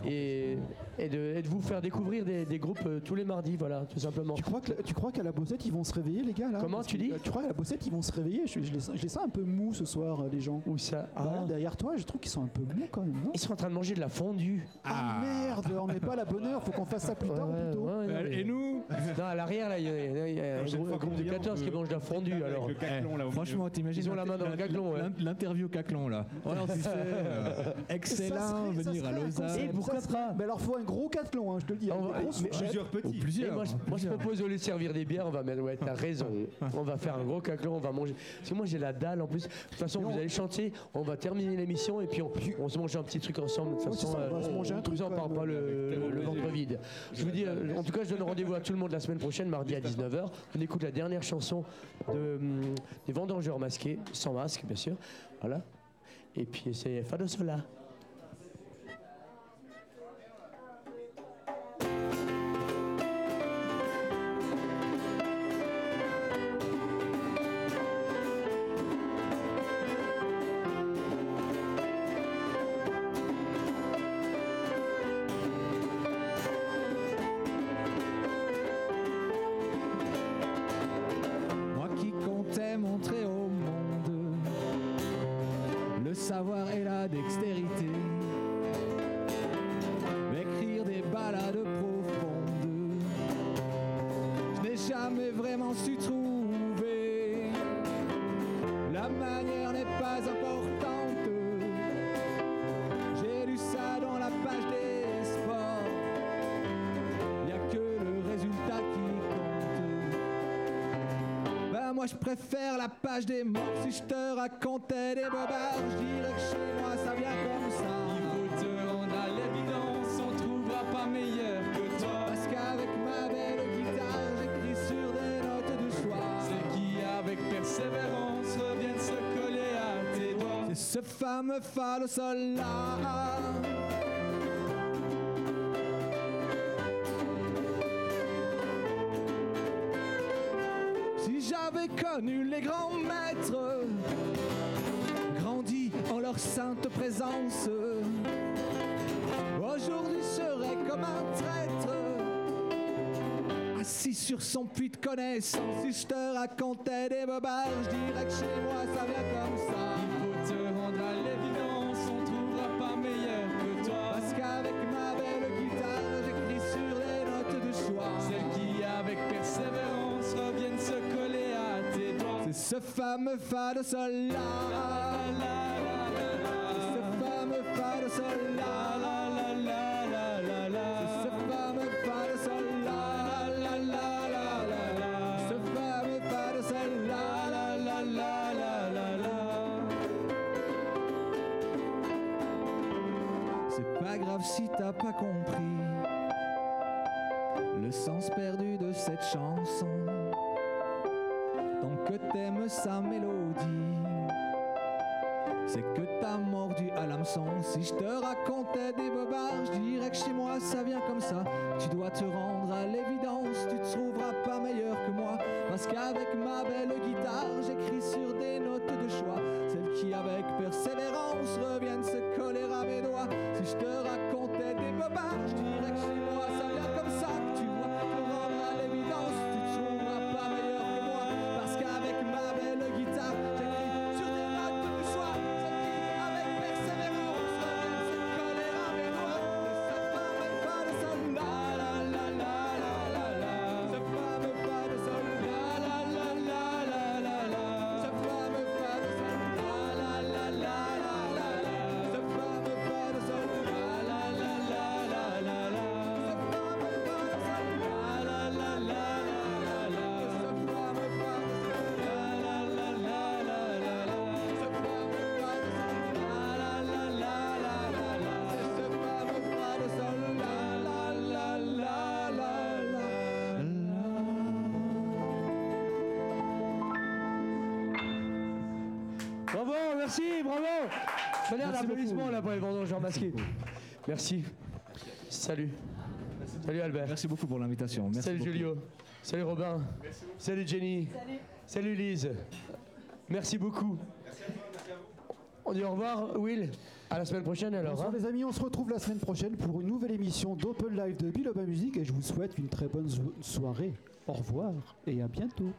[SPEAKER 2] et, et de, et de vous faire découvrir des, des groupes euh, tous les mardis, voilà, tout simplement.
[SPEAKER 1] Tu crois, que- tu crois qu'à la bossette ils vont se réveiller les gars là
[SPEAKER 2] Comment
[SPEAKER 1] Parce
[SPEAKER 2] tu
[SPEAKER 1] que,
[SPEAKER 2] dis
[SPEAKER 1] euh, Tu crois qu'à la bossette ils vont se réveiller je, je les, je les sens un peu mous ce soir euh, les gens.
[SPEAKER 2] Où ça
[SPEAKER 1] Derrière toi je trouve qu'ils sont un peu mous quand même.
[SPEAKER 2] Ah. Ils sont en train de manger de la fondue.
[SPEAKER 1] Ah, merde, on n'est pas à la bonne heure, faut qu'on fasse ça plus tard ou plus tôt.
[SPEAKER 2] Et nous Non, à l'arrière, là, il y a, il y a- il y a un
[SPEAKER 1] Prochaine
[SPEAKER 2] gros-
[SPEAKER 1] fois
[SPEAKER 2] un groupe
[SPEAKER 1] qu'on
[SPEAKER 2] de
[SPEAKER 1] vient, on
[SPEAKER 2] 14 qui
[SPEAKER 1] peut-
[SPEAKER 2] mange de
[SPEAKER 1] [LAUGHS]
[SPEAKER 2] la fondue. Alors,
[SPEAKER 14] Eh, franchement, t'imagines
[SPEAKER 2] Ils ont la main dans le
[SPEAKER 14] l'inter-
[SPEAKER 2] caclon, ouais.
[SPEAKER 14] l'in- L'interview caclon là.
[SPEAKER 4] Oh,
[SPEAKER 14] Alors tu sais, euh,
[SPEAKER 1] Ça
[SPEAKER 14] excellent,
[SPEAKER 1] serait- ça
[SPEAKER 14] venir à
[SPEAKER 1] serait un
[SPEAKER 14] Lausanne.
[SPEAKER 1] concept, ça serait- Mais alors faut un gros cathlon, hein, je te le dis. avec des grosses fourchettes.
[SPEAKER 2] Et moi,
[SPEAKER 1] hein,
[SPEAKER 2] je- moi, je propose au lieu de servir des bières, on va mettre. Ouais, t'as raison. On va faire un gros caclon, on va manger. Parce que moi, j'ai la dalle en plus. De toute façon, vous allez chanter, on va terminer l'émission et puis on, on se mange un petit truc ensemble. De toute
[SPEAKER 1] Ouais,
[SPEAKER 2] façon, euh,
[SPEAKER 1] c'est ça, on va se manger un
[SPEAKER 2] on vous en parle pas le, le ventre vide. Je vous dis, euh, en tout cas, je donne rendez-vous à tout le monde la semaine prochaine, mardi à 19h. On écoute la dernière chanson de, hum, des Vendangeurs masqués, sans masque, bien sûr. Voilà. Et puis, c'est Fado Sola.
[SPEAKER 4] Moi qui comptais montrer au monde le savoir et la dextérité, écrire des balades profondes, je n'ai jamais vraiment su trouver. La manière n'est pas importante, j'ai lu ça dans la page des sports, y a que le résultat qui compte. Ben moi je préfère la page des morts Si je te racontais des bobards Je dirais que chez moi ça vient comme ça Il faut te rendre à l'évidence On trouvera pas meilleur que toi Parce qu'avec ma belle guitare J'écris sur des notes de choix Ceux qui avec persévérance Reviennent se coller à tes doigts C'est ce fameux phallus sol là Si j'avais connu les grands maîtres, grandi en leur sainte présence, aujourd'hui serais comme un traître, assis sur son puits de connaissance. Si je te racontais des bobards, je dirais que chez moi ça vient comme ça. Il faut te rendre à l'évidence, on trouvera pas meilleur que toi. Parce qu'avec ma belle guitare, j'écris sur les notes de choix. Celles qui, avec persévérance, reviennent se coller à tes doigts. C'est ce fameux fa de sol là. C'est ce fameux fa de sol là. C'est ce fameux fa de sol là. Ce fameux fa de sol C'est pas grave si t'as pas compris le sens perdu de cette chanson. Tant que t'aimes sa mélodie, c'est que t'as mordu à l'hameçon. Si je te racontais des bobards, je dirais que chez moi ça vient comme ça. Tu dois te rendre à l'évidence, tu te trouveras pas meilleur que moi. Parce qu'avec ma belle guitare, j'écris sur des notes de choix. Celles qui, avec persévérance, reviennent se coller à mes doigts. Si je te racontais des bobards, je dirais que chez moi ça vient comme ça. Tu dois te rendre à l'évidence, tu te trouveras pas meilleur que moi. Parce qu'avec ma belle guitare, j'écris sur des notes de choix. Celles qui, avec persévérance, reviennent se coller à mes doigts. Ce fameux pas de sol, la la la la la la la. Ce fameux pas de sol, la la la la la la la. Ce fameux pas de sol, la la la la la la la. Ce fameux pas de sol, la la la la la la la. Ce fameux pas de sol, la la la la la la la. Ce fameux pas de sol, la la la la la la la. Ce fameux pas de sol, la la la la la la la. C'est ce fameux pas de sol, la la la la la la.
[SPEAKER 2] Bravo, merci, bravo. Tonnerre d'applaudissements là pour les vendanges en masqué. Merci. Salut. Salut Albert.
[SPEAKER 14] Merci beaucoup pour l'invitation. Merci
[SPEAKER 2] Salut
[SPEAKER 14] beaucoup.
[SPEAKER 2] Julio. Salut Robin. Salut Jenny. Salut. Lise. Merci beaucoup. On dit au revoir, Will. À la semaine prochaine alors.
[SPEAKER 1] Bonsoir
[SPEAKER 2] hein.
[SPEAKER 1] les amis, on se retrouve la semaine prochaine pour une nouvelle émission d'Open Live de Biloba Music et je vous souhaite une très bonne so- soirée. Au revoir et à bientôt.